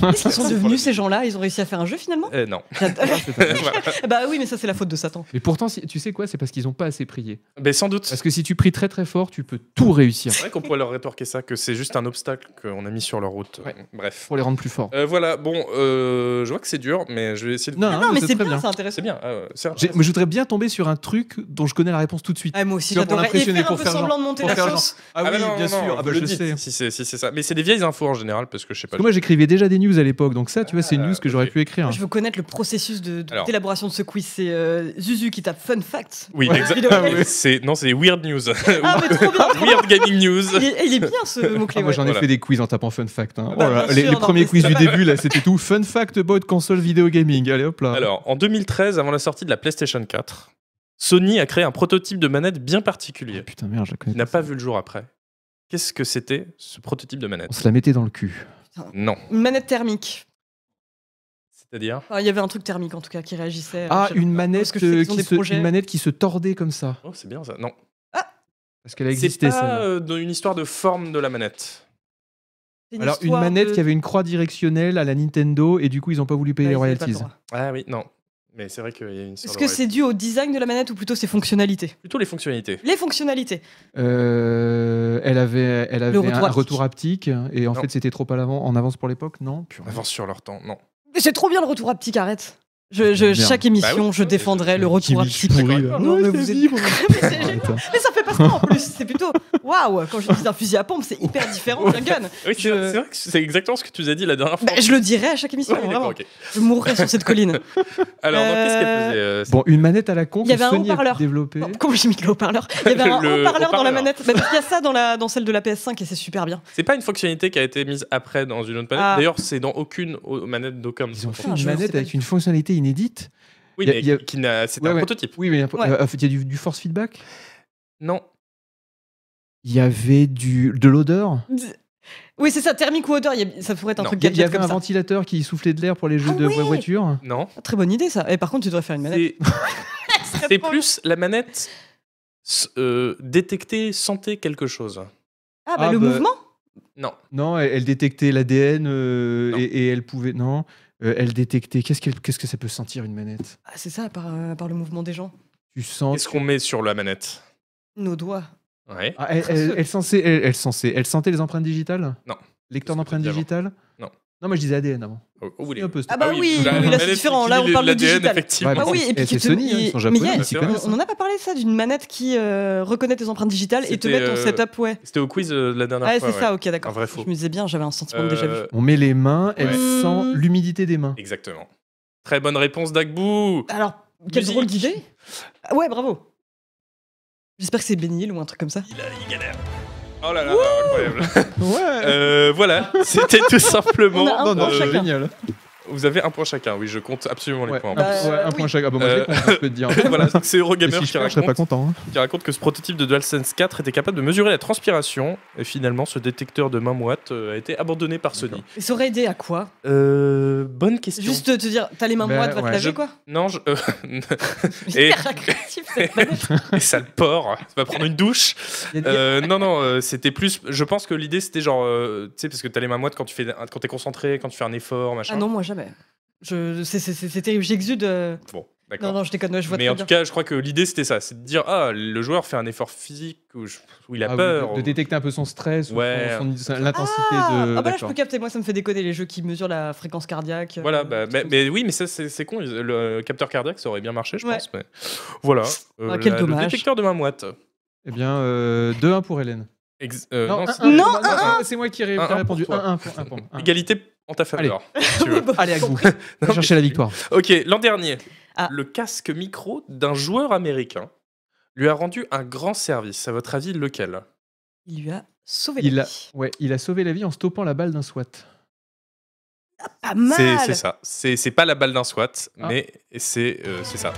[SPEAKER 2] Qu'est-ce qu'ils sont devenus ces gens-là Ils ont réussi à faire un jeu finalement
[SPEAKER 1] Eh non.
[SPEAKER 2] J'adore.
[SPEAKER 3] Ah, c'est pas mal.
[SPEAKER 1] Voilà.
[SPEAKER 2] Bah oui, mais ça c'est la faute de Satan.
[SPEAKER 3] Mais pourtant, si- tu sais quoi C'est parce qu'ils ont pas assez prié.
[SPEAKER 1] Mais sans doute.
[SPEAKER 3] Parce que si tu pries très très fort, tu peux tout réussir
[SPEAKER 1] C'est vrai qu'on pourrait leur rétorquer ça, que c'est juste un obstacle qu'on a mis sur leur route. Bref.
[SPEAKER 3] pour les rendre plus forts.
[SPEAKER 1] Euh, voilà, bon, euh, je vois que c'est dur, mais je vais essayer de.
[SPEAKER 3] Non,
[SPEAKER 2] Ah,
[SPEAKER 3] hein,
[SPEAKER 2] non, mais c'est
[SPEAKER 3] très
[SPEAKER 2] bien, c'est intéressant.
[SPEAKER 1] C'est bien. euh, c'est
[SPEAKER 3] J'ai- Mais je voudrais bien tomber sur un truc dont je connais la réponse tout de suite.
[SPEAKER 2] Ah, moi aussi
[SPEAKER 3] Tu vois, pour
[SPEAKER 2] j'adorerais. Et
[SPEAKER 3] l'impressionner,
[SPEAKER 2] faire un
[SPEAKER 3] pour
[SPEAKER 2] peu
[SPEAKER 3] faire
[SPEAKER 2] semblant
[SPEAKER 3] genre-
[SPEAKER 2] de monter
[SPEAKER 3] pour
[SPEAKER 2] la
[SPEAKER 3] faire
[SPEAKER 2] sauce.
[SPEAKER 1] Ah bah non, non, non,
[SPEAKER 3] Ah bah,
[SPEAKER 1] le dites, Si c'est si c'est ça. Mais c'est des vieilles infos en général, parce que je sais pas.
[SPEAKER 3] Parce que moi j'écrivais déjà des news à l'époque, donc ça, tu vois, c'est une
[SPEAKER 1] Ah,
[SPEAKER 3] news que j'aurais
[SPEAKER 1] ok.
[SPEAKER 3] pu écrire.
[SPEAKER 2] Je veux connaître le processus de- de-
[SPEAKER 1] Alors.
[SPEAKER 2] d'élaboration de, ce quiz. C'est euh, Zuzu qui tape Fun Facts.
[SPEAKER 1] Oui,
[SPEAKER 3] Ouais.
[SPEAKER 1] exactement. C'est non, c'est Weird News.
[SPEAKER 2] Ah, mais trop bien!
[SPEAKER 1] Weird Gaming News.
[SPEAKER 2] Il est, il est bien ce
[SPEAKER 3] Ah,
[SPEAKER 2] mot-clé.
[SPEAKER 3] moi
[SPEAKER 2] ouais.
[SPEAKER 3] j'en ai
[SPEAKER 1] Voilà.
[SPEAKER 3] fait des quiz en tapant fun fact. hein.
[SPEAKER 2] Bah,
[SPEAKER 3] Oh là là,
[SPEAKER 2] bien
[SPEAKER 3] les,
[SPEAKER 2] sûr,
[SPEAKER 3] les
[SPEAKER 2] non,
[SPEAKER 3] premiers
[SPEAKER 2] mais
[SPEAKER 3] quiz
[SPEAKER 2] c'est
[SPEAKER 3] du
[SPEAKER 2] pas-
[SPEAKER 3] début là, c'était tout fun fact about console vidéo gaming. Allez hop là.
[SPEAKER 1] Alors, en 2013, avant la sortie de la PlayStation 4, Sony a créé un prototype de manette bien
[SPEAKER 3] Ah,
[SPEAKER 1] particulier.
[SPEAKER 3] putain merde, je la connais.
[SPEAKER 1] Il n'a pas vu le jour après. Qu'est-ce que c'était ce prototype de
[SPEAKER 3] On
[SPEAKER 1] manette
[SPEAKER 3] se la mettait dans le cul.
[SPEAKER 1] Non.
[SPEAKER 2] Une manette thermique.
[SPEAKER 1] C'est-à-dire
[SPEAKER 2] Enfin, il y avait un truc thermique en tout cas qui réagissait. euh,
[SPEAKER 3] Ah,
[SPEAKER 2] je sais
[SPEAKER 3] une
[SPEAKER 2] pas.
[SPEAKER 3] manette,
[SPEAKER 2] Parce que je sais qu'ils
[SPEAKER 3] euh,
[SPEAKER 2] ont des
[SPEAKER 3] qui se,
[SPEAKER 2] projets.
[SPEAKER 3] une manette qui se tordait comme ça.
[SPEAKER 1] Oh, c'est bien ça. Non.
[SPEAKER 3] Parce qu'elle a
[SPEAKER 1] C'est
[SPEAKER 3] existé
[SPEAKER 1] pas
[SPEAKER 3] ça.
[SPEAKER 1] euh, dans une histoire de forme de la manette.
[SPEAKER 2] C'est
[SPEAKER 3] Alors une
[SPEAKER 2] histoire
[SPEAKER 3] manette
[SPEAKER 2] de-
[SPEAKER 3] qui avait une croix directionnelle à la Nintendo et du coup ils ont pas voulu payer
[SPEAKER 2] Ouais,
[SPEAKER 3] les
[SPEAKER 2] ils avaient pas le
[SPEAKER 3] royalties.
[SPEAKER 2] droit.
[SPEAKER 1] Ah oui, non. Mais c'est vrai qu'il y a une
[SPEAKER 2] Est-ce
[SPEAKER 1] sorte
[SPEAKER 2] que c'est dû au design de la manette ou plutôt ses fonctionnalités
[SPEAKER 1] plutôt les fonctionnalités
[SPEAKER 2] Les fonctionnalités.
[SPEAKER 3] Euh, elle avait, elle avait
[SPEAKER 2] retour
[SPEAKER 3] un
[SPEAKER 2] haptique.
[SPEAKER 3] retour haptique et en
[SPEAKER 1] Non.
[SPEAKER 3] fait c'était trop à l'avant, en avance pour l'époque, non Purée.
[SPEAKER 1] On avance sur leur temps. Non.
[SPEAKER 2] Mais c'est trop bien le retour à petit arrête. Je, je-
[SPEAKER 3] Merde.
[SPEAKER 2] chaque émission,
[SPEAKER 1] Bah oui.
[SPEAKER 2] je défendrai le
[SPEAKER 3] Qui
[SPEAKER 2] retour à
[SPEAKER 3] mixe
[SPEAKER 2] petit.
[SPEAKER 3] pourri, là.
[SPEAKER 2] Non,
[SPEAKER 3] Ouais,
[SPEAKER 2] mais
[SPEAKER 3] ça
[SPEAKER 2] vous êtes-
[SPEAKER 3] vibre.
[SPEAKER 2] Mais c'est génial.
[SPEAKER 3] Arrête.
[SPEAKER 2] Mais ça fait pas ça en plus, c'est plutôt waouh! Quand je dis un fusil à pompe, c'est hyper différent d'un gun!
[SPEAKER 1] Oui, c'est
[SPEAKER 2] Je-
[SPEAKER 1] c'est vrai que c'est exactement ce que tu nous as dit la dernière fois.
[SPEAKER 2] Euh, Bah, je le dirai à chaque émission,
[SPEAKER 1] Oui, d'accord,
[SPEAKER 2] vraiment.
[SPEAKER 1] ok.
[SPEAKER 2] Je mourrai sur cette colline.
[SPEAKER 1] Alors, donc, qu'est-ce qu'elle
[SPEAKER 2] Euh,
[SPEAKER 1] faisait euh,
[SPEAKER 3] Bon, une manette à la con
[SPEAKER 2] Il y
[SPEAKER 3] que
[SPEAKER 2] avait un
[SPEAKER 3] Sony a
[SPEAKER 2] haut-parleur.
[SPEAKER 3] pu développer.
[SPEAKER 2] Non, Comment j'ai mis le haut-parleur Il y avait un
[SPEAKER 1] Le
[SPEAKER 2] haut-parleur dans la
[SPEAKER 1] haut-parleur.
[SPEAKER 2] manette. Bah, parce qu'il y a ça dans, la, dans celle de la PS5 et c'est super bien.
[SPEAKER 1] C'est pas une fonctionnalité qui a été mise après dans une autre manette.
[SPEAKER 2] Ah.
[SPEAKER 1] D'ailleurs, c'est dans aucune au- manette d'aucun.
[SPEAKER 3] Ils ont fait
[SPEAKER 2] Putain,
[SPEAKER 3] une
[SPEAKER 2] je sais
[SPEAKER 3] manette
[SPEAKER 2] pas
[SPEAKER 3] avec
[SPEAKER 2] du
[SPEAKER 3] une fonctionnalité inédite.
[SPEAKER 1] Oui,
[SPEAKER 3] y a-
[SPEAKER 1] mais
[SPEAKER 3] y a-
[SPEAKER 1] qui n'a- c'était
[SPEAKER 3] Ouais,
[SPEAKER 1] un
[SPEAKER 3] ouais.
[SPEAKER 1] prototype.
[SPEAKER 3] Oui, mais euh,
[SPEAKER 2] Ouais.
[SPEAKER 3] en fait, il y a du, du force feedback.
[SPEAKER 1] Non.
[SPEAKER 3] Il y avait du, de l'odeur.
[SPEAKER 2] Oui, c'est ça, thermique ou odeur. il y a- ça pourrait être un
[SPEAKER 1] Non,
[SPEAKER 2] truc
[SPEAKER 3] Il y a- il y
[SPEAKER 2] gadget
[SPEAKER 3] avait
[SPEAKER 2] comme
[SPEAKER 3] un
[SPEAKER 2] ça.
[SPEAKER 3] ventilateur qui soufflait de l'air pour les jeux
[SPEAKER 2] Ah
[SPEAKER 3] de
[SPEAKER 2] oui
[SPEAKER 3] vraies voitures.
[SPEAKER 1] Non.
[SPEAKER 2] Ah, Très bonne idée ça. Et par contre, tu devrais faire une manette.
[SPEAKER 1] C'est c'est plus la manette s- euh, détecter, sentir quelque chose.
[SPEAKER 2] Ah, bah
[SPEAKER 3] Ah,
[SPEAKER 2] le
[SPEAKER 3] bah.
[SPEAKER 2] mouvement
[SPEAKER 1] Non.
[SPEAKER 3] Non, elle, elle détectait l'ADN euh,
[SPEAKER 1] Non.
[SPEAKER 3] et, et elle pouvait. Non, Euh, elle détectait. Qu'est-ce qu'elle- qu'est-ce que ça peut sentir une manette
[SPEAKER 2] Ah, C'est ça, par, euh, par le mouvement des gens.
[SPEAKER 3] Tu sens.
[SPEAKER 1] Qu'est-ce qu'on met sur la manette
[SPEAKER 2] Nos doigts.
[SPEAKER 1] Ouais.
[SPEAKER 3] Ah, elle, elle, elle sensait, elle, elle sensait- elle sentait les empreintes digitales
[SPEAKER 1] Non.
[SPEAKER 3] Lecteur
[SPEAKER 1] C'est ce que
[SPEAKER 3] d'empreintes
[SPEAKER 1] t'as dit
[SPEAKER 3] digitales
[SPEAKER 1] avant. Non.
[SPEAKER 3] Non, moi je disais ADN avant.
[SPEAKER 1] Oh, oh, vous les-
[SPEAKER 3] Un peu, c'était-
[SPEAKER 2] Ah bah oui,
[SPEAKER 1] là,
[SPEAKER 2] oui, là, c'est
[SPEAKER 1] elle est
[SPEAKER 2] différent. Là, on parle de
[SPEAKER 1] l'ADN,
[SPEAKER 2] digital.
[SPEAKER 1] effectivement.
[SPEAKER 3] Ouais,
[SPEAKER 2] Ah oui, et puis
[SPEAKER 3] Eh,
[SPEAKER 2] qui
[SPEAKER 3] c'est
[SPEAKER 2] te-
[SPEAKER 3] Sony, hein,
[SPEAKER 2] il-
[SPEAKER 3] ils sont
[SPEAKER 2] mais
[SPEAKER 3] japonais,
[SPEAKER 2] il y a-
[SPEAKER 3] ils s'y
[SPEAKER 1] c'est
[SPEAKER 3] connaissent.
[SPEAKER 1] vrai.
[SPEAKER 2] On n'en a pas parlé ça d'une manette qui euh, reconnaît tes empreintes digitales et te
[SPEAKER 1] C'était,
[SPEAKER 2] met ton
[SPEAKER 1] euh,
[SPEAKER 2] setup, ouais.
[SPEAKER 1] C'était au quiz euh, de la dernière
[SPEAKER 2] Ah,
[SPEAKER 1] fois.
[SPEAKER 2] c'est ça, ok,
[SPEAKER 1] Un
[SPEAKER 2] d'accord.
[SPEAKER 1] vrai
[SPEAKER 2] Je
[SPEAKER 1] faux.
[SPEAKER 2] me disais bien, j'avais un sentiment de déjà vu.
[SPEAKER 1] Euh,
[SPEAKER 3] On met les mains, elle
[SPEAKER 2] Ouais.
[SPEAKER 3] sent l'humidité des mains.
[SPEAKER 1] Exactement. Très bonne réponse d'Agbou.
[SPEAKER 2] Alors, quelle
[SPEAKER 1] musique.
[SPEAKER 2] drôle d'idée Ah Ouais, bravo. J'espère que c'est Benil ou un truc comme ça.
[SPEAKER 1] Il, a- il galère. Oh là là, incroyable.
[SPEAKER 3] Ouais.
[SPEAKER 1] Euh, voilà, c'était tout simplement.
[SPEAKER 2] On a un
[SPEAKER 3] Non, non,
[SPEAKER 2] point
[SPEAKER 1] euh,
[SPEAKER 2] Ah chacun.
[SPEAKER 3] génial.
[SPEAKER 1] Vous avez un point chacun, oui, je compte absolument les
[SPEAKER 3] Ouais,
[SPEAKER 1] points.
[SPEAKER 3] un,
[SPEAKER 1] en plus.
[SPEAKER 2] Bah,
[SPEAKER 3] ouais, un
[SPEAKER 2] oui.
[SPEAKER 3] point chaque. Ah bah moi je
[SPEAKER 1] Euh,
[SPEAKER 3] les compte, je peux te dire.
[SPEAKER 1] voilà, donc c'est
[SPEAKER 3] Et
[SPEAKER 1] Eurogamer
[SPEAKER 3] si je
[SPEAKER 1] qui,
[SPEAKER 3] perds, je serais
[SPEAKER 1] raconte,
[SPEAKER 3] pas content. hein.
[SPEAKER 1] qui raconte que ce prototype de DualSense 4 était capable de mesurer la transpiration et finalement ce détecteur de main moite euh, a été abandonné par Sony.
[SPEAKER 2] Et Ça aurait aidé à quoi
[SPEAKER 1] Euh, bonne question.
[SPEAKER 2] Juste te dire, t'as les mains
[SPEAKER 3] Bah,
[SPEAKER 2] moites, va
[SPEAKER 3] ouais.
[SPEAKER 2] te laver
[SPEAKER 1] Je-
[SPEAKER 2] quoi
[SPEAKER 1] Non, je... euh, Et-
[SPEAKER 2] Hyper récréatif, cette manette.
[SPEAKER 1] et ça le porc, ça va prendre une douche. Euh, non, non, euh, c'était plus. Je pense que l'idée c'était genre, euh, tu sais, parce que t'as les mains moites quand tu fais, quand t'es concentré, quand tu fais un effort, machin.
[SPEAKER 2] Ah non, moi jamais. Je... c'est- C'est c'est- c'est terrible, j'exude. euh,
[SPEAKER 1] Bon,
[SPEAKER 2] Non,
[SPEAKER 1] d'accord.
[SPEAKER 2] non, je déconne, ouais, je vois
[SPEAKER 1] Mais
[SPEAKER 2] très
[SPEAKER 1] en
[SPEAKER 2] bien.
[SPEAKER 1] tout cas, je crois que l'idée c'était ça, c'est de dire ah le joueur fait un effort physique où, je- où il a
[SPEAKER 3] Ah oui,
[SPEAKER 1] peur.
[SPEAKER 3] de, de détecter un peu son stress, ou
[SPEAKER 1] Ouais.
[SPEAKER 3] son- son- l'intensité
[SPEAKER 2] Ah,
[SPEAKER 3] de.
[SPEAKER 2] ah bah là, je
[SPEAKER 3] d'accord.
[SPEAKER 2] peux capter, moi ça me fait déconner les jeux qui mesurent la fréquence cardiaque. euh,
[SPEAKER 1] Voilà, bah,
[SPEAKER 2] des
[SPEAKER 1] mais,
[SPEAKER 2] trucs
[SPEAKER 1] mais oui, mais ça c'est c'est con. ils- Le capteur cardiaque, ça aurait bien marché, je
[SPEAKER 2] Ouais.
[SPEAKER 1] pense. Mais... Voilà. Euh,
[SPEAKER 2] Ah, quel
[SPEAKER 1] Le
[SPEAKER 2] dommage.
[SPEAKER 1] détecteur de main moite.
[SPEAKER 3] Eh bien, euh, 2-1 pour Hélène.
[SPEAKER 1] Ex- euh, non, c'est-
[SPEAKER 3] un-
[SPEAKER 2] Non,
[SPEAKER 3] un- un- c'est moi qui ai qui ai
[SPEAKER 1] Un- un
[SPEAKER 3] répondu.
[SPEAKER 1] pour toi.
[SPEAKER 3] 1-1 pour un point. Un.
[SPEAKER 1] Égalité en ta faveur. si tu veux.
[SPEAKER 2] comme ça.
[SPEAKER 3] Allez, Agbou,
[SPEAKER 1] Non,
[SPEAKER 3] va chercher
[SPEAKER 1] mais-
[SPEAKER 3] la victoire.
[SPEAKER 1] Ok, l'an dernier,
[SPEAKER 2] Ah.
[SPEAKER 1] le casque micro d'un joueur américain lui a rendu un grand service. À votre avis, lequel
[SPEAKER 2] Il lui a sauvé
[SPEAKER 3] Il
[SPEAKER 2] la
[SPEAKER 3] a,
[SPEAKER 2] vie.
[SPEAKER 3] ouais, il a sauvé la vie en stoppant la balle d'un SWAT.
[SPEAKER 2] Pas
[SPEAKER 1] C'est
[SPEAKER 2] mal
[SPEAKER 1] c'est ça. C'est c'est pas la balle d'un SWAT,
[SPEAKER 3] Ah.
[SPEAKER 1] mais c'est euh, c'est ça.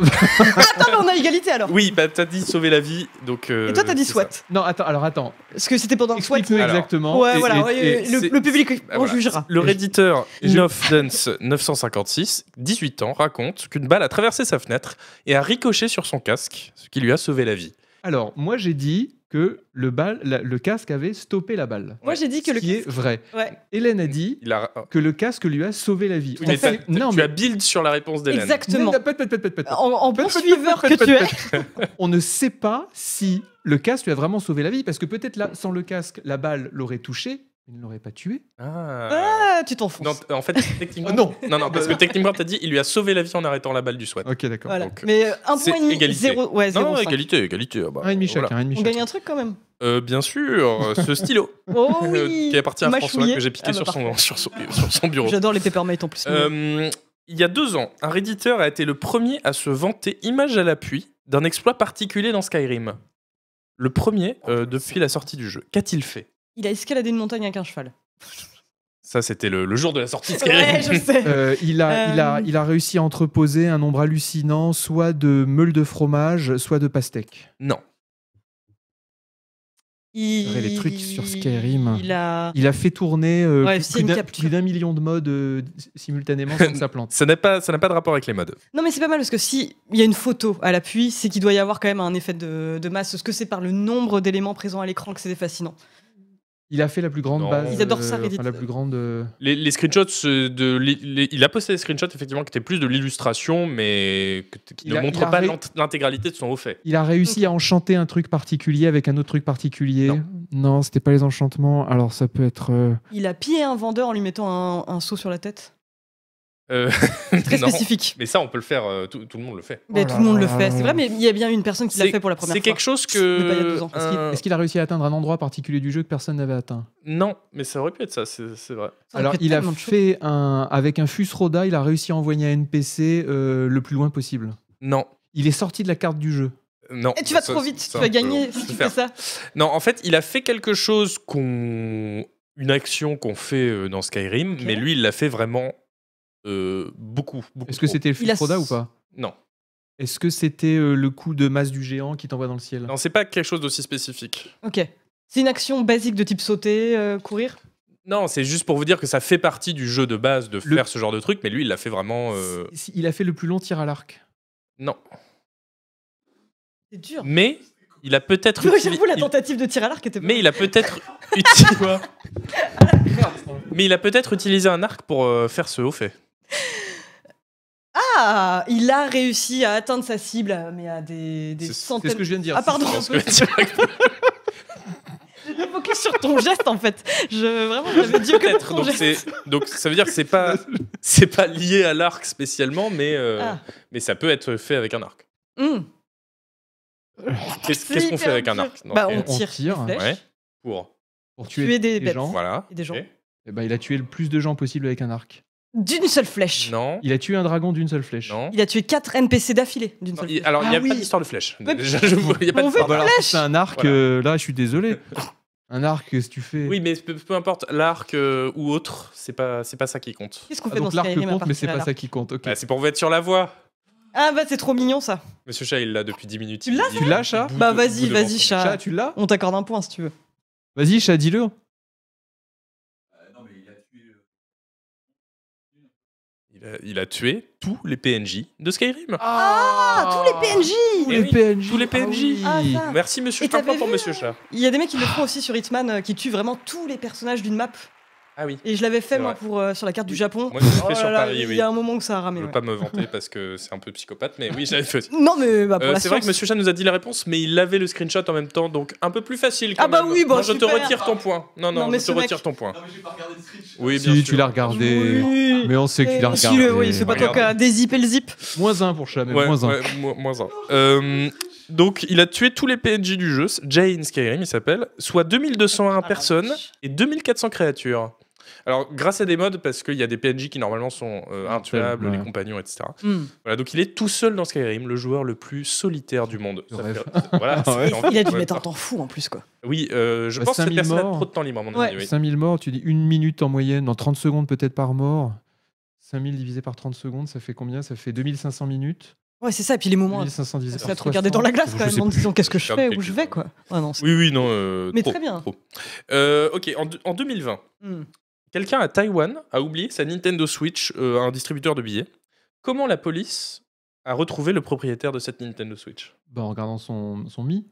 [SPEAKER 2] Attends, mais on a égalité alors
[SPEAKER 1] Oui, bah t'as dit sauver la vie, donc. euh,
[SPEAKER 2] Et toi, t'as dit
[SPEAKER 1] c'est
[SPEAKER 2] SWAT.
[SPEAKER 3] Non, attends, alors attends.
[SPEAKER 2] Parce que c'était pendant le SWAT.
[SPEAKER 3] Explique-nous
[SPEAKER 1] Alors.
[SPEAKER 3] exactement.
[SPEAKER 2] Ouais,
[SPEAKER 3] et-
[SPEAKER 2] voilà,
[SPEAKER 3] et-
[SPEAKER 2] ouais,
[SPEAKER 3] et-
[SPEAKER 1] et
[SPEAKER 2] le,
[SPEAKER 1] c'est-
[SPEAKER 2] le public
[SPEAKER 1] Ah,
[SPEAKER 2] en
[SPEAKER 1] voilà.
[SPEAKER 2] jugera.
[SPEAKER 1] Le redditeur
[SPEAKER 3] Je-
[SPEAKER 1] Dance 956, 18 ans, raconte qu'une balle a traversé sa fenêtre et a ricoché sur son casque, ce qui lui a sauvé la vie.
[SPEAKER 3] Alors, moi, j'ai dit que le, balle, la- le casque avait stoppé la balle.
[SPEAKER 2] Moi j'ai dit que
[SPEAKER 3] Ce
[SPEAKER 2] le.
[SPEAKER 3] qui est vrai.
[SPEAKER 2] Ouais,
[SPEAKER 3] Hélène a dit
[SPEAKER 1] Il a...
[SPEAKER 3] que le casque lui a sauvé la vie.
[SPEAKER 1] Oui, mais
[SPEAKER 3] Enfin,
[SPEAKER 1] t'as-
[SPEAKER 3] non,
[SPEAKER 1] tu
[SPEAKER 3] mais-
[SPEAKER 1] as build sur la réponse d'Hélène.
[SPEAKER 2] exactement.
[SPEAKER 3] Pète, pète, pète, pète, pète.
[SPEAKER 2] En, en
[SPEAKER 3] Pète, pète,
[SPEAKER 2] poursuiveur
[SPEAKER 3] pète,
[SPEAKER 2] que
[SPEAKER 3] pète,
[SPEAKER 2] tu es.
[SPEAKER 3] pète, pète. On ne sait pas si le casque lui a vraiment sauvé la vie, parce que peut-être là, sans le casque, la balle l'aurait touché, mais ne l'aurait pas tué.
[SPEAKER 1] Ah.
[SPEAKER 2] Ah, tu
[SPEAKER 1] Non,
[SPEAKER 2] t'enfonces.
[SPEAKER 1] t- en fait, techniquement.
[SPEAKER 3] Oh non
[SPEAKER 1] Euh, non, non,
[SPEAKER 2] Bah,
[SPEAKER 1] parce que techniquement, t'as dit il lui a sauvé la vie en arrêtant la balle du SWAT.
[SPEAKER 3] Ok, d'accord.
[SPEAKER 2] Voilà.
[SPEAKER 1] donc,
[SPEAKER 2] Mais euh, un
[SPEAKER 1] c'est
[SPEAKER 2] point et demi,
[SPEAKER 1] égalité.
[SPEAKER 2] zéro. Ouais,
[SPEAKER 1] Non,
[SPEAKER 2] zéro
[SPEAKER 1] non,
[SPEAKER 2] cinq.
[SPEAKER 1] égalité, égalité. ah bah,
[SPEAKER 3] Un et demi
[SPEAKER 1] voilà.
[SPEAKER 3] chacun, un et demi
[SPEAKER 2] On
[SPEAKER 3] chacun.
[SPEAKER 2] gagne un truc quand même.
[SPEAKER 1] Euh, bien sûr, euh, ce stylo
[SPEAKER 2] Oh
[SPEAKER 1] euh,
[SPEAKER 2] oui.
[SPEAKER 1] qui appartient à
[SPEAKER 2] Mâche
[SPEAKER 1] François
[SPEAKER 2] mouillée.
[SPEAKER 1] que j'ai piqué
[SPEAKER 2] Ah bah
[SPEAKER 1] sur, son,
[SPEAKER 2] parfait.
[SPEAKER 1] sur, son, sur son bureau.
[SPEAKER 2] J'adore les papermates en plus.
[SPEAKER 1] Euh, il y a deux ans, un Redditor a été le premier à se vanter, image à l'appui, d'un exploit particulier dans Skyrim. Le premier
[SPEAKER 2] Oh,
[SPEAKER 1] euh, depuis la sortie du jeu. Qu'a-t-il fait
[SPEAKER 2] Il a escaladé une montagne avec un cheval.
[SPEAKER 1] Ça, c'était le, le jour de la sortie de Skyrim.
[SPEAKER 2] Ouais, je sais.
[SPEAKER 3] Euh, il, a, il, a,
[SPEAKER 2] Euh.
[SPEAKER 3] il a réussi à entreposer un nombre hallucinant, soit de meules de fromage, soit de pastèque.
[SPEAKER 1] Non.
[SPEAKER 2] Il...
[SPEAKER 3] Vrai, les trucs sur Skyrim.
[SPEAKER 2] Il a.
[SPEAKER 3] Il a fait tourner euh,
[SPEAKER 2] Ouais,
[SPEAKER 3] plus-
[SPEAKER 2] c'est
[SPEAKER 3] plus
[SPEAKER 2] une
[SPEAKER 3] d'un-
[SPEAKER 2] capture.
[SPEAKER 3] plus d'un million de modes euh, simultanément sur sa plante.
[SPEAKER 1] Ça n'a pas, ça n'a pas de rapport avec les modes.
[SPEAKER 2] Non, mais c'est pas mal parce que si il y a une photo à l'appui, c'est qu'il doit y avoir quand même un effet de, de masse. Parce que c'est par le nombre d'éléments présents à l'écran que c'est fascinant.
[SPEAKER 3] Il a fait la plus grande
[SPEAKER 1] Non.
[SPEAKER 3] base.
[SPEAKER 1] Ils
[SPEAKER 2] adorent ça,
[SPEAKER 3] euh,
[SPEAKER 2] Reddit.
[SPEAKER 3] enfin, la plus grande. euh,
[SPEAKER 1] Les, les screenshots, euh, de, les- les- il a posté des screenshots effectivement qui étaient plus de l'illustration, mais que- qui
[SPEAKER 3] Il
[SPEAKER 1] ne
[SPEAKER 3] a-
[SPEAKER 1] montrent
[SPEAKER 3] il a
[SPEAKER 1] pas
[SPEAKER 3] ré-
[SPEAKER 1] l'int- l'intégralité de son haut fait.
[SPEAKER 3] Il a réussi à enchanter un truc particulier avec un autre truc particulier.
[SPEAKER 1] Non.
[SPEAKER 3] Non, c'était pas les enchantements. Alors ça peut être. euh,
[SPEAKER 2] Il a pillé un vendeur en lui mettant un, un seau sur la tête.
[SPEAKER 1] Euh,
[SPEAKER 2] Très
[SPEAKER 1] non.
[SPEAKER 2] spécifique.
[SPEAKER 1] Mais ça, on peut le faire, euh, tout, tout le monde le fait.
[SPEAKER 2] Mais
[SPEAKER 3] Oh
[SPEAKER 2] tout
[SPEAKER 3] là
[SPEAKER 2] le monde
[SPEAKER 3] là
[SPEAKER 2] le
[SPEAKER 3] là
[SPEAKER 2] fait.
[SPEAKER 3] là
[SPEAKER 2] C'est vrai,
[SPEAKER 3] là.
[SPEAKER 2] mais il y a bien une personne qui l'a
[SPEAKER 1] C'est-
[SPEAKER 2] fait pour la première
[SPEAKER 1] C'est
[SPEAKER 2] fois.
[SPEAKER 1] quelque chose
[SPEAKER 2] Mais pas il y a
[SPEAKER 1] que.
[SPEAKER 2] deux ans, parce qu'il-
[SPEAKER 1] un-
[SPEAKER 3] Est-ce qu'il a réussi à atteindre un endroit particulier du jeu que personne n'avait atteint
[SPEAKER 1] Non, mais ça aurait pu être ça, c'est c'est vrai.
[SPEAKER 2] Ça aurait
[SPEAKER 3] Alors
[SPEAKER 2] pu être
[SPEAKER 3] il a
[SPEAKER 2] tellement de choses.
[SPEAKER 3] fait un avec un fus Roda, il a réussi à envoyer un NPC euh, le plus loin possible.
[SPEAKER 1] Non.
[SPEAKER 3] Il est sorti de la carte du jeu.
[SPEAKER 1] Non,
[SPEAKER 2] Eh, tu vas
[SPEAKER 1] Ça,
[SPEAKER 2] trop
[SPEAKER 1] c'est-
[SPEAKER 2] vite,
[SPEAKER 1] ça, euh,
[SPEAKER 2] tu
[SPEAKER 1] on
[SPEAKER 2] vas
[SPEAKER 1] peut-
[SPEAKER 2] gagner
[SPEAKER 1] on
[SPEAKER 2] si
[SPEAKER 1] peut
[SPEAKER 2] tu
[SPEAKER 1] faire.
[SPEAKER 2] fais ça.
[SPEAKER 1] Non, en fait, il a fait quelque chose qu'on. Une action qu'on fait euh, dans Skyrim,
[SPEAKER 2] Ok.
[SPEAKER 1] mais lui, il l'a fait vraiment euh, beaucoup. beaucoup
[SPEAKER 3] Est-ce que
[SPEAKER 1] trop.
[SPEAKER 3] c'était le fus
[SPEAKER 2] Il a-
[SPEAKER 3] Roda ou pas
[SPEAKER 1] Non.
[SPEAKER 3] Est-ce que c'était euh, le coup de masse du géant qui t'envoie dans le ciel
[SPEAKER 1] Non, c'est pas quelque chose d'aussi spécifique.
[SPEAKER 2] Ok. C'est une action basique de type sauter, euh, courir.
[SPEAKER 1] Non, c'est juste pour vous dire que ça fait partie du jeu de base de
[SPEAKER 3] Le-
[SPEAKER 1] faire ce genre de truc, mais lui, il l'a fait vraiment. euh,
[SPEAKER 3] Si- Il a fait le plus long tir à l'arc.
[SPEAKER 1] Non.
[SPEAKER 2] C'est dur.
[SPEAKER 1] Mais il a peut-être.
[SPEAKER 2] Ouais,
[SPEAKER 1] utili-
[SPEAKER 2] J'avoue, la
[SPEAKER 1] il-
[SPEAKER 2] tentative de tir à l'arc était pas
[SPEAKER 1] Mais il a peut-être uti- mais il a peut-être utilisé un arc pour euh, faire ce haut fait.
[SPEAKER 2] Ah Il a réussi à atteindre sa cible, mais à des, des
[SPEAKER 3] C'est c'est
[SPEAKER 2] centaines.
[SPEAKER 3] ce que je viens de dire.
[SPEAKER 2] Ah, pardon.
[SPEAKER 1] Je pense que tu vas
[SPEAKER 2] J'étais focus sur ton geste en fait. Je vraiment j'avais dit que
[SPEAKER 1] être.
[SPEAKER 2] ton
[SPEAKER 1] Donc,
[SPEAKER 2] geste.
[SPEAKER 1] c'est- donc ça veut dire que c'est pas c'est pas lié à l'arc spécialement, mais euh,
[SPEAKER 2] Ah.
[SPEAKER 1] mais ça peut être fait avec un arc.
[SPEAKER 2] Hmm.
[SPEAKER 1] Qu'est-ce
[SPEAKER 2] Ah, C'est
[SPEAKER 1] qu'est-ce qu'on fait
[SPEAKER 2] hyper
[SPEAKER 1] avec un
[SPEAKER 2] dur.
[SPEAKER 1] arc Donc,
[SPEAKER 2] Bah,
[SPEAKER 1] euh,
[SPEAKER 2] on
[SPEAKER 3] on
[SPEAKER 2] tire,
[SPEAKER 3] tire,
[SPEAKER 2] des flèches.
[SPEAKER 1] ouais. pour
[SPEAKER 3] Pour tuer,
[SPEAKER 2] Tuer des
[SPEAKER 3] des
[SPEAKER 2] bêtes.
[SPEAKER 3] gens,
[SPEAKER 1] voilà.
[SPEAKER 2] Et des gens.
[SPEAKER 1] ok.
[SPEAKER 3] eh ben, il a tué le plus de gens possible avec un arc.
[SPEAKER 2] D'une seule flèche.
[SPEAKER 1] Non.
[SPEAKER 3] Il a tué un dragon d'une seule flèche.
[SPEAKER 1] Non.
[SPEAKER 2] Il a tué 4 NPC d'affilée d'une
[SPEAKER 1] Non,
[SPEAKER 2] seule
[SPEAKER 1] il-
[SPEAKER 2] flèche.
[SPEAKER 1] alors, il n'y a
[SPEAKER 3] Ah
[SPEAKER 1] pas
[SPEAKER 3] oui.
[SPEAKER 1] d'histoire de flèche.
[SPEAKER 2] Mais-
[SPEAKER 1] Déjà, je vois, il y a pas
[SPEAKER 2] On
[SPEAKER 1] de-
[SPEAKER 2] veut
[SPEAKER 1] pardon.
[SPEAKER 3] Ah bah alors,
[SPEAKER 2] flèche
[SPEAKER 3] c'est un arc,
[SPEAKER 1] Voilà.
[SPEAKER 3] euh, là, je suis désolé. un arc, qu'est-ce que tu fais
[SPEAKER 1] Oui, mais peu, peu importe, l'arc euh, ou autre, c'est pas, c'est pas ça qui compte.
[SPEAKER 2] Qu'est-ce qu'on
[SPEAKER 3] Ah,
[SPEAKER 2] fait dans
[SPEAKER 3] Donc
[SPEAKER 2] ce
[SPEAKER 3] l'arc
[SPEAKER 2] Skyrim à
[SPEAKER 3] compte, mais
[SPEAKER 2] partir
[SPEAKER 3] c'est
[SPEAKER 2] de
[SPEAKER 3] pas
[SPEAKER 2] là
[SPEAKER 3] ça qui compte. ok.
[SPEAKER 1] Bah, c'est pour vous être sur la voie.
[SPEAKER 2] Ah bah c'est trop mignon ça.
[SPEAKER 1] Monsieur Chat, il l'a depuis 10 minutes.
[SPEAKER 2] Tu l'as,
[SPEAKER 1] Il-
[SPEAKER 3] ça
[SPEAKER 1] il-
[SPEAKER 3] Lâche, hein
[SPEAKER 1] bout
[SPEAKER 2] Bah,
[SPEAKER 1] de-
[SPEAKER 2] vas-y,
[SPEAKER 1] bout devant
[SPEAKER 2] vas-y,
[SPEAKER 1] son-
[SPEAKER 2] chat.
[SPEAKER 3] Chat, tu l'as
[SPEAKER 2] On t'accorde un point si tu veux.
[SPEAKER 3] Vas-y, chat, dis-le.
[SPEAKER 1] Il a, il a tué tous les PNJ de Skyrim.
[SPEAKER 2] Ah, tous
[SPEAKER 1] Oh.
[SPEAKER 2] les PNJ
[SPEAKER 1] Tous
[SPEAKER 3] Eh les
[SPEAKER 1] oui,
[SPEAKER 3] PNJ.
[SPEAKER 1] tous les PNJ.
[SPEAKER 2] Ah,
[SPEAKER 3] Ah, oui.
[SPEAKER 2] ça.
[SPEAKER 1] Merci, monsieur.
[SPEAKER 2] Et
[SPEAKER 1] Chat,
[SPEAKER 2] t'avais
[SPEAKER 1] pour
[SPEAKER 2] vu, euh,
[SPEAKER 1] monsieur Chat.
[SPEAKER 2] Il y a des mecs qui le font aussi sur Hitman euh, qui tuent vraiment tous les personnages d'une map.
[SPEAKER 1] Ah oui.
[SPEAKER 2] Et je l'avais fait
[SPEAKER 1] C'est
[SPEAKER 2] moi
[SPEAKER 1] vrai.
[SPEAKER 2] pour, euh, sur la carte du Japon.
[SPEAKER 1] Moi, je l'ai fait
[SPEAKER 2] Oh là
[SPEAKER 1] sur
[SPEAKER 2] là,
[SPEAKER 1] Paris,
[SPEAKER 2] il
[SPEAKER 1] oui.
[SPEAKER 2] y a un moment que ça a
[SPEAKER 1] Je
[SPEAKER 2] ramé.
[SPEAKER 1] veux
[SPEAKER 2] ouais.
[SPEAKER 1] pas me vanter parce que c'est un peu psychopathe, mais oui, j'avais fait aussi.
[SPEAKER 2] Non mais bah, pour
[SPEAKER 1] Euh,
[SPEAKER 2] la
[SPEAKER 1] c'est vrai que
[SPEAKER 2] science.
[SPEAKER 1] Monsieur Chat nous a dit la réponse, mais il avait le screenshot en même temps, donc un peu plus facile. Quand
[SPEAKER 2] Ah bah
[SPEAKER 1] même.
[SPEAKER 2] oui, bah
[SPEAKER 1] Non, je te
[SPEAKER 2] super.
[SPEAKER 1] retire ton point. Non, non,
[SPEAKER 2] Non, mais
[SPEAKER 1] je
[SPEAKER 2] ce
[SPEAKER 1] te
[SPEAKER 2] mec-
[SPEAKER 1] retire ton point.
[SPEAKER 4] Non, mais j'ai pas regardé le screenshot.
[SPEAKER 1] Oui, bien
[SPEAKER 3] Si,
[SPEAKER 1] sûr.
[SPEAKER 3] tu l'as regardé.
[SPEAKER 1] euh,
[SPEAKER 2] Oui.
[SPEAKER 3] Mais on sait que tu l'as
[SPEAKER 2] Eh, si,
[SPEAKER 3] regardé.
[SPEAKER 2] le- oui, c'est pas toi qui
[SPEAKER 1] Regarde.
[SPEAKER 2] a dézippé le zip.
[SPEAKER 3] Moins un pour chat, mais
[SPEAKER 1] Ouais,
[SPEAKER 3] moins un.
[SPEAKER 1] ouais, mo- moins un. Euh, donc, il a tué tous les PNJ du jeu, Jay in Skyrim, il s'appelle, soit
[SPEAKER 2] Ah,
[SPEAKER 1] 2201 personnes et 2400 créatures. Alors, grâce à des mods, parce qu'il y a des PNJ qui normalement sont euh, intuables,
[SPEAKER 3] ouais.
[SPEAKER 1] les compagnons, etc.
[SPEAKER 2] Hmm.
[SPEAKER 1] Voilà, donc il est tout seul dans Skyrim, le joueur le plus solitaire du monde.
[SPEAKER 3] Le
[SPEAKER 1] Ça
[SPEAKER 3] rêve.
[SPEAKER 1] fait- voilà, ça
[SPEAKER 3] Ouais.
[SPEAKER 1] fait envie
[SPEAKER 2] Il a
[SPEAKER 1] de
[SPEAKER 2] dû mettre un
[SPEAKER 1] voir.
[SPEAKER 2] temps fou en plus quoi.
[SPEAKER 1] Oui, euh, je
[SPEAKER 3] Bah,
[SPEAKER 1] pense que cette
[SPEAKER 3] 5000
[SPEAKER 1] personne a
[SPEAKER 3] morts.
[SPEAKER 1] trop de temps libre, à mon
[SPEAKER 2] Ouais.
[SPEAKER 1] avis. oui.
[SPEAKER 3] 5000 morts, tu dis une minute en moyenne, dans 30 secondes peut-être par mort. 5000 divisé par 30 secondes, ça fait combien Ça fait 2500 minutes.
[SPEAKER 2] Ouais c'est ça et puis les moments.
[SPEAKER 3] 2500 divisé
[SPEAKER 2] C'est
[SPEAKER 3] par
[SPEAKER 2] à te regarder dans la
[SPEAKER 3] 60,
[SPEAKER 2] glace
[SPEAKER 3] je
[SPEAKER 2] quand même
[SPEAKER 3] sais
[SPEAKER 2] en
[SPEAKER 3] plus.
[SPEAKER 2] disant qu'est-ce que je
[SPEAKER 1] Faire
[SPEAKER 2] fais,
[SPEAKER 1] des
[SPEAKER 2] où je
[SPEAKER 1] calculs.
[SPEAKER 2] vais quoi. Ah non, c'est-
[SPEAKER 1] Oui, oui, non. euh,
[SPEAKER 2] Mais
[SPEAKER 1] trop,
[SPEAKER 2] très bien.
[SPEAKER 1] trop. Euh, ok, en, deux- en 2020,
[SPEAKER 2] Hmm.
[SPEAKER 1] quelqu'un à Taïwan a oublié sa Nintendo Switch euh, à un distributeur de billets. Comment la police a retrouvé le propriétaire de cette Nintendo Switch
[SPEAKER 3] Bah, en regardant son, son Mi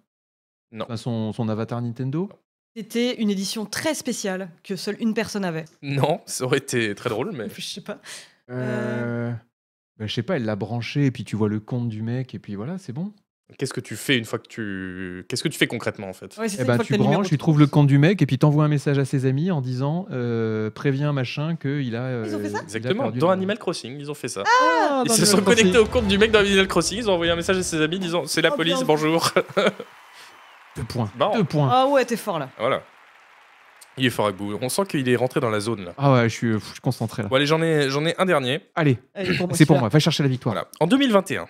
[SPEAKER 1] Non.
[SPEAKER 3] Enfin, son, son avatar Nintendo
[SPEAKER 2] C'était une édition très spéciale que seule une personne avait.
[SPEAKER 1] Non, ça aurait été très drôle, mais.
[SPEAKER 2] Je sais pas.
[SPEAKER 3] Eh Euh, bah, Je sais pas, elle l'a branché et puis tu vois le compte du mec et puis voilà, c'est bon.
[SPEAKER 1] Qu'est-ce que tu fais une fois que tu. Qu'est-ce que tu fais concrètement, en fait
[SPEAKER 2] Ouais, c'est ça,
[SPEAKER 3] Eh
[SPEAKER 2] une
[SPEAKER 3] ben,
[SPEAKER 2] fois que
[SPEAKER 3] tu
[SPEAKER 2] t'as le numéro,
[SPEAKER 3] branches, tu
[SPEAKER 2] tu
[SPEAKER 3] trouves le
[SPEAKER 2] prends.
[SPEAKER 3] compte du mec et puis t'envoies un message à ses amis en disant euh, préviens machin qu'il a. euh,
[SPEAKER 2] Ils ont fait ça
[SPEAKER 3] il a
[SPEAKER 1] Exactement,
[SPEAKER 3] perdu
[SPEAKER 1] dans
[SPEAKER 3] le-
[SPEAKER 1] Animal Crossing, ils ont fait ça.
[SPEAKER 3] Ah,
[SPEAKER 1] ils
[SPEAKER 3] dans
[SPEAKER 1] se
[SPEAKER 3] Animal
[SPEAKER 1] sont
[SPEAKER 3] Crossing.
[SPEAKER 1] connectés au compte du mec dans Animal Crossing, ils ont envoyé un message à ses amis disant C'est la
[SPEAKER 2] Oh,
[SPEAKER 1] police,
[SPEAKER 2] bien.
[SPEAKER 1] bonjour.
[SPEAKER 3] Deux points.
[SPEAKER 1] Marrant.
[SPEAKER 3] Deux points.
[SPEAKER 2] Ah ouais, t'es fort là.
[SPEAKER 1] voilà. Il est fort à bout. On sent qu'il est rentré dans la zone, là.
[SPEAKER 3] Ah ouais, je suis, euh, je suis concentré là.
[SPEAKER 1] Bon, allez, j'en ai, j'en ai un dernier.
[SPEAKER 3] Allez,
[SPEAKER 2] Allez,
[SPEAKER 3] c'est pour
[SPEAKER 2] celui-là.
[SPEAKER 3] moi, va chercher la victoire.
[SPEAKER 1] Voilà. En 2021,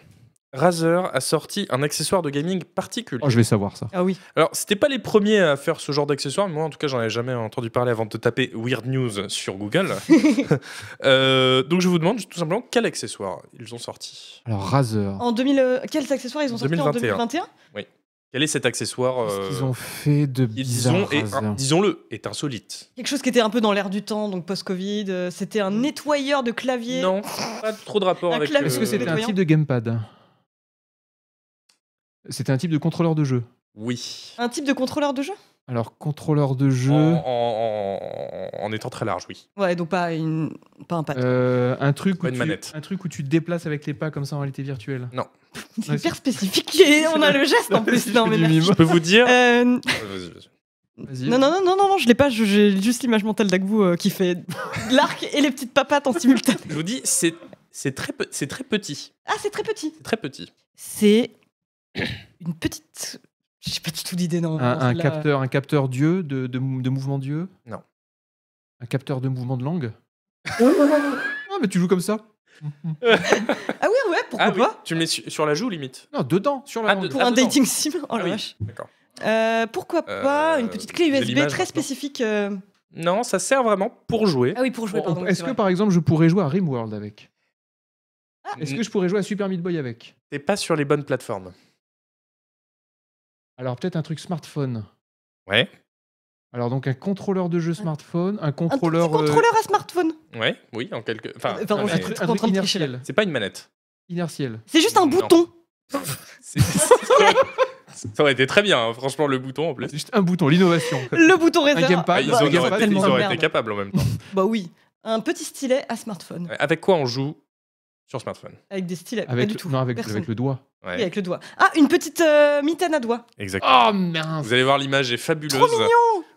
[SPEAKER 1] Razer a sorti un accessoire de gaming particulier.
[SPEAKER 3] Oh, je vais savoir ça.
[SPEAKER 2] Ah oui.
[SPEAKER 1] Alors, c'était pas les premiers à faire ce genre d'accessoire, mais moi en tout cas, j'en avais jamais entendu parler avant de taper Weird News sur Google. Euh, donc, je vous demande tout simplement quel accessoire ils ont sorti.
[SPEAKER 3] Alors, Razer.
[SPEAKER 2] En 2000, euh, quels accessoires ils ont sortis
[SPEAKER 1] 2021?
[SPEAKER 2] en 2021
[SPEAKER 1] Quel est cet accessoire euh,
[SPEAKER 3] Qu'est-ce qu'ils ont fait de
[SPEAKER 1] ils-
[SPEAKER 3] bizarre
[SPEAKER 1] disons- et-
[SPEAKER 3] Razer
[SPEAKER 1] un- Disons-le, est insolite.
[SPEAKER 2] Quelque chose qui était un peu dans l'air du temps, donc post-Covid. euh, C'était
[SPEAKER 3] Mm.
[SPEAKER 2] un nettoyeur de clavier.
[SPEAKER 1] Non, pas trop de rapport
[SPEAKER 2] Un
[SPEAKER 1] avec. euh,
[SPEAKER 2] clavier.
[SPEAKER 3] Est-ce que c'était un
[SPEAKER 2] Nettoyant.
[SPEAKER 3] type de gamepad C'était un type de contrôleur de jeu.
[SPEAKER 1] Oui.
[SPEAKER 2] Un type de contrôleur de jeu
[SPEAKER 3] Alors, contrôleur de
[SPEAKER 1] En,
[SPEAKER 3] jeu,
[SPEAKER 1] en- en- en étant très large, oui.
[SPEAKER 2] Ouais, donc pas, une... pas un pad.
[SPEAKER 3] euh, un, truc
[SPEAKER 1] Pas
[SPEAKER 3] où
[SPEAKER 1] une
[SPEAKER 3] tu,
[SPEAKER 1] manette.
[SPEAKER 3] un truc où tu te déplaces avec les pas comme ça en réalité virtuelle.
[SPEAKER 2] c'est hyper spécifique. Et on a le geste en plus. Non, mais
[SPEAKER 3] Du
[SPEAKER 2] merci.
[SPEAKER 3] mime.
[SPEAKER 1] Je peux vous dire.
[SPEAKER 2] Euh, non,
[SPEAKER 1] Euh, vas-y, vas-y.
[SPEAKER 3] Vas-y.
[SPEAKER 2] non, non, non, non, non, je l'ai pas, je- j'ai juste l'image mentale d'Agbou euh, qui fait l'arc et les petites papates en simultané.
[SPEAKER 1] Je vous dis, c'est c'est très, pe- c'est très petit.
[SPEAKER 2] Ah, c'est très petit.
[SPEAKER 1] C'est très petit.
[SPEAKER 2] c'est une petite. J'ai pas du tout d'idée, non.
[SPEAKER 3] Un, un
[SPEAKER 2] Celle-là,
[SPEAKER 3] capteur, un capteur d'yeux, de, de, mou- de mouvement d'yeux
[SPEAKER 1] Non.
[SPEAKER 3] Un capteur de mouvement de langue Ah, mais tu joues comme ça
[SPEAKER 2] euh, Ah ouais, ouais, pourquoi
[SPEAKER 1] Ah oui,
[SPEAKER 2] pas
[SPEAKER 1] tu le mets su- sur la joue limite.
[SPEAKER 3] Non, dedans, sur la
[SPEAKER 1] Ah,
[SPEAKER 3] langue.
[SPEAKER 1] de-
[SPEAKER 2] Pour
[SPEAKER 1] Ah,
[SPEAKER 2] un
[SPEAKER 1] dedans.
[SPEAKER 2] dating sim. Oh la
[SPEAKER 1] Ah oui,
[SPEAKER 2] vache.
[SPEAKER 1] D'accord.
[SPEAKER 2] Euh, pourquoi
[SPEAKER 1] Euh,
[SPEAKER 2] pas une petite clé
[SPEAKER 1] j'ai
[SPEAKER 2] USB
[SPEAKER 1] l'image
[SPEAKER 2] très
[SPEAKER 1] maintenant.
[SPEAKER 2] spécifique. euh,
[SPEAKER 1] Non, ça sert vraiment pour jouer.
[SPEAKER 2] Ah oui, pour jouer,
[SPEAKER 3] On- on-
[SPEAKER 2] pardon. oui,
[SPEAKER 3] Oh, Est-ce
[SPEAKER 2] c'est
[SPEAKER 3] que
[SPEAKER 2] vrai.
[SPEAKER 3] par exemple je pourrais jouer à Rimworld avec Est-ce
[SPEAKER 1] N-
[SPEAKER 3] que je pourrais jouer à Super Meat Boy avec
[SPEAKER 1] T'es pas sur les bonnes plateformes.
[SPEAKER 3] Alors peut-être un truc smartphone.
[SPEAKER 1] Ouais.
[SPEAKER 3] Alors donc un contrôleur de jeu smartphone, un
[SPEAKER 2] Un tout petit
[SPEAKER 3] contrôleur.
[SPEAKER 2] contrôleur,
[SPEAKER 3] euh,
[SPEAKER 2] à smartphone.
[SPEAKER 1] Ouais, oui, en quelque. Enfin,
[SPEAKER 2] Euh,
[SPEAKER 1] non,
[SPEAKER 2] pardon,
[SPEAKER 3] un
[SPEAKER 1] mais
[SPEAKER 2] j'ai-
[SPEAKER 3] truc-
[SPEAKER 2] en
[SPEAKER 3] un
[SPEAKER 2] train
[SPEAKER 3] truc
[SPEAKER 2] de tricher, là.
[SPEAKER 3] inertiel.
[SPEAKER 1] c'est pas une manette.
[SPEAKER 3] Inertiel.
[SPEAKER 2] C'est juste un
[SPEAKER 1] Non. Ah,
[SPEAKER 2] bouton.
[SPEAKER 1] C'est- ça aurait été très bien, hein, franchement, le bouton en plus.
[SPEAKER 3] C'est juste un bouton, l'innovation.
[SPEAKER 2] Le bouton réserve.
[SPEAKER 3] gamepad.
[SPEAKER 1] Ah,
[SPEAKER 3] Ah,
[SPEAKER 1] ils
[SPEAKER 2] bah,
[SPEAKER 1] auraient,
[SPEAKER 2] ils sont
[SPEAKER 1] été-
[SPEAKER 2] tellement
[SPEAKER 1] ils auraient
[SPEAKER 2] de
[SPEAKER 1] été
[SPEAKER 2] merde.
[SPEAKER 1] capables en même temps.
[SPEAKER 2] Bah oui. Un petit stylet à smartphone.
[SPEAKER 1] Avec quoi on joue sur smartphone.
[SPEAKER 2] Avec des stylets.
[SPEAKER 3] Avec,
[SPEAKER 2] pas
[SPEAKER 3] le-
[SPEAKER 2] du tout.
[SPEAKER 3] non, avec,
[SPEAKER 2] Personne.
[SPEAKER 3] avec le doigt.
[SPEAKER 1] Ouais,
[SPEAKER 2] Oui, avec le doigt. Ah, une petite euh, mitaine à doigts.
[SPEAKER 1] exact.
[SPEAKER 3] Oh mince
[SPEAKER 1] Vous allez voir, l'image est fabuleuse.
[SPEAKER 2] Trop mignon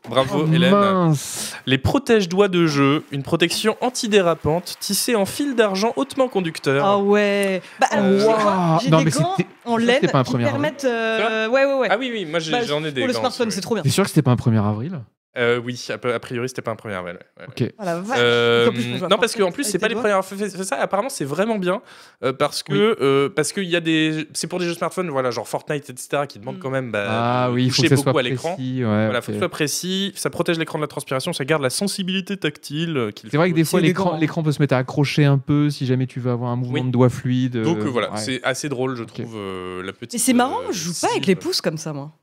[SPEAKER 1] Bravo,
[SPEAKER 3] Oh,
[SPEAKER 1] Hélène.
[SPEAKER 3] mince
[SPEAKER 1] Les protège-doigts de jeu, une protection antidérapante tissée en fil d'argent hautement conducteur.
[SPEAKER 2] Ah ouais. Bah, alors,
[SPEAKER 1] Euh,
[SPEAKER 2] tu sais quoi
[SPEAKER 3] Waouh.
[SPEAKER 2] J'ai
[SPEAKER 3] Non,
[SPEAKER 2] des
[SPEAKER 3] mais
[SPEAKER 2] gants
[SPEAKER 3] c'était-
[SPEAKER 2] en
[SPEAKER 3] ça, c'était
[SPEAKER 2] laine
[SPEAKER 3] pas un
[SPEAKER 2] qui
[SPEAKER 3] premier avril.
[SPEAKER 2] permettent. euh, ouais, ouais, ouais.
[SPEAKER 1] Ah oui, oui, moi j'ai-
[SPEAKER 2] Bah,
[SPEAKER 1] j'en ai des.
[SPEAKER 2] Pour le
[SPEAKER 1] gants,
[SPEAKER 2] smartphone,
[SPEAKER 1] oui.
[SPEAKER 2] c'est trop bien.
[SPEAKER 3] T'es sûr que c'était pas un 1er avril
[SPEAKER 1] Euh, oui, a a priori c'était pas un premier avril. ouais, ouais.
[SPEAKER 2] Ah, la vache.
[SPEAKER 1] Euh,
[SPEAKER 2] En plus, je peux jouer à
[SPEAKER 1] non parce
[SPEAKER 2] Fortnite
[SPEAKER 1] qu'en plus
[SPEAKER 2] avec
[SPEAKER 1] c'est pas
[SPEAKER 2] tes
[SPEAKER 1] les
[SPEAKER 2] doigts.
[SPEAKER 1] premières fois fait ça apparemment c'est vraiment bien euh, parce que euh, parce qu'il y a des c'est pour des jeux smartphone voilà genre Fortnite etc qui demandent
[SPEAKER 2] Mm.
[SPEAKER 1] quand même bah,
[SPEAKER 3] Ah
[SPEAKER 1] de
[SPEAKER 3] oui, il faut
[SPEAKER 1] toucher
[SPEAKER 3] que ça
[SPEAKER 1] beaucoup
[SPEAKER 3] soit
[SPEAKER 1] à l'écran
[SPEAKER 3] précis. ouais,
[SPEAKER 1] voilà faut
[SPEAKER 3] ok.
[SPEAKER 1] que ce soit précis ça protège l'écran de la transpiration ça garde la sensibilité tactile euh, qu'il
[SPEAKER 3] C'est vrai
[SPEAKER 1] faut
[SPEAKER 3] que des
[SPEAKER 2] C'est
[SPEAKER 3] fois l'écran
[SPEAKER 2] élégant.
[SPEAKER 3] l'écran peut se mettre à accrocher un peu si jamais tu veux avoir un mouvement
[SPEAKER 1] Oui.
[SPEAKER 3] de doigt fluide. euh,
[SPEAKER 1] donc euh, voilà
[SPEAKER 3] ouais.
[SPEAKER 1] c'est assez drôle je
[SPEAKER 3] Ok.
[SPEAKER 1] trouve euh, la petite
[SPEAKER 2] Mais c'est marrant,
[SPEAKER 1] euh,
[SPEAKER 2] je joue pas
[SPEAKER 1] cible.
[SPEAKER 2] avec les pouces comme ça, moi.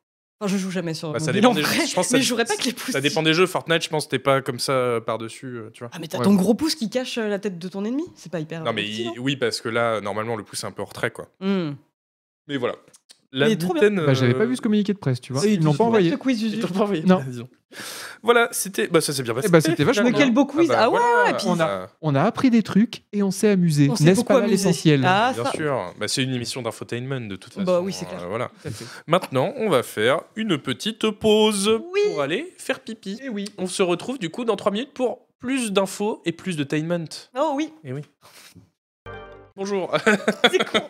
[SPEAKER 2] Enfin, je joue jamais sur.
[SPEAKER 1] Bah, ça
[SPEAKER 2] mobile,
[SPEAKER 1] dépend
[SPEAKER 2] en
[SPEAKER 1] des-
[SPEAKER 2] vrai,
[SPEAKER 1] je pense que ça-
[SPEAKER 2] mais je jouerais pas avec les pouces.
[SPEAKER 1] ça dépend des jeux Fortnite je pense t'es pas comme ça euh, par dessus euh, tu vois
[SPEAKER 2] Ah, mais t'as
[SPEAKER 3] Ouais.
[SPEAKER 2] ton gros pouce qui cache euh, la tête de ton ennemi C'est pas hyper.
[SPEAKER 1] non mais
[SPEAKER 2] utile,
[SPEAKER 1] il- oui parce que là normalement le pouce est un peu en retrait quoi
[SPEAKER 2] hein. Hmm.
[SPEAKER 1] mais voilà la
[SPEAKER 2] Mais trop bien.
[SPEAKER 1] mitaine,
[SPEAKER 3] Bah, j'avais
[SPEAKER 1] euh,
[SPEAKER 3] pas vu ce communiqué de presse, tu vois.
[SPEAKER 1] si,
[SPEAKER 3] Ils l'ont
[SPEAKER 1] tu-
[SPEAKER 3] pas envoyé.
[SPEAKER 2] Le quiz
[SPEAKER 1] Ils
[SPEAKER 2] Zuzu.
[SPEAKER 1] t'ont pas envoyé,
[SPEAKER 3] Non.
[SPEAKER 1] t'as raison. Voilà, c'était. Bah, ça s'est bien passé.
[SPEAKER 3] Eh ben, c'était vachement
[SPEAKER 2] Mais quel beau quiz. Ah ouais,
[SPEAKER 1] voilà.
[SPEAKER 2] ouais, puis-
[SPEAKER 1] On a-
[SPEAKER 3] On a appris des trucs et on s'est amusé.
[SPEAKER 2] On s'est
[SPEAKER 3] N'est-ce
[SPEAKER 2] beaucoup
[SPEAKER 3] pas là
[SPEAKER 2] amusé.
[SPEAKER 3] l'essentiel
[SPEAKER 2] Ah,
[SPEAKER 1] Bien
[SPEAKER 2] ça.
[SPEAKER 1] sûr, Bah, c'est une émission d'infotainment de toute façon.
[SPEAKER 2] Bah oui, c'est clair.
[SPEAKER 1] Euh, voilà.
[SPEAKER 3] Tout à fait.
[SPEAKER 1] Maintenant, on va faire une petite pause
[SPEAKER 2] Oui.
[SPEAKER 1] pour aller faire pipi.
[SPEAKER 3] Eh oui.
[SPEAKER 1] On se retrouve du coup dans 3 minutes pour plus d'infos et plus de tainment.
[SPEAKER 2] Oh oui,
[SPEAKER 1] Et oui. Bonjour.
[SPEAKER 2] c'est con.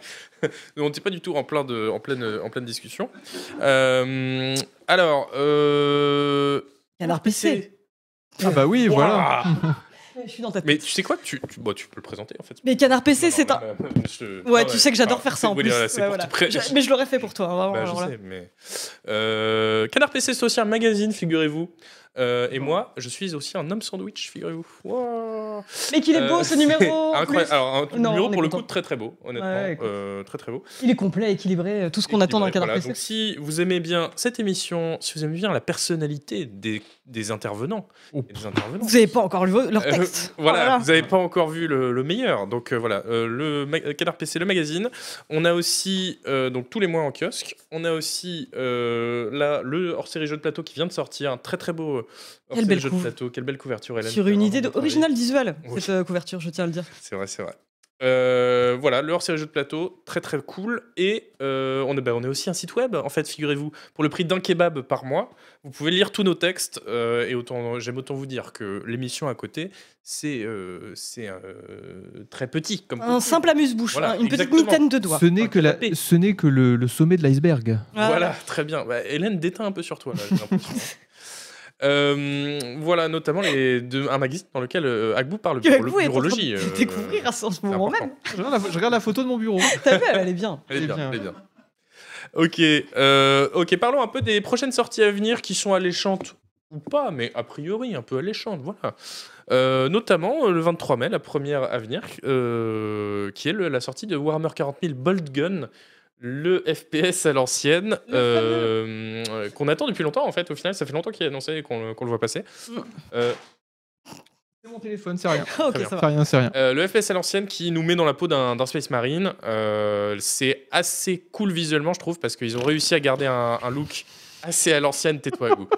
[SPEAKER 1] On n'était pas du tout en, plein de, en, pleine, en pleine discussion. Euh, alors. Euh...
[SPEAKER 2] Canard PC.
[SPEAKER 3] Ah bah oui, voilà.
[SPEAKER 1] Ouah.
[SPEAKER 2] Je suis dans ta tête.
[SPEAKER 1] Mais tu sais quoi tu, tu- bah, tu peux le présenter en fait.
[SPEAKER 2] Mais Canard PC,
[SPEAKER 1] Non,
[SPEAKER 2] c'est
[SPEAKER 1] non,
[SPEAKER 2] un.
[SPEAKER 1] mais, euh, je-
[SPEAKER 2] Ouais,
[SPEAKER 1] non,
[SPEAKER 2] tu sais que j'adore
[SPEAKER 1] Ah,
[SPEAKER 2] faire ça en
[SPEAKER 1] oui,
[SPEAKER 2] plus.
[SPEAKER 1] voilà, c'est
[SPEAKER 2] Ouais,
[SPEAKER 1] pour
[SPEAKER 2] voilà.
[SPEAKER 1] te pré-
[SPEAKER 2] Je- Mais je l'aurais fait pour toi, vraiment.
[SPEAKER 1] Bah,
[SPEAKER 2] alors
[SPEAKER 1] je
[SPEAKER 2] là.
[SPEAKER 1] sais, mais. Euh, Canard PC, c'est aussi un magazine, figurez-vous. Euh, et moi, je suis aussi un homme sandwich, figurez-vous. Wow.
[SPEAKER 2] Mais qu'il est beau
[SPEAKER 1] Euh,
[SPEAKER 2] ce numéro.
[SPEAKER 1] c'est
[SPEAKER 2] en
[SPEAKER 1] Incroyable.
[SPEAKER 2] plus.
[SPEAKER 1] Alors, un
[SPEAKER 2] Non,
[SPEAKER 1] numéro
[SPEAKER 2] on est
[SPEAKER 1] pour le
[SPEAKER 2] content.
[SPEAKER 1] coup très très beau, honnêtement.
[SPEAKER 2] Ouais, écoute.
[SPEAKER 1] Euh, très très beau.
[SPEAKER 2] Il est complet, équilibré, euh, tout ce qu'on attend d'un
[SPEAKER 1] Équilibré,
[SPEAKER 2] canard
[SPEAKER 1] voilà.
[SPEAKER 2] PC.
[SPEAKER 1] Donc, si vous aimez bien cette émission, si vous aimez bien la personnalité des, des intervenants,
[SPEAKER 3] Oh.
[SPEAKER 1] et des intervenants.
[SPEAKER 2] Vous avez pas encore lu vo- leur
[SPEAKER 1] Euh,
[SPEAKER 2] texte.
[SPEAKER 1] voilà,
[SPEAKER 2] Oh là là.
[SPEAKER 1] vous n'avez pas encore vu le, le meilleur. Donc euh, voilà, euh, le ma- euh, Canard PC, le magazine. On a aussi, euh, donc tous les mois en kiosque, on a aussi euh, là, le hors-série jeu de plateau qui vient de sortir. Un très très beau euh,
[SPEAKER 2] Quelle
[SPEAKER 1] hors-série
[SPEAKER 2] belle
[SPEAKER 1] jeu de
[SPEAKER 2] couve.
[SPEAKER 1] plateau. Quelle belle couverture, Hélène.
[SPEAKER 2] Sur
[SPEAKER 1] T'as
[SPEAKER 2] une
[SPEAKER 1] vraiment
[SPEAKER 2] idée
[SPEAKER 1] bien
[SPEAKER 2] de-
[SPEAKER 1] travaillé.
[SPEAKER 2] originale visuelle,
[SPEAKER 1] Oui.
[SPEAKER 2] cette euh, couverture, je tiens à le dire.
[SPEAKER 1] C'est vrai, c'est vrai. Euh, voilà, le hors-série jeu de plateau, très très cool. Et euh, on, a, bah, on a aussi un site web, en fait, figurez-vous. Pour le prix d'un kebab par mois, vous pouvez lire tous nos textes. euh, et autant, j'aime autant vous dire que l'émission à côté, c'est euh, c'est, euh, très petit. Comme
[SPEAKER 2] Un
[SPEAKER 1] contenu.
[SPEAKER 2] simple amuse-bouche,
[SPEAKER 1] Voilà,
[SPEAKER 2] hein, une petite
[SPEAKER 1] exactement.
[SPEAKER 2] mitaine de doigts.
[SPEAKER 3] Ce n'est
[SPEAKER 1] Faut
[SPEAKER 3] que, la,
[SPEAKER 1] taper.
[SPEAKER 3] ce n'est que le, le sommet de l'iceberg.
[SPEAKER 2] Ah,
[SPEAKER 1] Voilà, très bien. Bah, Hélène déteint un peu sur toi, là, j'ai l'impression. hein. Euh, voilà, notamment les deux- un magazine dans lequel euh, Agbou parle
[SPEAKER 2] Que
[SPEAKER 1] de
[SPEAKER 2] vous êtes en train
[SPEAKER 1] biologie.
[SPEAKER 2] de découvrir à ce moment même.
[SPEAKER 3] Je regarde, la, photo de mon bureau.
[SPEAKER 2] T'as vu, elle, elle est bien.
[SPEAKER 1] Elle est
[SPEAKER 3] C'est
[SPEAKER 1] bien,
[SPEAKER 3] bien.
[SPEAKER 1] elle est bien. Ok, euh, ok, parlons un peu des prochaines sorties à venir qui sont alléchantes ou pas, mais a priori un peu alléchantes, voilà. Euh, notamment euh, le 23 mai, la première à venir, euh, qui est le- la sortie de Warhammer 40 000 Bolt Gun, le FPS à l'ancienne,
[SPEAKER 2] Le
[SPEAKER 1] euh, euh, qu'on attend depuis longtemps en fait. Au final, ça fait longtemps qu'il est annoncé et qu'on le- qu'on le voit passer.
[SPEAKER 2] Mm.
[SPEAKER 1] Euh,
[SPEAKER 3] C'est mon téléphone, c'est rien.
[SPEAKER 2] Ah, ok,
[SPEAKER 1] bien.
[SPEAKER 2] ça
[SPEAKER 3] C'est
[SPEAKER 2] va.
[SPEAKER 3] rien, c'est rien.
[SPEAKER 1] euh, le FPS à l'ancienne qui nous met dans la peau d'un d'un Space Marine, euh, c'est assez cool visuellement, je trouve, parce qu'ils ont réussi à garder un, un look assez à l'ancienne, tais-toi à goût.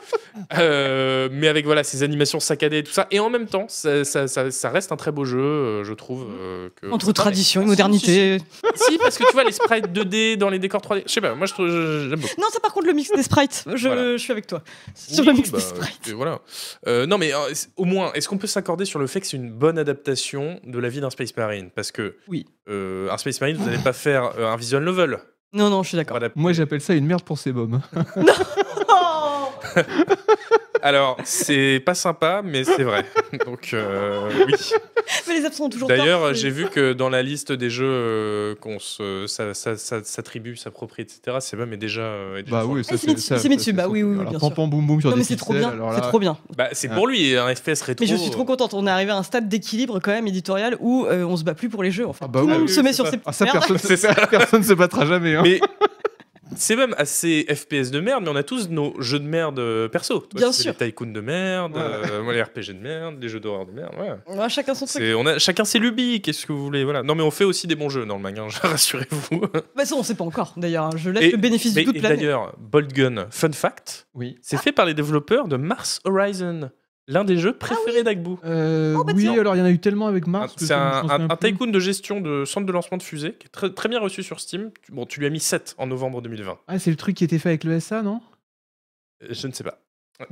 [SPEAKER 1] Euh, mais avec voilà ces animations saccadées et tout ça, et en même temps, ça, ça- ça- ça reste un très beau jeu, euh, je trouve. euh, que...
[SPEAKER 2] Entre tradition et
[SPEAKER 1] Si, si,
[SPEAKER 2] modernité.
[SPEAKER 1] Si, si, parce que tu vois les sprites 2D dans les décors 3D. Je sais pas, moi je trouve je- j'aime beaucoup.
[SPEAKER 2] Non, ça par contre, le mix des sprites, je,
[SPEAKER 1] Voilà.
[SPEAKER 2] je suis avec toi. Sur
[SPEAKER 1] Oui,
[SPEAKER 2] le mix
[SPEAKER 1] bah,
[SPEAKER 2] des sprites.
[SPEAKER 1] et voilà. Euh, non, mais euh, c'est- au moins, est-ce qu'on peut s'accorder sur le fait que c'est une bonne adaptation de la vie d'un Space Marine Parce que
[SPEAKER 2] Oui.
[SPEAKER 1] euh, un Space Marine, vous n'allez pas faire euh, un visual novel.
[SPEAKER 2] Non, non, je suis d'accord.
[SPEAKER 1] Pour adapter.
[SPEAKER 3] Moi j'appelle ça une merde pour ces bombes.
[SPEAKER 2] Oh
[SPEAKER 1] Alors, c'est pas sympa, mais c'est vrai. Donc, euh, oui.
[SPEAKER 2] Mais les absents ont toujours
[SPEAKER 1] D'ailleurs,
[SPEAKER 2] tort.
[SPEAKER 1] j'ai vu que dans la liste des jeux euh, qu'on se- ça- ça- ça- s'attribue, s'approprie, etc., c'est même est déjà. euh, est déjà
[SPEAKER 3] Bah
[SPEAKER 1] sur-
[SPEAKER 3] oui, ça
[SPEAKER 2] Ah, c'est
[SPEAKER 3] c'est
[SPEAKER 2] Mitsu- c'est Mitsu, bah oui, oui, oui, bien
[SPEAKER 3] pam,
[SPEAKER 2] sûr.
[SPEAKER 3] pam, boum boum sur
[SPEAKER 2] Non,
[SPEAKER 3] des
[SPEAKER 2] mais c'est trop
[SPEAKER 3] pixels,
[SPEAKER 2] bien.
[SPEAKER 3] alors
[SPEAKER 2] C'est
[SPEAKER 3] là-
[SPEAKER 2] trop bien.
[SPEAKER 1] Bah, c'est
[SPEAKER 3] Ah.
[SPEAKER 1] pour lui, un FPS rétro.
[SPEAKER 2] Mais je suis trop contente. On est arrivé à un stade d'équilibre quand même éditorial où euh, on se bat plus pour les jeux. Enfin,
[SPEAKER 3] Ah bah
[SPEAKER 2] tout le
[SPEAKER 3] oui,
[SPEAKER 2] monde
[SPEAKER 1] oui,
[SPEAKER 2] se met
[SPEAKER 1] c'est
[SPEAKER 2] sur
[SPEAKER 1] ça.
[SPEAKER 2] ses
[SPEAKER 3] Ah,
[SPEAKER 2] petites
[SPEAKER 3] ça,
[SPEAKER 2] merdes.
[SPEAKER 3] personne,
[SPEAKER 1] C'est ça.
[SPEAKER 3] personne se battra jamais. hein.
[SPEAKER 1] Mais c'est même assez FPS de merde, mais on a tous nos jeux de merde euh, perso. Toi,
[SPEAKER 2] Bien
[SPEAKER 1] c'est
[SPEAKER 2] sûr.
[SPEAKER 1] Les tycoons de merde,
[SPEAKER 3] Voilà.
[SPEAKER 1] euh, moi, les RPG de merde, les jeux d'horreur de merde. Ouais.
[SPEAKER 2] Ouais, chacun son truc.
[SPEAKER 1] C'est- On a, chacun ses lubies, qu'est-ce que vous voulez. Voilà. Non, mais on fait aussi des bons jeux dans le mag, hein, rassurez-vous.
[SPEAKER 2] Bah, ça, on sait pas encore. D'ailleurs, hein. je laisse
[SPEAKER 1] Et-
[SPEAKER 2] le bénéfice
[SPEAKER 1] Mais-
[SPEAKER 2] du doute
[SPEAKER 1] et
[SPEAKER 2] planer.
[SPEAKER 1] d'ailleurs, Bolt Gun, fun fact,
[SPEAKER 3] Oui.
[SPEAKER 1] c'est fait par les développeurs de Mars Horizon. L'un des jeux
[SPEAKER 2] Ah
[SPEAKER 1] préférés d'Agbu.
[SPEAKER 3] Euh,
[SPEAKER 2] Oh, bah
[SPEAKER 3] oui,
[SPEAKER 2] tiens.
[SPEAKER 3] alors il y en a eu tellement avec
[SPEAKER 1] Un-
[SPEAKER 3] Mars. Ah, que
[SPEAKER 1] Ah, C'est
[SPEAKER 3] je- je
[SPEAKER 1] un,
[SPEAKER 3] m'en
[SPEAKER 1] un-
[SPEAKER 3] souviens
[SPEAKER 1] un
[SPEAKER 3] plus.
[SPEAKER 1] tycoon de gestion de centre de lancement de fusée qui est très, très bien reçu sur Steam. Tu- Bon, tu lui as mis 7 en novembre 2020.
[SPEAKER 3] Ah, c'est le truc qui était fait avec le SA, non
[SPEAKER 1] Euh, Je ne sais pas.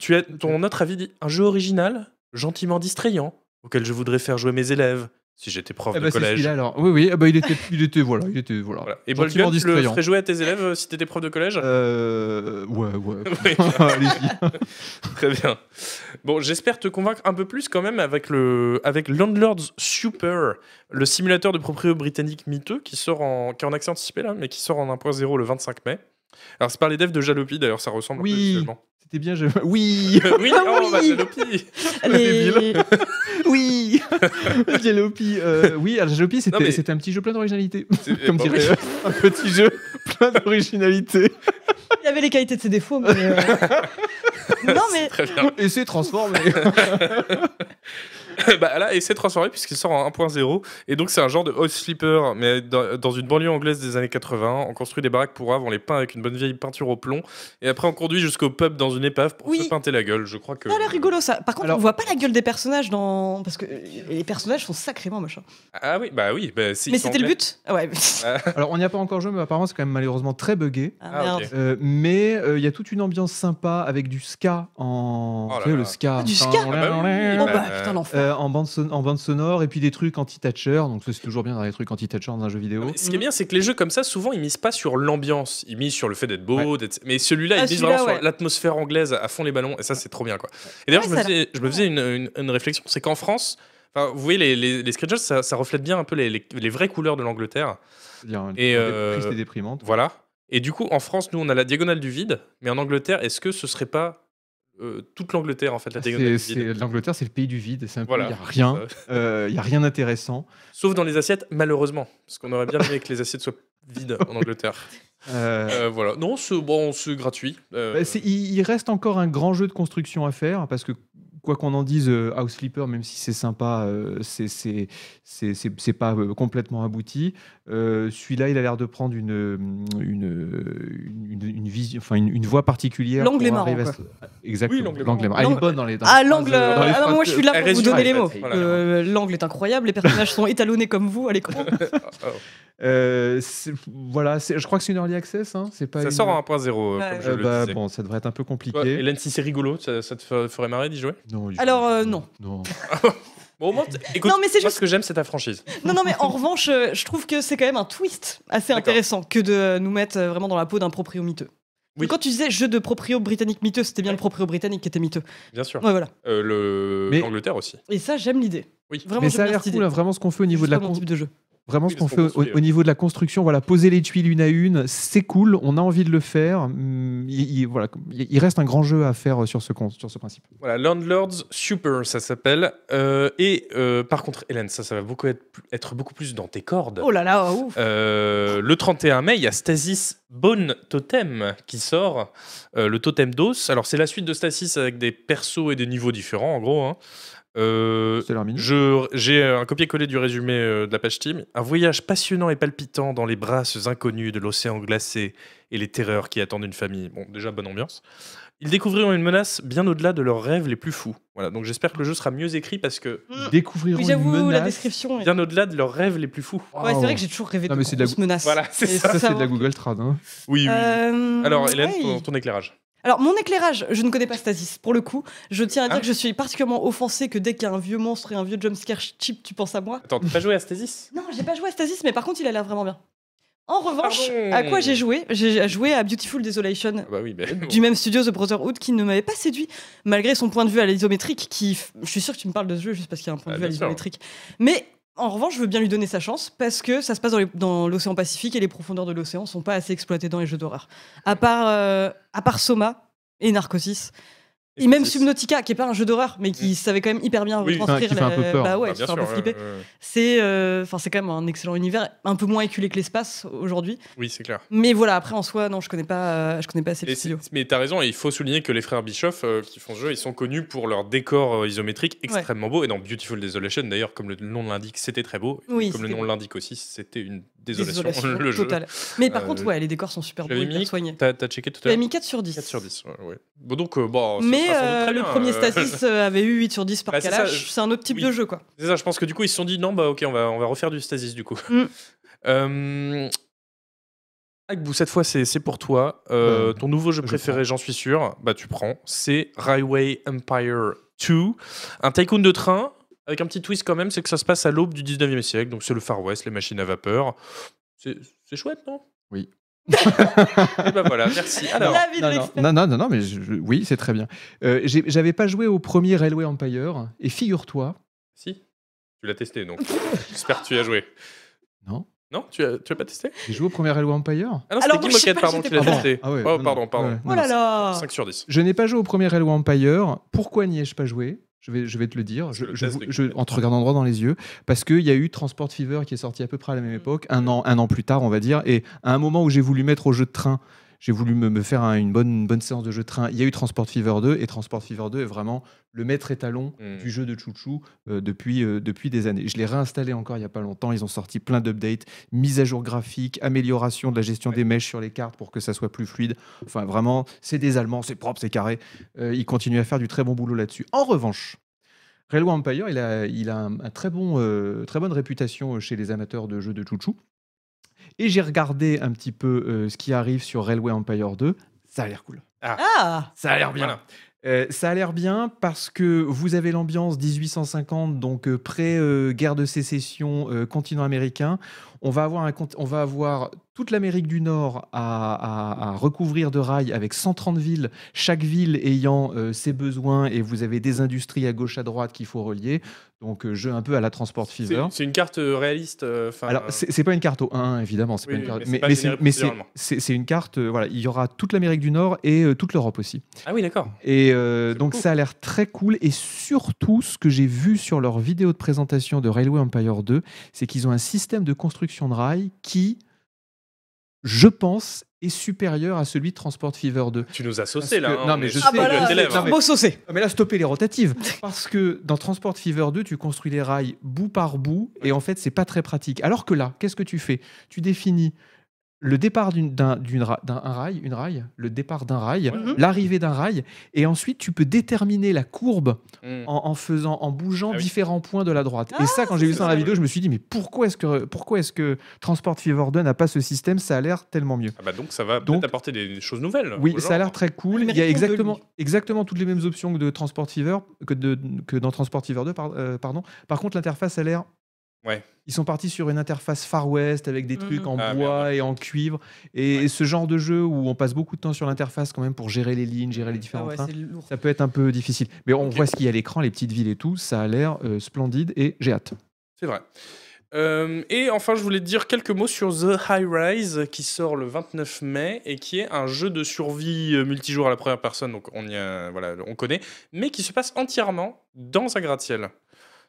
[SPEAKER 1] Tu as, ton autre avis dit un jeu original, gentiment distrayant, auquel je voudrais faire jouer mes élèves si j'étais prof
[SPEAKER 3] Eh
[SPEAKER 1] de
[SPEAKER 3] bah, c'est
[SPEAKER 1] collège.
[SPEAKER 3] celui-là alors. Oui, oui, ah bah, il, était, il était, voilà, il était, voilà.
[SPEAKER 1] Voilà. Et
[SPEAKER 3] Gentiment
[SPEAKER 1] Bolgun, tu le
[SPEAKER 3] distrayant.
[SPEAKER 1] ferais jouer à tes élèves euh, si t'étais prof de collège
[SPEAKER 3] Euh, ouais, ouais.
[SPEAKER 1] Oui.
[SPEAKER 3] Allez-y.
[SPEAKER 1] Très bien. Bon, j'espère te convaincre un peu plus quand même avec, le, avec Landlords Super, le simulateur de proprio britannique miteux qui sort en, qui est en accès anticipé là, mais qui sort en 1.0 le 25 mai. Alors c'est par les devs de Jalopi d'ailleurs, ça ressemble un peu
[SPEAKER 3] Oui.
[SPEAKER 1] visuellement.
[SPEAKER 3] C'était bien, je... Oui
[SPEAKER 1] Euh, oui, oh,
[SPEAKER 2] Oui.
[SPEAKER 1] bah, Jalopi
[SPEAKER 2] Les-
[SPEAKER 3] Oui Jalopi, euh, oui, alors Jalopi, c'était
[SPEAKER 1] mais-
[SPEAKER 3] c'était un petit jeu plein d'originalité.
[SPEAKER 1] C'est-
[SPEAKER 3] Comme
[SPEAKER 1] bah,
[SPEAKER 3] dirait un petit jeu plein d'originalité.
[SPEAKER 2] Il avait les qualités de ses défauts, mais. euh, non, mais.
[SPEAKER 1] euh, Très bien.
[SPEAKER 3] Et c'est transformé.
[SPEAKER 1] bah, là, et c'est transformé puisqu'il sort en 1.0. Et donc, c'est un genre de house slipper, mais dans, dans une banlieue anglaise des années 80. On construit des baraques pour Havre, on les peint avec une bonne vieille peinture au plomb. Et après, on conduit jusqu'au pub dans une épave pour
[SPEAKER 2] Oui.
[SPEAKER 1] se peinter la gueule. Je crois que.
[SPEAKER 2] Ça a l'air rigolo ça. Par contre,
[SPEAKER 3] Alors-
[SPEAKER 2] on voit pas la gueule des personnages dans. Parce que euh, les personnages sont sacrément moches. hein.
[SPEAKER 1] Ah oui, bah oui. Bah, si,
[SPEAKER 2] Mais
[SPEAKER 1] ils sont
[SPEAKER 2] c'était le
[SPEAKER 1] anglais.
[SPEAKER 2] but Ah ouais.
[SPEAKER 3] Alors, on n'y a pas encore joué, mais apparemment, c'est quand même malheureusement très buggé.
[SPEAKER 2] Ah,
[SPEAKER 1] Ah,
[SPEAKER 2] merde.
[SPEAKER 1] ok.
[SPEAKER 3] Euh, mais euh, il y a toute une ambiance sympa avec du ska en.
[SPEAKER 1] Oh là
[SPEAKER 3] Vous savez,
[SPEAKER 1] là.
[SPEAKER 3] le ska.
[SPEAKER 2] Ah, du ska
[SPEAKER 3] Tin,
[SPEAKER 1] Ah bah oui.
[SPEAKER 3] lin,
[SPEAKER 2] Oh
[SPEAKER 3] lin.
[SPEAKER 2] bah
[SPEAKER 1] Euh,
[SPEAKER 2] putain, l'enfer.
[SPEAKER 3] Euh, en, bande son- en bande sonore et puis des trucs anti-Thatcher. Donc, ça, c'est toujours bien dans les trucs anti-Thatcher dans un jeu vidéo.
[SPEAKER 1] Ah, Mais Ce qui est bien, c'est que les jeux comme ça, souvent, ils misent pas sur l'ambiance. Ils misent sur le fait d'être beau. d'être- Mais celui-là, ils
[SPEAKER 2] Ah,
[SPEAKER 1] misent
[SPEAKER 2] celui-là,
[SPEAKER 1] vraiment
[SPEAKER 2] ouais.
[SPEAKER 1] sur l'atmosphère anglaise à fond les ballons. Et ça, c'est trop bien, quoi. Et d'ailleurs,
[SPEAKER 2] Ouais,
[SPEAKER 1] je, me
[SPEAKER 2] ça a
[SPEAKER 1] faisais- je me faisais une, une- une réflexion. C'est qu'en France, enfin, vous voyez, les, les, les screenshots, ça, ça reflète bien un peu les- les- les vraies couleurs de l'Angleterre.
[SPEAKER 3] C'est-à-dire, une-
[SPEAKER 1] Et, euh,
[SPEAKER 3] triste et déprimante.
[SPEAKER 1] Voilà. Et du coup, en France, nous, on a la diagonale du vide, mais en Angleterre, est-ce que ce serait pas euh, toute l'Angleterre, en fait, la diagonale
[SPEAKER 3] C'est-
[SPEAKER 1] du vide
[SPEAKER 3] c'est- L'Angleterre, c'est le pays du vide. C'est un
[SPEAKER 1] Voilà.
[SPEAKER 3] pays, il n'y a rien.
[SPEAKER 1] Euh,
[SPEAKER 3] euh, Il y a rien d'intéressant.
[SPEAKER 1] Sauf dans les assiettes, malheureusement, parce qu'on aurait bien aimé que les assiettes soient vides en Angleterre.
[SPEAKER 3] Euh,
[SPEAKER 1] Euh, voilà. Non, c'est bon, c'est gratuit. Euh,
[SPEAKER 3] Bah, c'est- il, il reste encore un grand jeu de construction à faire parce que quoi qu'on en dise, euh, House Flipper, même si c'est sympa, euh, c'est- c'est c'est- c'est- c'est pas euh, complètement abouti. Euh, Celui-là, il a l'air de prendre une euh, une, euh, une, une- une vision, enfin une, une voie particulière.
[SPEAKER 2] L'angle
[SPEAKER 3] pour
[SPEAKER 2] est marrant,
[SPEAKER 3] arriver à ce- Exactement.
[SPEAKER 1] Oui, l'angle est
[SPEAKER 3] l'angle est
[SPEAKER 1] marrant.
[SPEAKER 3] marrant. Elle est
[SPEAKER 2] L'angle-
[SPEAKER 3] bonne dans les. dans les
[SPEAKER 2] Ah,
[SPEAKER 3] phrases,
[SPEAKER 2] l'angle.
[SPEAKER 3] euh, dans
[SPEAKER 2] ah
[SPEAKER 3] les
[SPEAKER 2] non,
[SPEAKER 3] phrases
[SPEAKER 2] moi je suis là
[SPEAKER 1] Elle
[SPEAKER 2] pour vous
[SPEAKER 1] résume,
[SPEAKER 2] donner
[SPEAKER 1] en
[SPEAKER 2] les
[SPEAKER 1] fait.
[SPEAKER 2] mots.
[SPEAKER 1] Voilà.
[SPEAKER 2] Euh, L'angle est incroyable, les personnages sont étalonnés comme vous à l'écran.
[SPEAKER 1] oh,
[SPEAKER 3] Euh, c'est- voilà, c'est- je crois que c'est une early access. hein, c'est pas.
[SPEAKER 1] ça
[SPEAKER 3] une-
[SPEAKER 1] sort en 1.0, euh,
[SPEAKER 2] Ouais.
[SPEAKER 1] comme je
[SPEAKER 3] Euh,
[SPEAKER 1] le
[SPEAKER 3] bah,
[SPEAKER 1] disais.
[SPEAKER 3] bon, ça devrait être un peu
[SPEAKER 1] Toi,
[SPEAKER 3] compliqué.
[SPEAKER 1] Hélène, si c'est rigolo, ça, ça te fe- ferait marrer d'y jouer
[SPEAKER 3] Non, il-
[SPEAKER 2] Alors, euh, non.
[SPEAKER 3] Non.
[SPEAKER 1] Bon, au moins, t- écoute,
[SPEAKER 2] Non, mais c'est
[SPEAKER 1] moi,
[SPEAKER 2] juste-
[SPEAKER 1] ce que j'aime, c'est ta franchise.
[SPEAKER 2] Non, non, mais en revanche, euh, je trouve que c'est quand même un twist assez
[SPEAKER 1] D'accord.
[SPEAKER 2] intéressant que de nous mettre euh, vraiment dans la peau d'un proprio miteux.
[SPEAKER 1] Oui.
[SPEAKER 2] Quand tu disais jeu de proprio britannique miteux, c'était bien le proprio britannique qui était miteux.
[SPEAKER 1] Bien sûr.
[SPEAKER 2] Ouais, voilà.
[SPEAKER 1] Euh, le-
[SPEAKER 3] Mais-
[SPEAKER 1] L'Angleterre aussi.
[SPEAKER 2] Et ça, j'aime l'idée.
[SPEAKER 1] Oui.
[SPEAKER 2] Vraiment,
[SPEAKER 3] Mais
[SPEAKER 2] j'aime
[SPEAKER 3] ça a
[SPEAKER 2] bien
[SPEAKER 3] l'air
[SPEAKER 2] cette idée.
[SPEAKER 3] cool, hein, vraiment ce qu'on fait au niveau de la
[SPEAKER 2] Justement,
[SPEAKER 3] con-
[SPEAKER 2] type de jeu.
[SPEAKER 3] Vraiment,
[SPEAKER 1] Oui,
[SPEAKER 3] ce qu'on
[SPEAKER 1] parce qu'on
[SPEAKER 3] fait au,
[SPEAKER 1] construit,
[SPEAKER 3] au niveau de la construction, voilà, poser les tuiles une à une, c'est cool, on a envie de le faire. hum, Il, il- voilà, il il reste un grand jeu à faire euh, sur ce, con- sur ce principe.
[SPEAKER 1] Voilà, Landlords Super, ça s'appelle. Euh, et euh, par contre, Hélène, ça, ça va beaucoup être, être beaucoup plus dans tes cordes.
[SPEAKER 2] Oh là là, oh, ouf.
[SPEAKER 1] Euh, le 31 mai, il y a Stasis Bone Totem qui sort, euh, le totem d'os. Alors, c'est la suite de Stasis avec des persos et des niveaux différents, en gros. hein. Euh,
[SPEAKER 3] C'est leur mini.
[SPEAKER 1] je- J'ai euh, un copier-coller du résumé euh, de la page Team. Un voyage passionnant et palpitant dans les brasses inconnues de l'océan glacé et les terreurs qui attendent une famille. Bon, déjà, bonne ambiance. Ils découvriront une menace bien au-delà de leurs rêves les plus fous. Voilà, donc j'espère que le jeu sera mieux écrit parce que
[SPEAKER 2] Mm.
[SPEAKER 3] Découvriront
[SPEAKER 2] Oui,
[SPEAKER 3] une
[SPEAKER 2] j'avoue,
[SPEAKER 3] menace.
[SPEAKER 2] la description. est-
[SPEAKER 1] bien au-delà de leurs rêves les plus fous.
[SPEAKER 2] Ouais, c'est vrai
[SPEAKER 3] Waouh.
[SPEAKER 2] que j'ai toujours rêvé
[SPEAKER 3] Non, mais c'est de
[SPEAKER 2] de
[SPEAKER 3] la
[SPEAKER 2] grosses menaces.
[SPEAKER 1] Voilà, c'est
[SPEAKER 2] Et
[SPEAKER 1] ça.
[SPEAKER 3] Ça, c'est de la
[SPEAKER 2] savoir-
[SPEAKER 3] Google Trad. hein.
[SPEAKER 1] Oui, oui, oui.
[SPEAKER 2] Euh,
[SPEAKER 1] Alors, Hélène,
[SPEAKER 2] ouais.
[SPEAKER 1] ton- ton éclairage.
[SPEAKER 2] Alors, mon éclairage, je ne connais pas Stasis, pour le coup. Je tiens à dire
[SPEAKER 1] Ah.
[SPEAKER 2] que je suis particulièrement offensée que dès qu'il y a un vieux monstre et un vieux jumpscare cheap, tu penses à moi.
[SPEAKER 1] Attends, t'as pas joué à Stasis
[SPEAKER 2] Non, j'ai pas joué à Stasis, mais par contre, il a l'air vraiment bien. En
[SPEAKER 1] Ah
[SPEAKER 2] revanche,
[SPEAKER 1] Pardon.
[SPEAKER 2] à quoi j'ai joué J'ai joué à Beautiful Desolation.
[SPEAKER 1] Bah oui, mais.
[SPEAKER 2] Du même studio The Brotherhood qui ne m'avait pas séduit malgré son point de vue à l'isométrique qui f- je suis sûr que tu me parles de ce jeu juste parce qu'il y a un point de
[SPEAKER 1] Ah,
[SPEAKER 2] vue à
[SPEAKER 1] bien sûr.
[SPEAKER 2] l'isométrique mais en revanche je veux bien lui donner sa chance parce que ça se passe dans les- dans l'océan Pacifique et les profondeurs de l'océan sont pas assez exploitées dans les jeux d'horreur à part euh, à part Soma et Narcosis et même Subnautica qui est pas un jeu d'horreur mais qui savait quand même hyper bien
[SPEAKER 1] Mm. Oui,
[SPEAKER 2] retranscrire
[SPEAKER 3] qui fait un
[SPEAKER 2] la-
[SPEAKER 3] peu peur.
[SPEAKER 2] bah
[SPEAKER 1] Bah,
[SPEAKER 2] ouais
[SPEAKER 1] bien
[SPEAKER 2] qui fait un
[SPEAKER 1] sûr,
[SPEAKER 2] peu
[SPEAKER 1] ouais,
[SPEAKER 2] flipper
[SPEAKER 1] ouais, ouais.
[SPEAKER 2] c'est euh, enfin c'est quand même un excellent univers un peu moins éculé que l'espace aujourd'hui
[SPEAKER 1] Oui, c'est clair.
[SPEAKER 2] mais voilà après en soi non je connais pas euh, je connais pas assez le
[SPEAKER 1] Et
[SPEAKER 2] studio
[SPEAKER 1] c'est- mais t'as raison, il faut souligner que les frères Bischoff euh, qui font ce jeu, ils sont connus pour leur décor euh, isométrique extrêmement beau. Et dans Beautiful Desolation, d'ailleurs, comme le nom l'indique, c'était très beau. Et
[SPEAKER 2] Oui,
[SPEAKER 1] comme le
[SPEAKER 2] c'était
[SPEAKER 1] nom
[SPEAKER 2] beau.
[SPEAKER 1] l'indique aussi, c'était une désolation,
[SPEAKER 2] Désolation
[SPEAKER 1] le jeu.
[SPEAKER 2] totale. Mais par
[SPEAKER 1] Euh,
[SPEAKER 2] contre, ouais, les décors sont super beaux,
[SPEAKER 1] j'avais mis
[SPEAKER 2] hyper soignés.
[SPEAKER 1] T'as t'as checké tout à
[SPEAKER 2] J'avais
[SPEAKER 1] l'heure
[SPEAKER 2] mis 4 sur 10.
[SPEAKER 1] 4 sur 10, ouais, ouais. Bon, donc, euh, bon, ce
[SPEAKER 2] Mais
[SPEAKER 1] sera sans doute
[SPEAKER 2] euh,
[SPEAKER 1] très
[SPEAKER 2] le
[SPEAKER 1] bien,
[SPEAKER 2] premier
[SPEAKER 1] euh,
[SPEAKER 2] Stasis euh, avait eu 8 sur 10 par
[SPEAKER 1] Bah, c'est ça,
[SPEAKER 2] Kalash.
[SPEAKER 1] je-
[SPEAKER 2] C'est un autre type
[SPEAKER 1] oui.
[SPEAKER 2] de jeu, quoi.
[SPEAKER 1] C'est ça, je pense que du coup, ils se sont dit non, bah ok, on va, on va refaire du stasis du coup.
[SPEAKER 2] Mm.
[SPEAKER 1] Euh, Agbou, cette fois, c'est c'est pour toi. Euh,
[SPEAKER 3] Euh,
[SPEAKER 1] ton nouveau jeu
[SPEAKER 3] je
[SPEAKER 1] préféré, j'en suis sûr, bah tu prends, c'est Railway Empire 2, un tycoon de train. Avec un petit twist quand même, c'est que ça se passe à l'aube du 19e siècle, donc c'est le Far West, les machines à vapeur. C'est c'est chouette, non
[SPEAKER 3] Oui.
[SPEAKER 1] Et bah voilà, merci. Alors,
[SPEAKER 2] La vie de
[SPEAKER 3] Non,
[SPEAKER 2] l'expert.
[SPEAKER 3] non, non, non, non, non, mais je- je- oui, c'est très bien. Euh, j'ai- J'avais pas joué au premier Railway Empire, et figure-toi,
[SPEAKER 1] si, tu l'as testé, donc j'espère que tu y as joué.
[SPEAKER 3] non,
[SPEAKER 1] Non, tu as, tu as pas testé
[SPEAKER 3] j'ai joué au premier Railway Empire.
[SPEAKER 1] Ah non,
[SPEAKER 2] Alors,
[SPEAKER 1] c'était Guy
[SPEAKER 2] moi, je sais
[SPEAKER 1] Moquette,
[SPEAKER 2] pas,
[SPEAKER 1] pardon,
[SPEAKER 2] j'étais
[SPEAKER 1] qui l'a
[SPEAKER 2] pas là.
[SPEAKER 1] testé.
[SPEAKER 3] Ah ouais,
[SPEAKER 1] oh,
[SPEAKER 3] non,
[SPEAKER 1] pardon,
[SPEAKER 3] non,
[SPEAKER 1] pardon.
[SPEAKER 3] ouais, non,
[SPEAKER 2] Oh là
[SPEAKER 3] non,
[SPEAKER 2] là
[SPEAKER 1] 5 sur 10.
[SPEAKER 3] Je n'ai pas joué au premier Railway Empire. Pourquoi n'y ai-je pas joué je vais, je vais te le dire, je,
[SPEAKER 1] Le
[SPEAKER 3] je
[SPEAKER 1] test
[SPEAKER 3] vous-
[SPEAKER 1] de qui
[SPEAKER 3] je- en te regardant droit dans les yeux, parce qu'il y a eu Transport Fever qui est sorti à peu près à la même époque, un an, un an plus tard, on va dire, et à un moment où j'ai voulu mettre au jeu de train, j'ai voulu me, me faire un- une, bonne, une bonne séance de jeu de train, il y a eu Transport Fever 2, et Transport Fever 2 est vraiment le maître étalon
[SPEAKER 1] Mm.
[SPEAKER 3] du jeu de Chouchou euh, depuis, euh, depuis des années. Je l'ai réinstallé encore il n'y a pas longtemps, ils ont sorti plein d'updates, mise à jour graphique, amélioration de la gestion des mèches sur les cartes pour que ça soit plus fluide. Enfin, vraiment, c'est des Allemands, c'est propre, c'est carré. Euh, il continue à faire du très bon boulot là-dessus. En revanche, Railway Empire, il a, il a un, un très bon, euh, très bonne réputation chez les amateurs de jeux de chouchou. Et j'ai regardé un petit peu euh, ce qui arrive sur Railway Empire 2. Ça a l'air cool.
[SPEAKER 2] Ah
[SPEAKER 3] Ça a l'air bien.
[SPEAKER 1] Voilà.
[SPEAKER 3] Euh, ça a l'air bien parce que vous avez l'ambiance 1850, donc euh, pré-guerre de sécession, euh, continent américain. On va avoir, un, cont- on va avoir toute l'Amérique du Nord à, à- à recouvrir de rails avec 130 villes, chaque ville ayant euh, ses besoins et vous avez des industries à gauche, à droite qu'il faut relier. Donc euh, jeu un peu à la Transport
[SPEAKER 1] C'est
[SPEAKER 3] Fever.
[SPEAKER 1] c'est une carte euh, réaliste. euh, 'fin,
[SPEAKER 3] hein. Alors,
[SPEAKER 1] euh,
[SPEAKER 3] c'est c'est pas une carte au 1, évidemment. c'est
[SPEAKER 1] Oui,
[SPEAKER 3] pas une
[SPEAKER 1] oui,
[SPEAKER 3] carte-
[SPEAKER 1] mais c'est
[SPEAKER 3] mais-
[SPEAKER 1] pas
[SPEAKER 3] mais
[SPEAKER 1] généré
[SPEAKER 3] c'est- mais c'est-
[SPEAKER 1] procéduralement.
[SPEAKER 3] c'est c'est une carte, euh, voilà, il y aura toute l'Amérique du Nord et euh, toute l'Europe aussi.
[SPEAKER 1] Ah oui, d'accord.
[SPEAKER 3] Et euh,
[SPEAKER 1] C'est
[SPEAKER 3] donc
[SPEAKER 1] beaucoup.
[SPEAKER 3] ça a l'air très cool et surtout ce que j'ai vu sur leur vidéo de présentation de Railway Empire 2, c'est qu'ils ont un système de construction de rails qui, je pense, est supérieur à celui de Transport Fever 2.
[SPEAKER 1] Tu nous as saucé
[SPEAKER 3] Parce
[SPEAKER 1] là.
[SPEAKER 3] que-
[SPEAKER 1] hein,
[SPEAKER 3] non,
[SPEAKER 1] on
[SPEAKER 3] mais
[SPEAKER 1] est
[SPEAKER 3] je
[SPEAKER 1] sur
[SPEAKER 2] Ah
[SPEAKER 3] sais,
[SPEAKER 1] le
[SPEAKER 2] bah
[SPEAKER 3] je
[SPEAKER 1] gueule
[SPEAKER 2] là,
[SPEAKER 3] sais,
[SPEAKER 1] d'élève,
[SPEAKER 3] non,
[SPEAKER 1] hein.
[SPEAKER 2] beau saucé
[SPEAKER 3] Ah, Mais là, stoppez les rotatives. Parce que dans Transport Fever 2, tu construis les rails bout par bout et en fait, c'est pas très pratique. Alors que là, qu'est-ce que tu fais Tu définis le départ d'une- d'un d'une ra- d'un un rail, une rail, le départ d'un rail,
[SPEAKER 2] Mhm.
[SPEAKER 1] Ouais.
[SPEAKER 3] l'arrivée d'un rail, et ensuite tu peux déterminer la courbe
[SPEAKER 1] Mm.
[SPEAKER 3] en, en faisant, en bougeant
[SPEAKER 1] Ah oui.
[SPEAKER 3] différents points de la droite.
[SPEAKER 2] Ah,
[SPEAKER 3] et ça, quand j'ai vu
[SPEAKER 1] c'est
[SPEAKER 3] ça dans la
[SPEAKER 1] ça.
[SPEAKER 3] vidéo, je me suis dit, mais pourquoi est-ce que, pourquoi est-ce que Transport Fever 2 n'a pas ce système Ça a l'air tellement mieux.
[SPEAKER 1] Ah bah donc ça va
[SPEAKER 3] Donc-
[SPEAKER 1] peut-être apporter des choses nouvelles.
[SPEAKER 3] Oui,
[SPEAKER 1] au
[SPEAKER 3] ça a
[SPEAKER 1] genre.
[SPEAKER 3] l'air très cool.
[SPEAKER 2] Elle
[SPEAKER 3] Il y
[SPEAKER 2] mérite
[SPEAKER 3] a
[SPEAKER 2] qu'on
[SPEAKER 3] exactement,
[SPEAKER 2] le lise.
[SPEAKER 3] exactement toutes les mêmes options que, de Transport Fever, que, de, que dans Transport Fever 2. Par, euh, pardon. par contre, l'interface a l'air.
[SPEAKER 1] Ouais.
[SPEAKER 3] Ils sont partis sur une interface Far West avec des trucs
[SPEAKER 2] Mhm.
[SPEAKER 3] en
[SPEAKER 1] Ah,
[SPEAKER 3] bois et en cuivre. Et
[SPEAKER 1] Ouais.
[SPEAKER 3] ce genre de jeu où on passe beaucoup de temps sur l'interface quand même pour gérer les lignes, gérer les
[SPEAKER 2] Ah
[SPEAKER 3] différents
[SPEAKER 2] ouais,
[SPEAKER 3] trains,
[SPEAKER 2] c'est lourd.
[SPEAKER 3] ça peut être un peu difficile. Mais on
[SPEAKER 1] Ok.
[SPEAKER 3] voit ce qu'il y a à l'écran, les petites villes et tout. Ça a l'air euh, splendide et j'ai hâte.
[SPEAKER 1] C'est vrai. Euh, et enfin, je voulais te dire quelques mots sur The High Rise qui sort le 29 mai et qui est un jeu de survie euh, multijoueur à la première personne, donc on y a- voilà, on connaît, mais qui se passe entièrement dans un gratte-ciel.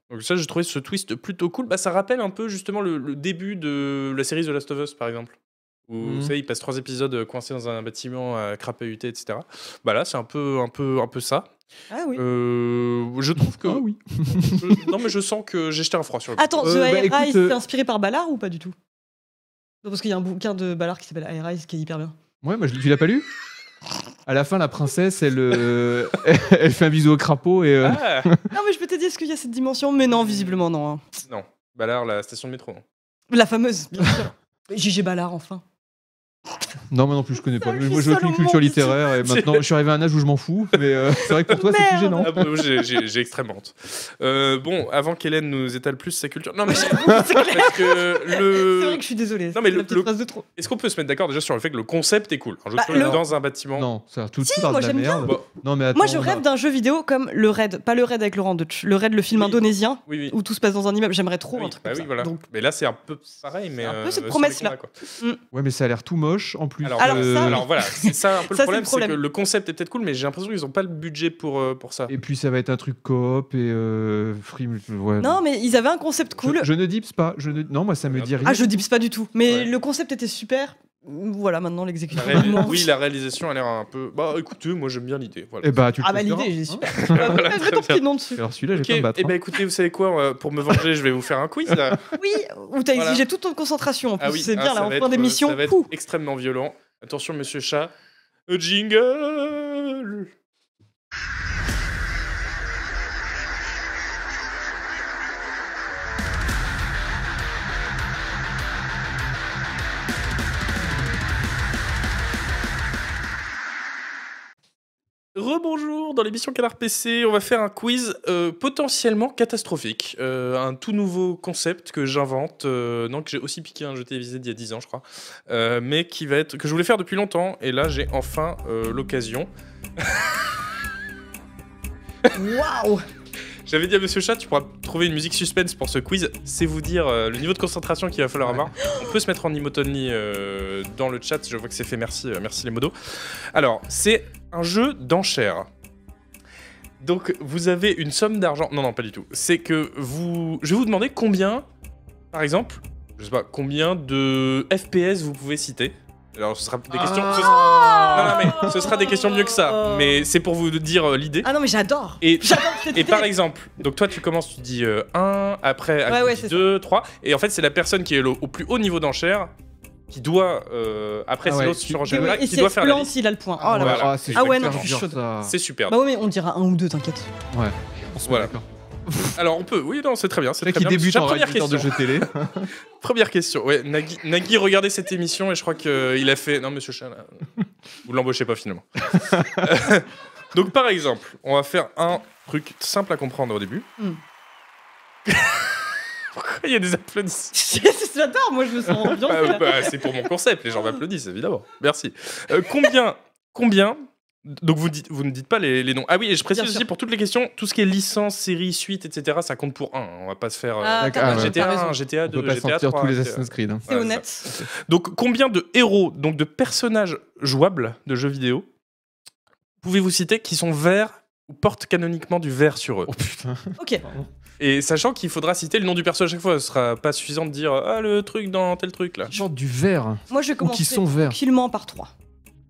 [SPEAKER 1] Donc ça, j'ai trouvé ce twist plutôt cool. Bah, ça rappelle un peu justement le, le début de la série The Last of Us, par exemple. Où,
[SPEAKER 3] Mhm.
[SPEAKER 1] Vous savez, il passe trois épisodes coincés dans un bâtiment à crapahuter, etc. Bah là, c'est un peu, un peu, un peu ça.
[SPEAKER 2] Ah oui.
[SPEAKER 1] Euh, je trouve que,
[SPEAKER 3] Ah oui.
[SPEAKER 1] je- non mais je sens que j'ai jeté un froid sur le.
[SPEAKER 2] Attends,
[SPEAKER 3] Euh,
[SPEAKER 2] The
[SPEAKER 3] bah,
[SPEAKER 2] Air
[SPEAKER 3] écoute,
[SPEAKER 2] Rise,
[SPEAKER 3] euh,
[SPEAKER 2] c'est inspiré par Ballard ou pas du tout Non, parce qu'il y a un bouquin de Ballard qui s'appelle Air Rise qui est hyper bien.
[SPEAKER 3] Ouais, moi, je- tu l'as pas lu À la fin, la princesse, elle, euh, elle fait un bisou au crapaud et. euh,
[SPEAKER 1] Ah
[SPEAKER 2] Non, mais je peux te dire, est-ce qu'il y a cette dimension Mais non, visiblement, non. hein.
[SPEAKER 1] Non, Ballard, la station de métro. hein.
[SPEAKER 2] La fameuse, bien sûr. GG Ballard, enfin.
[SPEAKER 3] Non, moi non plus, je connais pas.
[SPEAKER 2] Je
[SPEAKER 3] Moi,
[SPEAKER 2] suis
[SPEAKER 3] je veux
[SPEAKER 2] seule au
[SPEAKER 3] une
[SPEAKER 2] monde
[SPEAKER 3] culture
[SPEAKER 2] ici.
[SPEAKER 3] littéraire et maintenant, je suis arrivé à un âge où je m'en fous. Mais euh, c'est vrai que pour toi, c'est plus
[SPEAKER 2] Merde.
[SPEAKER 3] gênant.
[SPEAKER 1] Ah, bon, j'ai- j'ai j'ai extrêmement honte. Euh, bon, avant qu'Hélène nous étale plus sa culture. Non, mais
[SPEAKER 2] C'est clair.
[SPEAKER 1] parce que
[SPEAKER 2] C'est vrai
[SPEAKER 1] le.
[SPEAKER 2] que je suis désolée.
[SPEAKER 1] Euh, Non, mais
[SPEAKER 2] c'est
[SPEAKER 1] le-
[SPEAKER 2] la petite
[SPEAKER 1] le-
[SPEAKER 2] phrase de trop.
[SPEAKER 1] Est-ce qu'on peut se mettre d'accord déjà sur le fait que le concept est cool Un jeu de
[SPEAKER 2] Bah,
[SPEAKER 1] survie
[SPEAKER 2] le-
[SPEAKER 1] dans un bâtiment.
[SPEAKER 3] Non, ça a tout
[SPEAKER 2] Si,
[SPEAKER 3] tout part
[SPEAKER 2] moi,
[SPEAKER 3] de la
[SPEAKER 2] j'aime bien.
[SPEAKER 3] merde.
[SPEAKER 1] Bon.
[SPEAKER 3] Non, mais attends,
[SPEAKER 2] Moi, je
[SPEAKER 3] on a-
[SPEAKER 2] rêve d'un jeu vidéo comme le Raid, pas le Raid avec Laurent Deutsch, le Raid, le film
[SPEAKER 1] Oui.
[SPEAKER 2] indonésien
[SPEAKER 1] Oui, oui.
[SPEAKER 2] où tout se passe dans un immeuble. J'aimerais trop
[SPEAKER 1] Ah oui,
[SPEAKER 2] un truc
[SPEAKER 1] bah
[SPEAKER 2] comme
[SPEAKER 1] oui,
[SPEAKER 2] ça.
[SPEAKER 1] voilà.
[SPEAKER 2] Donc,
[SPEAKER 1] Mais là, c'est un peu pareil, mais.
[SPEAKER 2] C'est un peu cette
[SPEAKER 1] sur les
[SPEAKER 2] promesse-là.
[SPEAKER 1] combats, quoi.
[SPEAKER 3] Ouais, mais ça a l'air too moche en plus.
[SPEAKER 1] Alors,
[SPEAKER 2] Alors,
[SPEAKER 1] euh,
[SPEAKER 2] ça, oui.
[SPEAKER 1] alors voilà, c'est ça un peu
[SPEAKER 2] Ça, c'est
[SPEAKER 1] le problème,
[SPEAKER 2] le
[SPEAKER 1] c'est que
[SPEAKER 2] problème.
[SPEAKER 1] le concept est peut-être cool, mais j'ai l'impression qu'ils n'ont pas le budget pour, euh, pour ça.
[SPEAKER 3] Et puis, ça va être un truc coop et euh, free. ouais.
[SPEAKER 2] non, mais ils avaient un concept
[SPEAKER 3] Je-
[SPEAKER 2] cool.
[SPEAKER 1] bah,
[SPEAKER 2] bah,
[SPEAKER 3] Je, ne dips pas. Je ne... Non, moi, ça me dit rien.
[SPEAKER 2] Ah, je dis pas du tout. Mais
[SPEAKER 1] Ouais.
[SPEAKER 2] le concept était super. Voilà, maintenant l'exécution.
[SPEAKER 1] La réalis-
[SPEAKER 2] vraiment.
[SPEAKER 1] oui, la réalisation a l'air un peu. Bah écoutez, moi j'aime bien l'idée. Voilà.
[SPEAKER 3] Eh bah, tu le
[SPEAKER 2] Ah bah
[SPEAKER 3] posteras,
[SPEAKER 2] l'idée, j'ai
[SPEAKER 3] hein.
[SPEAKER 2] super. Je vais ton petit nom dessus.
[SPEAKER 3] Alors celui-là,
[SPEAKER 1] Ok,
[SPEAKER 3] je vais pas me battre. hein.
[SPEAKER 1] eh ben écoutez, vous savez quoi, euh, pour me venger, je vais vous faire un quiz. là.
[SPEAKER 2] Oui, où t'as
[SPEAKER 1] Voilà.
[SPEAKER 2] exigé toute ton concentration en plus.
[SPEAKER 1] Ah oui,
[SPEAKER 2] c'est
[SPEAKER 1] ah,
[SPEAKER 2] bien,
[SPEAKER 1] ça
[SPEAKER 2] là, en
[SPEAKER 1] va
[SPEAKER 2] fin
[SPEAKER 1] être, euh,
[SPEAKER 2] d'émission.
[SPEAKER 1] Ça va être
[SPEAKER 2] pouh.
[SPEAKER 1] extrêmement violent. Attention, monsieur chat. Euh, Jingle Rebonjour dans l'émission Canard PC, on va faire un quiz euh, potentiellement catastrophique, Euh, un tout nouveau concept que j'invente, euh, non que j'ai aussi piqué à un jeu télévisé d'il y a 10 ans je crois, euh, mais qui va être que je voulais faire depuis longtemps et là j'ai enfin euh, l'occasion.
[SPEAKER 2] Waouh
[SPEAKER 1] J'avais dit à Monsieur Chat, tu pourras trouver une musique suspense pour ce quiz, c'est vous dire euh, le niveau de concentration qu'il va falloir avoir. On peut se mettre en emotonly euh, dans le chat, je vois que c'est fait, merci, euh, merci les modos. Alors, c'est un jeu d'enchères. Donc, vous avez une somme d'argent. Non, non, pas du tout. C'est que vous. Je vais vous demander combien, par exemple, je sais pas, combien de FPS vous pouvez citer. Alors, ce sera des questions. ce sera- Non, non, mais ce sera des questions mieux que
[SPEAKER 2] Oh.
[SPEAKER 1] ça. Mais c'est pour vous dire euh, l'idée.
[SPEAKER 2] Ah non, mais j'adore
[SPEAKER 1] Et
[SPEAKER 2] J'adore cette
[SPEAKER 1] et
[SPEAKER 2] idée.
[SPEAKER 1] par exemple, donc toi tu commences, tu dis 1, après
[SPEAKER 2] Ouais, ouais,
[SPEAKER 1] après
[SPEAKER 2] c'est
[SPEAKER 1] 2, 3, et en fait c'est la personne qui est le- au plus haut niveau d'enchère qui doit, euh, après
[SPEAKER 3] Ah
[SPEAKER 1] c'est
[SPEAKER 3] ouais,
[SPEAKER 1] l'autre
[SPEAKER 3] tu-
[SPEAKER 1] sur en
[SPEAKER 3] tu-
[SPEAKER 2] Et oui,
[SPEAKER 1] général,
[SPEAKER 2] et
[SPEAKER 1] qui
[SPEAKER 2] c'est
[SPEAKER 1] doit faire la
[SPEAKER 2] Esplan
[SPEAKER 1] liste.
[SPEAKER 2] s'il a le point. Oh là
[SPEAKER 1] Voilà.
[SPEAKER 2] là.
[SPEAKER 3] c'est
[SPEAKER 2] Ah ouais, non,
[SPEAKER 3] super
[SPEAKER 2] je suis
[SPEAKER 3] dur,
[SPEAKER 2] chaude.
[SPEAKER 3] ça.
[SPEAKER 1] C'est super.
[SPEAKER 2] Bah oui, mais on dira un ou deux, t'inquiète.
[SPEAKER 3] On se met
[SPEAKER 1] Voilà.
[SPEAKER 3] d'accord.
[SPEAKER 1] Alors on peut, oui, non, c'est très bien.
[SPEAKER 3] C'est
[SPEAKER 1] C'est
[SPEAKER 3] vrai
[SPEAKER 1] très
[SPEAKER 3] qu'il
[SPEAKER 1] bien.
[SPEAKER 3] débute
[SPEAKER 1] Déjà,
[SPEAKER 3] en
[SPEAKER 1] première
[SPEAKER 3] réalisateur
[SPEAKER 1] question.
[SPEAKER 3] de jeu télé.
[SPEAKER 1] Première question. Ouais, Nagui, Nagui regardait cette émission et je crois qu'il a fait. Non, monsieur Chat, là, vous l'embauchez pas finalement. Euh, Donc, par exemple, on va faire un truc simple à comprendre au début.
[SPEAKER 2] Hmm.
[SPEAKER 1] Pourquoi il y a des applaudissements
[SPEAKER 2] j'adore, moi je me sens ambiance.
[SPEAKER 1] Bah,
[SPEAKER 2] là.
[SPEAKER 1] bah, C'est pour mon concept, les gens m'applaudissent évidemment. Merci. Euh, combien Combien donc vous, dites, vous ne dites pas les, les noms. Ah oui, et je précise
[SPEAKER 2] Bien
[SPEAKER 1] aussi
[SPEAKER 2] sûr.
[SPEAKER 1] pour toutes les questions, tout ce qui est licence, série, suite, etc., ça compte pour un. hein. On va pas se faire euh,
[SPEAKER 2] Ah,
[SPEAKER 3] d'accord,
[SPEAKER 2] t'as
[SPEAKER 3] ah ouais.
[SPEAKER 2] raison,
[SPEAKER 1] GTA
[SPEAKER 2] t'as raison.
[SPEAKER 1] 1, GTA
[SPEAKER 3] On
[SPEAKER 1] 2,
[SPEAKER 3] peut pas
[SPEAKER 1] GTA
[SPEAKER 3] sentir
[SPEAKER 1] 3.
[SPEAKER 3] tous les
[SPEAKER 1] etc..
[SPEAKER 3] Assassin's Creed. hein.
[SPEAKER 2] C'est
[SPEAKER 1] Ouais,
[SPEAKER 2] honnête.
[SPEAKER 1] Donc, combien de héros, donc de personnages jouables de jeux vidéo, pouvez-vous citer qui sont verts ou portent canoniquement du vert sur eux
[SPEAKER 3] Oh putain.
[SPEAKER 2] Ok.
[SPEAKER 1] Et sachant qu'il faudra citer le nom du perso à chaque fois, ce sera pas suffisant de dire ah le truc dans tel truc là.
[SPEAKER 3] Genre du vert.
[SPEAKER 2] Moi je vais
[SPEAKER 3] Ou qui
[SPEAKER 2] commencer
[SPEAKER 3] sont verts.
[SPEAKER 2] tranquillement par 3.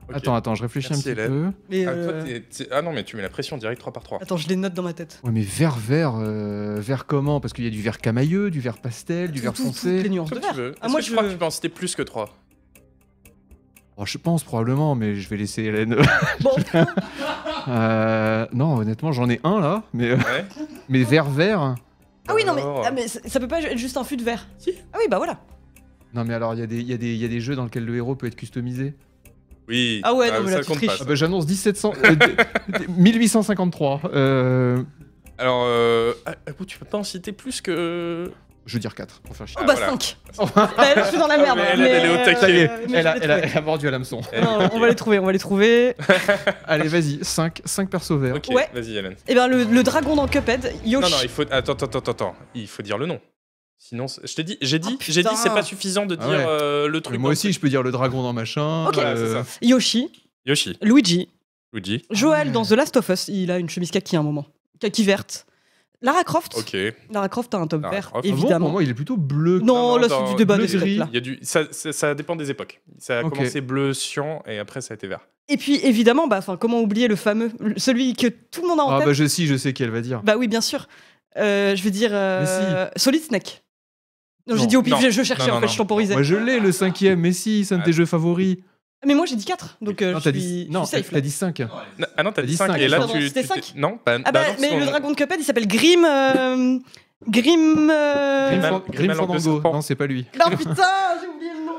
[SPEAKER 1] Ok.
[SPEAKER 3] Attends, attends, je réfléchis
[SPEAKER 1] Merci,
[SPEAKER 3] un petit
[SPEAKER 1] Hélène.
[SPEAKER 3] peu.
[SPEAKER 2] Mais
[SPEAKER 1] Ah,
[SPEAKER 2] euh,
[SPEAKER 1] toi, t'es- t'es- ah non, mais tu mets la pression direct 3 par 3.
[SPEAKER 2] Attends, je les note dans ma tête.
[SPEAKER 3] Ouais, mais vert, vert, euh, vert comment Parce qu'il y a du vert camailleux, du vert pastel, du
[SPEAKER 2] Tout-
[SPEAKER 3] vert
[SPEAKER 2] tout- Toutes les
[SPEAKER 3] foncé.
[SPEAKER 2] nuances de
[SPEAKER 1] Comme tu
[SPEAKER 2] vert.
[SPEAKER 1] veux. Est-ce
[SPEAKER 2] Ah, moi
[SPEAKER 1] que tu
[SPEAKER 2] je.
[SPEAKER 1] crois que tu peux en citer plus que 3
[SPEAKER 3] Oh, je pense probablement, mais je vais laisser Hélène.
[SPEAKER 2] Bon.
[SPEAKER 3] Euh, non, honnêtement, j'en ai un là, mais, euh,
[SPEAKER 1] Ouais.
[SPEAKER 3] mais vert, vert.
[SPEAKER 2] Ah oui, non, mais,
[SPEAKER 1] Alors.
[SPEAKER 2] ah, mais ça ça peut pas être juste un fût de verre.
[SPEAKER 1] Si.
[SPEAKER 2] Ah oui, bah voilà.
[SPEAKER 3] Non, mais alors, il y, a des- il y, a des- il y a des jeux dans lesquels le héros peut être customisé.
[SPEAKER 1] Oui.
[SPEAKER 2] Ah ouais, non, mais là,
[SPEAKER 1] ça
[SPEAKER 2] tu
[SPEAKER 1] compte
[SPEAKER 2] triches.
[SPEAKER 1] pas.
[SPEAKER 3] Ah bah, J'annonce 1700, euh, d- d- 1853. Euh,
[SPEAKER 1] Alors, euh, ah, ah, bon, tu peux pas en citer plus que.
[SPEAKER 3] je veux dire 4, pour faire chier.
[SPEAKER 2] Oh
[SPEAKER 1] Ah,
[SPEAKER 2] bah
[SPEAKER 1] voilà. Ah,
[SPEAKER 2] 5
[SPEAKER 3] Oh,
[SPEAKER 2] Bah là, je suis dans la merde.
[SPEAKER 1] mais elle,
[SPEAKER 2] mais,
[SPEAKER 1] elle est au
[SPEAKER 2] euh,
[SPEAKER 1] taquet.
[SPEAKER 3] Ça y est,
[SPEAKER 2] mais je
[SPEAKER 3] elle a,
[SPEAKER 2] vais les
[SPEAKER 3] elle a-
[SPEAKER 2] trouver.
[SPEAKER 3] elle a mordu à l'hameçon.
[SPEAKER 2] Non, on va les trouver, on va les trouver.
[SPEAKER 3] Allez, vas-y, 5, 5 persos verts.
[SPEAKER 1] Ok,
[SPEAKER 2] Ouais.
[SPEAKER 1] vas-y, Hélène.
[SPEAKER 2] Et ben le, le dragon dans Cuphead, Yoshi.
[SPEAKER 1] Ah. Non, non, il faut. Attends, attends, attends, attends. Il faut dire le nom. Sinon, c'est- je t'ai dit, j'ai dit,
[SPEAKER 2] Ah,
[SPEAKER 1] j'ai dit,
[SPEAKER 2] putain.
[SPEAKER 1] c'est pas suffisant de dire
[SPEAKER 3] Ah ouais.
[SPEAKER 1] euh, le truc.
[SPEAKER 3] moi
[SPEAKER 1] dans-
[SPEAKER 3] aussi, je peux dire le dragon dans machin. euh, ah
[SPEAKER 2] Ok.
[SPEAKER 1] Voilà, c'est ça.
[SPEAKER 2] Yoshi,
[SPEAKER 1] Yoshi,
[SPEAKER 2] Luigi,
[SPEAKER 1] Luigi.
[SPEAKER 2] Joel
[SPEAKER 3] Ouais.
[SPEAKER 2] dans The Last of Us, il a une chemise kaki à un moment. Kaki verte. Lara Croft.
[SPEAKER 1] Ok. Il
[SPEAKER 2] Lara Croft a un top
[SPEAKER 1] Lara
[SPEAKER 2] vert,
[SPEAKER 1] Croft.
[SPEAKER 3] Ah bon,
[SPEAKER 2] évidemment.
[SPEAKER 3] pour moi, il est plutôt bleu.
[SPEAKER 1] Non,
[SPEAKER 2] non, là,
[SPEAKER 1] non,
[SPEAKER 2] c'est du débat
[SPEAKER 3] bleu
[SPEAKER 2] de ce
[SPEAKER 3] gris.
[SPEAKER 2] là
[SPEAKER 1] y a du. Ça, ça, ça dépend des époques. Ça a
[SPEAKER 3] Ok.
[SPEAKER 1] commencé bleu cyan et après ça a été vert.
[SPEAKER 2] Et puis, évidemment, bah, enfin, comment oublier le fameux, celui que tout le monde a en
[SPEAKER 3] Ah
[SPEAKER 2] tête
[SPEAKER 3] bah je sais, je sais qu'elle va dire.
[SPEAKER 2] Bah oui, bien sûr. Euh, je vais dire euh, Solid Snake. Non, j'ai
[SPEAKER 3] Non,
[SPEAKER 2] dit au pif,
[SPEAKER 1] non.
[SPEAKER 2] je, je cherchais
[SPEAKER 1] Non,
[SPEAKER 2] en
[SPEAKER 1] non,
[SPEAKER 2] fait,
[SPEAKER 1] non.
[SPEAKER 2] je temporisais. Ah,
[SPEAKER 3] Moi je l'ai le cinquième, mais si, c'est un de tes jeux favoris.
[SPEAKER 2] Mais moi j'ai dit 4, donc euh,
[SPEAKER 3] non,
[SPEAKER 2] je,
[SPEAKER 3] t'as
[SPEAKER 2] suis,
[SPEAKER 3] dit,
[SPEAKER 2] je
[SPEAKER 3] non,
[SPEAKER 2] suis safe.
[SPEAKER 3] t'as
[SPEAKER 2] là.
[SPEAKER 3] dit 5.
[SPEAKER 1] Na- Ah non, t'as
[SPEAKER 3] T'as
[SPEAKER 1] dit
[SPEAKER 3] dit
[SPEAKER 1] 5
[SPEAKER 3] cinq,
[SPEAKER 1] et là
[SPEAKER 2] pardon,
[SPEAKER 1] tu.
[SPEAKER 2] c'était
[SPEAKER 1] tu-
[SPEAKER 2] cinq
[SPEAKER 1] t'es- Non, bah, bah
[SPEAKER 2] Ah bah,
[SPEAKER 1] non, parce
[SPEAKER 2] mais le
[SPEAKER 1] qu'on-
[SPEAKER 2] dragon de Cuphead il s'appelle Grim. euh, Grim.
[SPEAKER 1] Grim-
[SPEAKER 2] euh,
[SPEAKER 3] Grim,
[SPEAKER 1] Grim Fandango,
[SPEAKER 3] Fandango,
[SPEAKER 1] serpent.
[SPEAKER 3] non c'est pas lui.
[SPEAKER 2] Non putain, j'ai oublié le nom.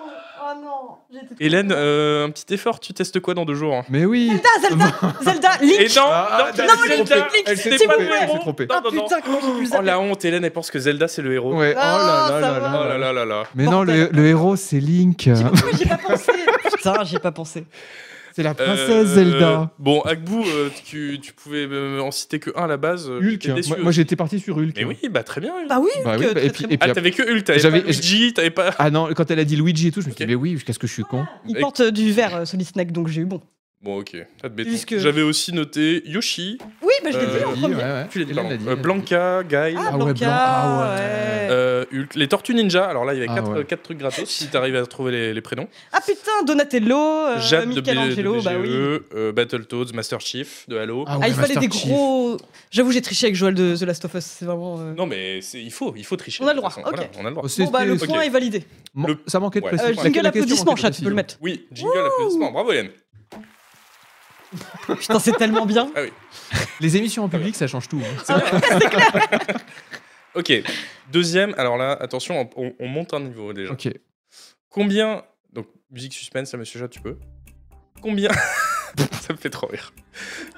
[SPEAKER 2] Oh non. j'ai été trop-
[SPEAKER 1] Hélène, euh, un petit effort, tu testes quoi dans deux jours hein
[SPEAKER 3] Mais oui
[SPEAKER 2] Zelda, Zelda, Zelda, Link.
[SPEAKER 1] Et non,
[SPEAKER 3] Ah,
[SPEAKER 1] non,
[SPEAKER 3] elle
[SPEAKER 2] non,
[SPEAKER 1] c'est
[SPEAKER 2] Link,
[SPEAKER 1] Zelda,
[SPEAKER 2] Link, Link,
[SPEAKER 1] elle
[SPEAKER 2] s'il
[SPEAKER 1] s'est
[SPEAKER 2] vous
[SPEAKER 1] pas le
[SPEAKER 2] plaît.
[SPEAKER 1] héros.
[SPEAKER 3] s'est trompée.
[SPEAKER 1] Non,
[SPEAKER 2] Ah
[SPEAKER 1] non, non.
[SPEAKER 2] putain, comment j'ai pu le
[SPEAKER 1] Oh
[SPEAKER 2] zapper.
[SPEAKER 1] la honte, Hélène, elle pense que Zelda c'est le héros.
[SPEAKER 3] Ouais, oh
[SPEAKER 2] Ah,
[SPEAKER 3] là là
[SPEAKER 2] ça
[SPEAKER 3] là
[SPEAKER 2] va.
[SPEAKER 1] Oh là
[SPEAKER 3] là là.
[SPEAKER 1] là là là.
[SPEAKER 3] Mais non, le, le héros c'est Link.
[SPEAKER 2] Je sais pas pourquoi J'y ai pas pensé. Putain, j'y ai pas pensé.
[SPEAKER 3] Ah, C'est la princesse
[SPEAKER 1] Euh,
[SPEAKER 3] Zelda.
[SPEAKER 1] Bon, Agbu, euh, tu, tu pouvais euh, en citer que un à la base. euh,
[SPEAKER 3] Hulk. hein.
[SPEAKER 1] j'étais déçu
[SPEAKER 3] Moi, moi,
[SPEAKER 1] aussi.
[SPEAKER 3] j'étais parti sur Hulk.
[SPEAKER 1] Mais oui, bah très bien. Hulk.
[SPEAKER 2] Bah oui,
[SPEAKER 3] Bah oui,
[SPEAKER 2] que
[SPEAKER 3] bah,
[SPEAKER 2] très, très
[SPEAKER 3] et puis,
[SPEAKER 2] bon.
[SPEAKER 3] et puis
[SPEAKER 1] ah, t'avais que Hulk, t'avais
[SPEAKER 3] J'avais-
[SPEAKER 1] pas Luigi, t'avais pas.
[SPEAKER 3] Ah non, quand elle a dit Luigi et tout, je me
[SPEAKER 1] Ok.
[SPEAKER 2] Ah,
[SPEAKER 3] suis dit, mais oui, qu'est-ce que je suis con.
[SPEAKER 2] il porte euh, du vert, euh, Solid Snake, donc j'ai eu bon.
[SPEAKER 1] Bon, ok. Pas de béton.
[SPEAKER 2] Puisque-
[SPEAKER 1] J'avais aussi noté Yoshi,
[SPEAKER 2] Oui, mais je l'ai
[SPEAKER 1] Euh,
[SPEAKER 2] dit en
[SPEAKER 1] oui,
[SPEAKER 2] premier.
[SPEAKER 3] ouais.
[SPEAKER 1] tu l'as dit,
[SPEAKER 3] Hélène
[SPEAKER 1] pardon.
[SPEAKER 3] l'a Ah, dit.
[SPEAKER 1] Euh, Blanca, Guy,
[SPEAKER 2] Ah,
[SPEAKER 3] Ah ouais,
[SPEAKER 2] Blanca,
[SPEAKER 3] Blanc- ah ouais.
[SPEAKER 2] ouais.
[SPEAKER 1] euh, Hulk, les Tortues Ninja. Alors là, il y avait
[SPEAKER 3] Ah
[SPEAKER 1] 4
[SPEAKER 3] ouais.
[SPEAKER 1] trucs gratos si t'arrives à trouver les, les prénoms.
[SPEAKER 2] Ah putain, Donatello, euh,
[SPEAKER 1] Jade de, B-
[SPEAKER 2] Michelangelo,
[SPEAKER 1] de
[SPEAKER 2] bah oui.
[SPEAKER 1] BGE, euh, Battletoads, Master Chief de Halo.
[SPEAKER 3] Ah
[SPEAKER 2] Ah,
[SPEAKER 3] ouais,
[SPEAKER 2] il fallait
[SPEAKER 3] Master
[SPEAKER 2] des
[SPEAKER 3] Chief.
[SPEAKER 2] gros. J'avoue, j'ai triché avec Joël de The Last of Us. C'est vraiment. euh,
[SPEAKER 1] Non, mais c'est- il faut, il faut tricher.
[SPEAKER 2] On a
[SPEAKER 1] de
[SPEAKER 2] le
[SPEAKER 1] toute
[SPEAKER 2] droit,
[SPEAKER 1] façon.
[SPEAKER 2] ok.
[SPEAKER 1] Voilà, on a le droit.
[SPEAKER 2] Bon, bah, le
[SPEAKER 3] C'était-
[SPEAKER 2] point est validé.
[SPEAKER 3] Mo-
[SPEAKER 1] Le-
[SPEAKER 3] Ça manquait de
[SPEAKER 1] Ouais.
[SPEAKER 3] précision.
[SPEAKER 2] Euh,
[SPEAKER 1] c'est-
[SPEAKER 2] jingle
[SPEAKER 3] La question
[SPEAKER 2] applaudissement,
[SPEAKER 3] manquait de
[SPEAKER 2] chat, tu peux le mettre.
[SPEAKER 1] Oui, jingle applaudissement. Bravo, Yann.
[SPEAKER 2] Putain, c'est tellement bien.
[SPEAKER 3] précision. Les émissions en public, ça change tout. hein.
[SPEAKER 1] Ok. Deuxième, alors là, attention, on, on- on monte un niveau déjà.
[SPEAKER 3] Ok.
[SPEAKER 1] Combien. Donc, musique suspense, ça, monsieur Chat, tu peux. Combien. ça me fait trop rire.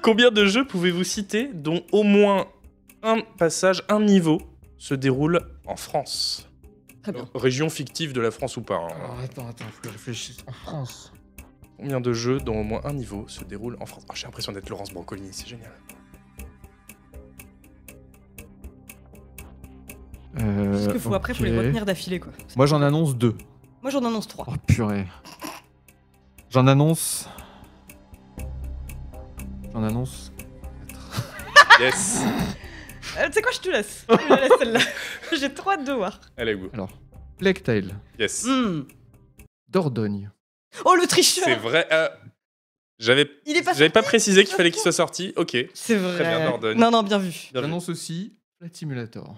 [SPEAKER 1] Combien de jeux pouvez-vous citer dont au moins un passage, un niveau se déroule en France
[SPEAKER 2] Très bien.
[SPEAKER 1] Région fictive de la France ou pas hein.
[SPEAKER 3] attends, attends, faut que je réfléchisse. En France.
[SPEAKER 1] Combien de jeux dont au moins un niveau se déroule en France Oh, J'ai l'impression d'être Laurence Broccolini, c'est génial.
[SPEAKER 2] Parce que faut, après, faut les retenir d'affilée, quoi.
[SPEAKER 3] Euh, Moi, j'en annonce deux.
[SPEAKER 2] Moi, j'en annonce trois.
[SPEAKER 3] Oh purée. J'en annonce. J'en annonce.
[SPEAKER 1] Yes
[SPEAKER 2] Euh, tu sais quoi, je te laisse. Je te la laisse celle-là. J'ai trop hâte de voir. Hmm.
[SPEAKER 1] Allez, go.
[SPEAKER 3] Alors, Plectile,
[SPEAKER 2] Mm.
[SPEAKER 1] Yes.
[SPEAKER 3] Dordogne.
[SPEAKER 2] Oh, le
[SPEAKER 1] C'est
[SPEAKER 2] tricheur
[SPEAKER 1] vrai. euh, J'avais
[SPEAKER 2] Il est pas
[SPEAKER 1] j'avais pas précisé qu'il
[SPEAKER 2] Ok.
[SPEAKER 1] fallait qu'il soit sorti. Ok.
[SPEAKER 2] C'est vrai.
[SPEAKER 1] bien, Dordogne.
[SPEAKER 2] Non, non, bien vu.
[SPEAKER 1] Bien vu.
[SPEAKER 3] J'annonce aussi Flight Simulator.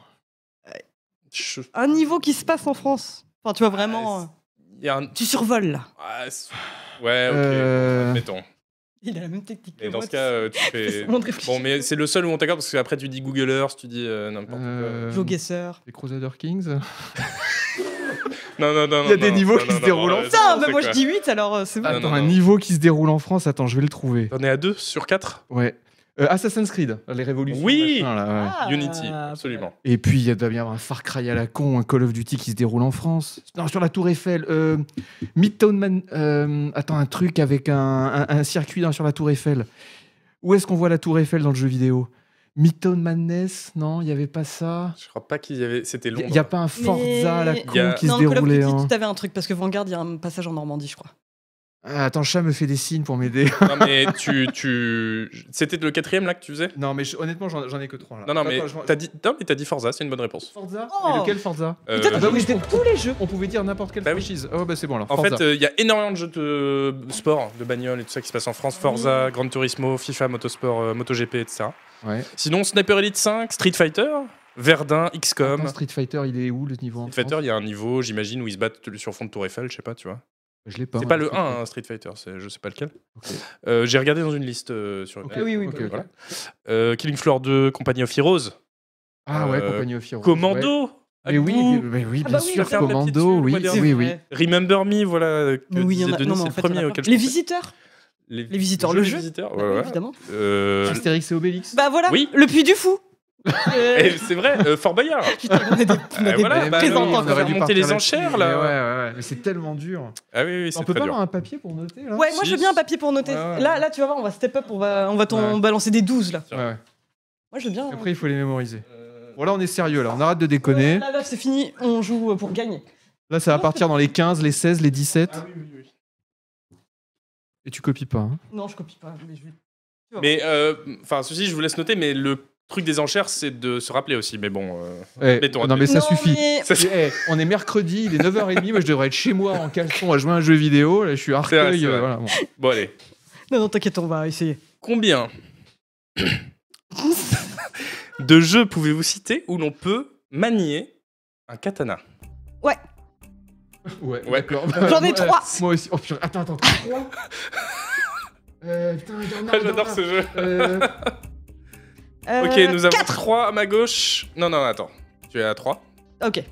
[SPEAKER 1] Je-
[SPEAKER 2] Un niveau qui se passe en France. Enfin, tu vois vraiment.
[SPEAKER 1] Ah,
[SPEAKER 2] euh,
[SPEAKER 1] Il y a un-
[SPEAKER 2] Tu survoles, là.
[SPEAKER 1] Ah, c'est- ouais, ok.
[SPEAKER 3] Euh,
[SPEAKER 1] Mettons.
[SPEAKER 2] Il a la même technique. que
[SPEAKER 1] Mais dans
[SPEAKER 2] moi,
[SPEAKER 1] ce cas, euh, tu fais.
[SPEAKER 2] Mon réflexion.
[SPEAKER 1] Bon, mais c'est le seul où on t'accorde parce qu'après tu dis Google Earth, tu dis euh, n'importe
[SPEAKER 3] euh,
[SPEAKER 2] Joe Guesser.
[SPEAKER 3] les Crusader Kings.
[SPEAKER 1] quoi. Non, non, non.
[SPEAKER 3] Il y a
[SPEAKER 1] non,
[SPEAKER 3] des
[SPEAKER 1] non,
[SPEAKER 3] niveaux
[SPEAKER 1] non,
[SPEAKER 3] qui
[SPEAKER 1] non,
[SPEAKER 3] se
[SPEAKER 1] non,
[SPEAKER 3] déroulent
[SPEAKER 1] non,
[SPEAKER 3] en-
[SPEAKER 1] non,
[SPEAKER 2] Putain,
[SPEAKER 1] euh, c'est
[SPEAKER 2] bah, moi je
[SPEAKER 1] quoi
[SPEAKER 2] dis 8 alors euh, c'est bon.
[SPEAKER 1] Ah,
[SPEAKER 3] Attends,
[SPEAKER 1] non,
[SPEAKER 3] un
[SPEAKER 1] non.
[SPEAKER 3] niveau qui se déroule en France. Attends, je vais le trouver.
[SPEAKER 1] T'en es à 2 sur 4
[SPEAKER 3] Ouais. Euh, Assassin's Creed, les révolutions.
[SPEAKER 1] Oui
[SPEAKER 3] machin, là, ouais.
[SPEAKER 2] Ah,
[SPEAKER 1] Unity, absolument.
[SPEAKER 3] Et puis, il y a doit bien avoir un Far Cry à la con, un Call of Duty qui se déroule en France. Non, sur la Tour Eiffel. Euh, Midtown Man. euh, attends, un truc avec un, un- un circuit dans- sur la Tour Eiffel. Où est-ce qu'on voit la Tour Eiffel dans le jeu vidéo Midtown Madness Non, il n'y avait pas ça.
[SPEAKER 1] Je crois pas qu'il y avait. C'était
[SPEAKER 3] Il
[SPEAKER 1] Londres.
[SPEAKER 3] n'y a pas un Forza à la
[SPEAKER 2] Mais-
[SPEAKER 3] con
[SPEAKER 1] Y a-
[SPEAKER 3] qui
[SPEAKER 2] non,
[SPEAKER 3] se
[SPEAKER 2] Call of Duty,
[SPEAKER 3] déroulait. hein.
[SPEAKER 2] tu avais un truc parce que Vanguard, il y a un passage en Normandie, je crois.
[SPEAKER 3] Ah, attends, chat me fait des signes pour m'aider.
[SPEAKER 1] Non, mais tu. tu... C'était le quatrième là que tu faisais
[SPEAKER 3] non, mais je- honnêtement, j'en j'en ai que trois là.
[SPEAKER 1] Non, non, mais
[SPEAKER 3] Attends, je-
[SPEAKER 1] t'as dit... non, mais t'as dit Forza, c'est une bonne réponse.
[SPEAKER 3] Forza
[SPEAKER 2] Oh
[SPEAKER 3] Mais lequel Forza
[SPEAKER 1] Euh,
[SPEAKER 2] Putain, t'as
[SPEAKER 3] bah
[SPEAKER 2] joué
[SPEAKER 3] oui,
[SPEAKER 2] à
[SPEAKER 3] je
[SPEAKER 2] tous les jeux.
[SPEAKER 3] On pouvait dire n'importe quelle
[SPEAKER 1] Bah oui.
[SPEAKER 3] franchise. Oh, bah c'est bon alors.
[SPEAKER 1] En
[SPEAKER 3] Forza.
[SPEAKER 1] fait, euh, il y a énormément de jeux de de sport, de bagnoles et tout ça qui se passe en France.
[SPEAKER 3] Mmh.
[SPEAKER 1] Forza, Gran Turismo, FIFA, Motosport, euh, MotoGP, etc.
[SPEAKER 3] ouais.
[SPEAKER 1] Sinon, Sniper Elite 5, Street Fighter, Verdun, XCOM.
[SPEAKER 3] Attends, Street Fighter, il est où le niveau en
[SPEAKER 1] Street Fighter,
[SPEAKER 3] France
[SPEAKER 1] il y a un niveau, j'imagine, où ils se battent sur fond de Tour Eiffel, je sais pas, tu vois.
[SPEAKER 3] Je l'ai pas.
[SPEAKER 1] c'est pas
[SPEAKER 3] moi,
[SPEAKER 1] le
[SPEAKER 3] Street
[SPEAKER 1] 1,
[SPEAKER 3] Fighter.
[SPEAKER 1] hein, Street Fighter, c'est- je sais pas lequel.
[SPEAKER 3] Ok.
[SPEAKER 1] Euh, J'ai regardé dans une liste euh, sur
[SPEAKER 3] Ok,
[SPEAKER 1] internet.
[SPEAKER 2] oui, oui,
[SPEAKER 3] ok,
[SPEAKER 2] bah,
[SPEAKER 3] ok.
[SPEAKER 1] voilà. Euh, Killing Floor 2, Compagnie of Heroes,
[SPEAKER 3] Ah ouais,
[SPEAKER 1] Euh,
[SPEAKER 3] Compagnie of Heroes. ouais.
[SPEAKER 1] Commando,
[SPEAKER 3] Mais oui,
[SPEAKER 1] Agbu,
[SPEAKER 3] mais, mais oui,
[SPEAKER 2] Ah
[SPEAKER 3] bien
[SPEAKER 2] bah oui,
[SPEAKER 3] sûr,
[SPEAKER 1] regarde la petite
[SPEAKER 3] Commando,
[SPEAKER 1] fille,
[SPEAKER 3] oui,
[SPEAKER 1] le mois
[SPEAKER 3] oui, oui,
[SPEAKER 2] C'est
[SPEAKER 3] oui.
[SPEAKER 2] vrai.
[SPEAKER 1] Remember Me, voilà, que
[SPEAKER 2] Mais oui, il y en
[SPEAKER 1] disait
[SPEAKER 2] a-
[SPEAKER 1] Denis,
[SPEAKER 2] non, mais en
[SPEAKER 1] c'est le
[SPEAKER 2] fait, il y en a
[SPEAKER 1] premier
[SPEAKER 2] plein.
[SPEAKER 1] auquel je
[SPEAKER 2] Les
[SPEAKER 1] pensais.
[SPEAKER 2] visiteurs
[SPEAKER 1] Les
[SPEAKER 2] visiteurs,
[SPEAKER 1] jeux,
[SPEAKER 2] le
[SPEAKER 1] les
[SPEAKER 2] jeu.
[SPEAKER 1] visiteurs,
[SPEAKER 2] Bah
[SPEAKER 1] ouais,
[SPEAKER 2] oui,
[SPEAKER 1] ouais.
[SPEAKER 2] évidemment.
[SPEAKER 1] Euh,
[SPEAKER 3] Astérix et Obélix.
[SPEAKER 2] Bah voilà,
[SPEAKER 1] Oui.
[SPEAKER 2] le puits du fou. Euh,
[SPEAKER 1] eh, c'est vrai, euh, Fort Boyard.
[SPEAKER 2] putain, on est des, on est
[SPEAKER 1] Eh
[SPEAKER 2] des
[SPEAKER 1] voilà,
[SPEAKER 2] bons
[SPEAKER 1] bah oui,
[SPEAKER 2] présentants,
[SPEAKER 1] on
[SPEAKER 2] quand
[SPEAKER 1] aurait
[SPEAKER 2] même.
[SPEAKER 1] dû monter les
[SPEAKER 3] là-dessus,
[SPEAKER 1] enchères,
[SPEAKER 3] mais
[SPEAKER 1] là.
[SPEAKER 3] Ouais, ouais, ouais, mais c'est tellement dur.
[SPEAKER 1] Ah oui, oui, c'est
[SPEAKER 3] On peut
[SPEAKER 1] très
[SPEAKER 3] pas
[SPEAKER 1] dur.
[SPEAKER 3] avoir un papier pour noter là
[SPEAKER 2] Ouais, moi
[SPEAKER 1] Si,
[SPEAKER 2] je veux bien un
[SPEAKER 1] si.
[SPEAKER 2] papier pour noter.
[SPEAKER 3] Ouais, ouais.
[SPEAKER 2] Là, là, tu vas voir, on va step up, on va, on va t'en
[SPEAKER 3] Ouais.
[SPEAKER 2] balancer des 12 là.
[SPEAKER 3] Ouais, ouais.
[SPEAKER 2] Moi je veux bien. hein.
[SPEAKER 3] Après, il faut les mémoriser. Bon, là, on est sérieux, là. On arrête de déconner.
[SPEAKER 2] Là, là, c'est fini, on joue euh, pour gagner.
[SPEAKER 3] Là, ça va partir dans les 15, les 16, les 17.
[SPEAKER 1] Ah oui, oui, oui.
[SPEAKER 3] Et tu copies pas. hein.
[SPEAKER 2] Non, je copie pas, mais je vais-
[SPEAKER 1] Mais, euh, enfin, ceci, je vous laisse noter, mais le truc des enchères, c'est de se rappeler aussi. Mais bon, euh,
[SPEAKER 3] Eh,
[SPEAKER 1] Mettons,
[SPEAKER 3] Non, mais ça
[SPEAKER 2] Non,
[SPEAKER 3] suffit.
[SPEAKER 2] mais-
[SPEAKER 1] ça, c'est-
[SPEAKER 3] Eh, on est mercredi, il est 9h30, moi je devrais être chez moi en caleçon à jouer à un jeu vidéo, là je suis à
[SPEAKER 1] C'est vrai,
[SPEAKER 3] Arcueil,
[SPEAKER 1] c'est
[SPEAKER 3] euh,
[SPEAKER 1] vrai.
[SPEAKER 3] voilà, bon.
[SPEAKER 1] Bon, allez.
[SPEAKER 2] Non, non, t'inquiète, on va essayer.
[SPEAKER 1] Combien de jeux pouvez-vous citer où l'on peut manier un katana Bah,
[SPEAKER 3] Ouais,
[SPEAKER 1] Ouais.
[SPEAKER 3] d'accord.
[SPEAKER 2] J'en ai
[SPEAKER 3] Moi,
[SPEAKER 2] trois.
[SPEAKER 3] euh, Moi aussi, oh putain, attends, attends. Trois Euh, putain, il y en a, il y
[SPEAKER 1] Ah,
[SPEAKER 3] en a.
[SPEAKER 1] J'adore ce jeu.
[SPEAKER 3] Euh,
[SPEAKER 2] Euh,
[SPEAKER 1] Ok, nous avons
[SPEAKER 2] quatre.
[SPEAKER 1] 3 à ma gauche. Non, non, attends. Tu es à 3.
[SPEAKER 2] Ok.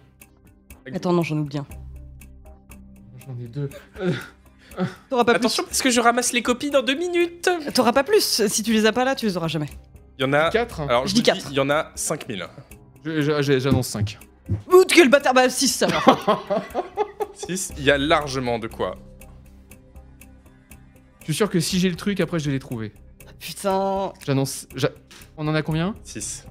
[SPEAKER 2] Attends, non, j'en oublie un.
[SPEAKER 3] J'en ai deux.
[SPEAKER 2] T'auras pas
[SPEAKER 1] Attention, parce que je ramasse les copies dans 2 minutes.
[SPEAKER 2] plus. T'auras pas plus. Si tu les as pas là, tu les auras jamais.
[SPEAKER 1] Il y en a.
[SPEAKER 3] Quatre hein.
[SPEAKER 1] Alors,
[SPEAKER 2] Je
[SPEAKER 1] je
[SPEAKER 2] dis
[SPEAKER 1] vous dis,
[SPEAKER 2] quatre.
[SPEAKER 1] il y en a 5000.
[SPEAKER 3] Je- je- j'ai- J'annonce cinq.
[SPEAKER 2] Ouh, quel bâtard Bah, 6 alors.
[SPEAKER 1] 6. Il y a largement de quoi.
[SPEAKER 3] Je suis sûr que si j'ai le truc, après je vais les trouver.
[SPEAKER 2] Putain.
[SPEAKER 3] J'annonce. j'a- On en a combien
[SPEAKER 1] 6.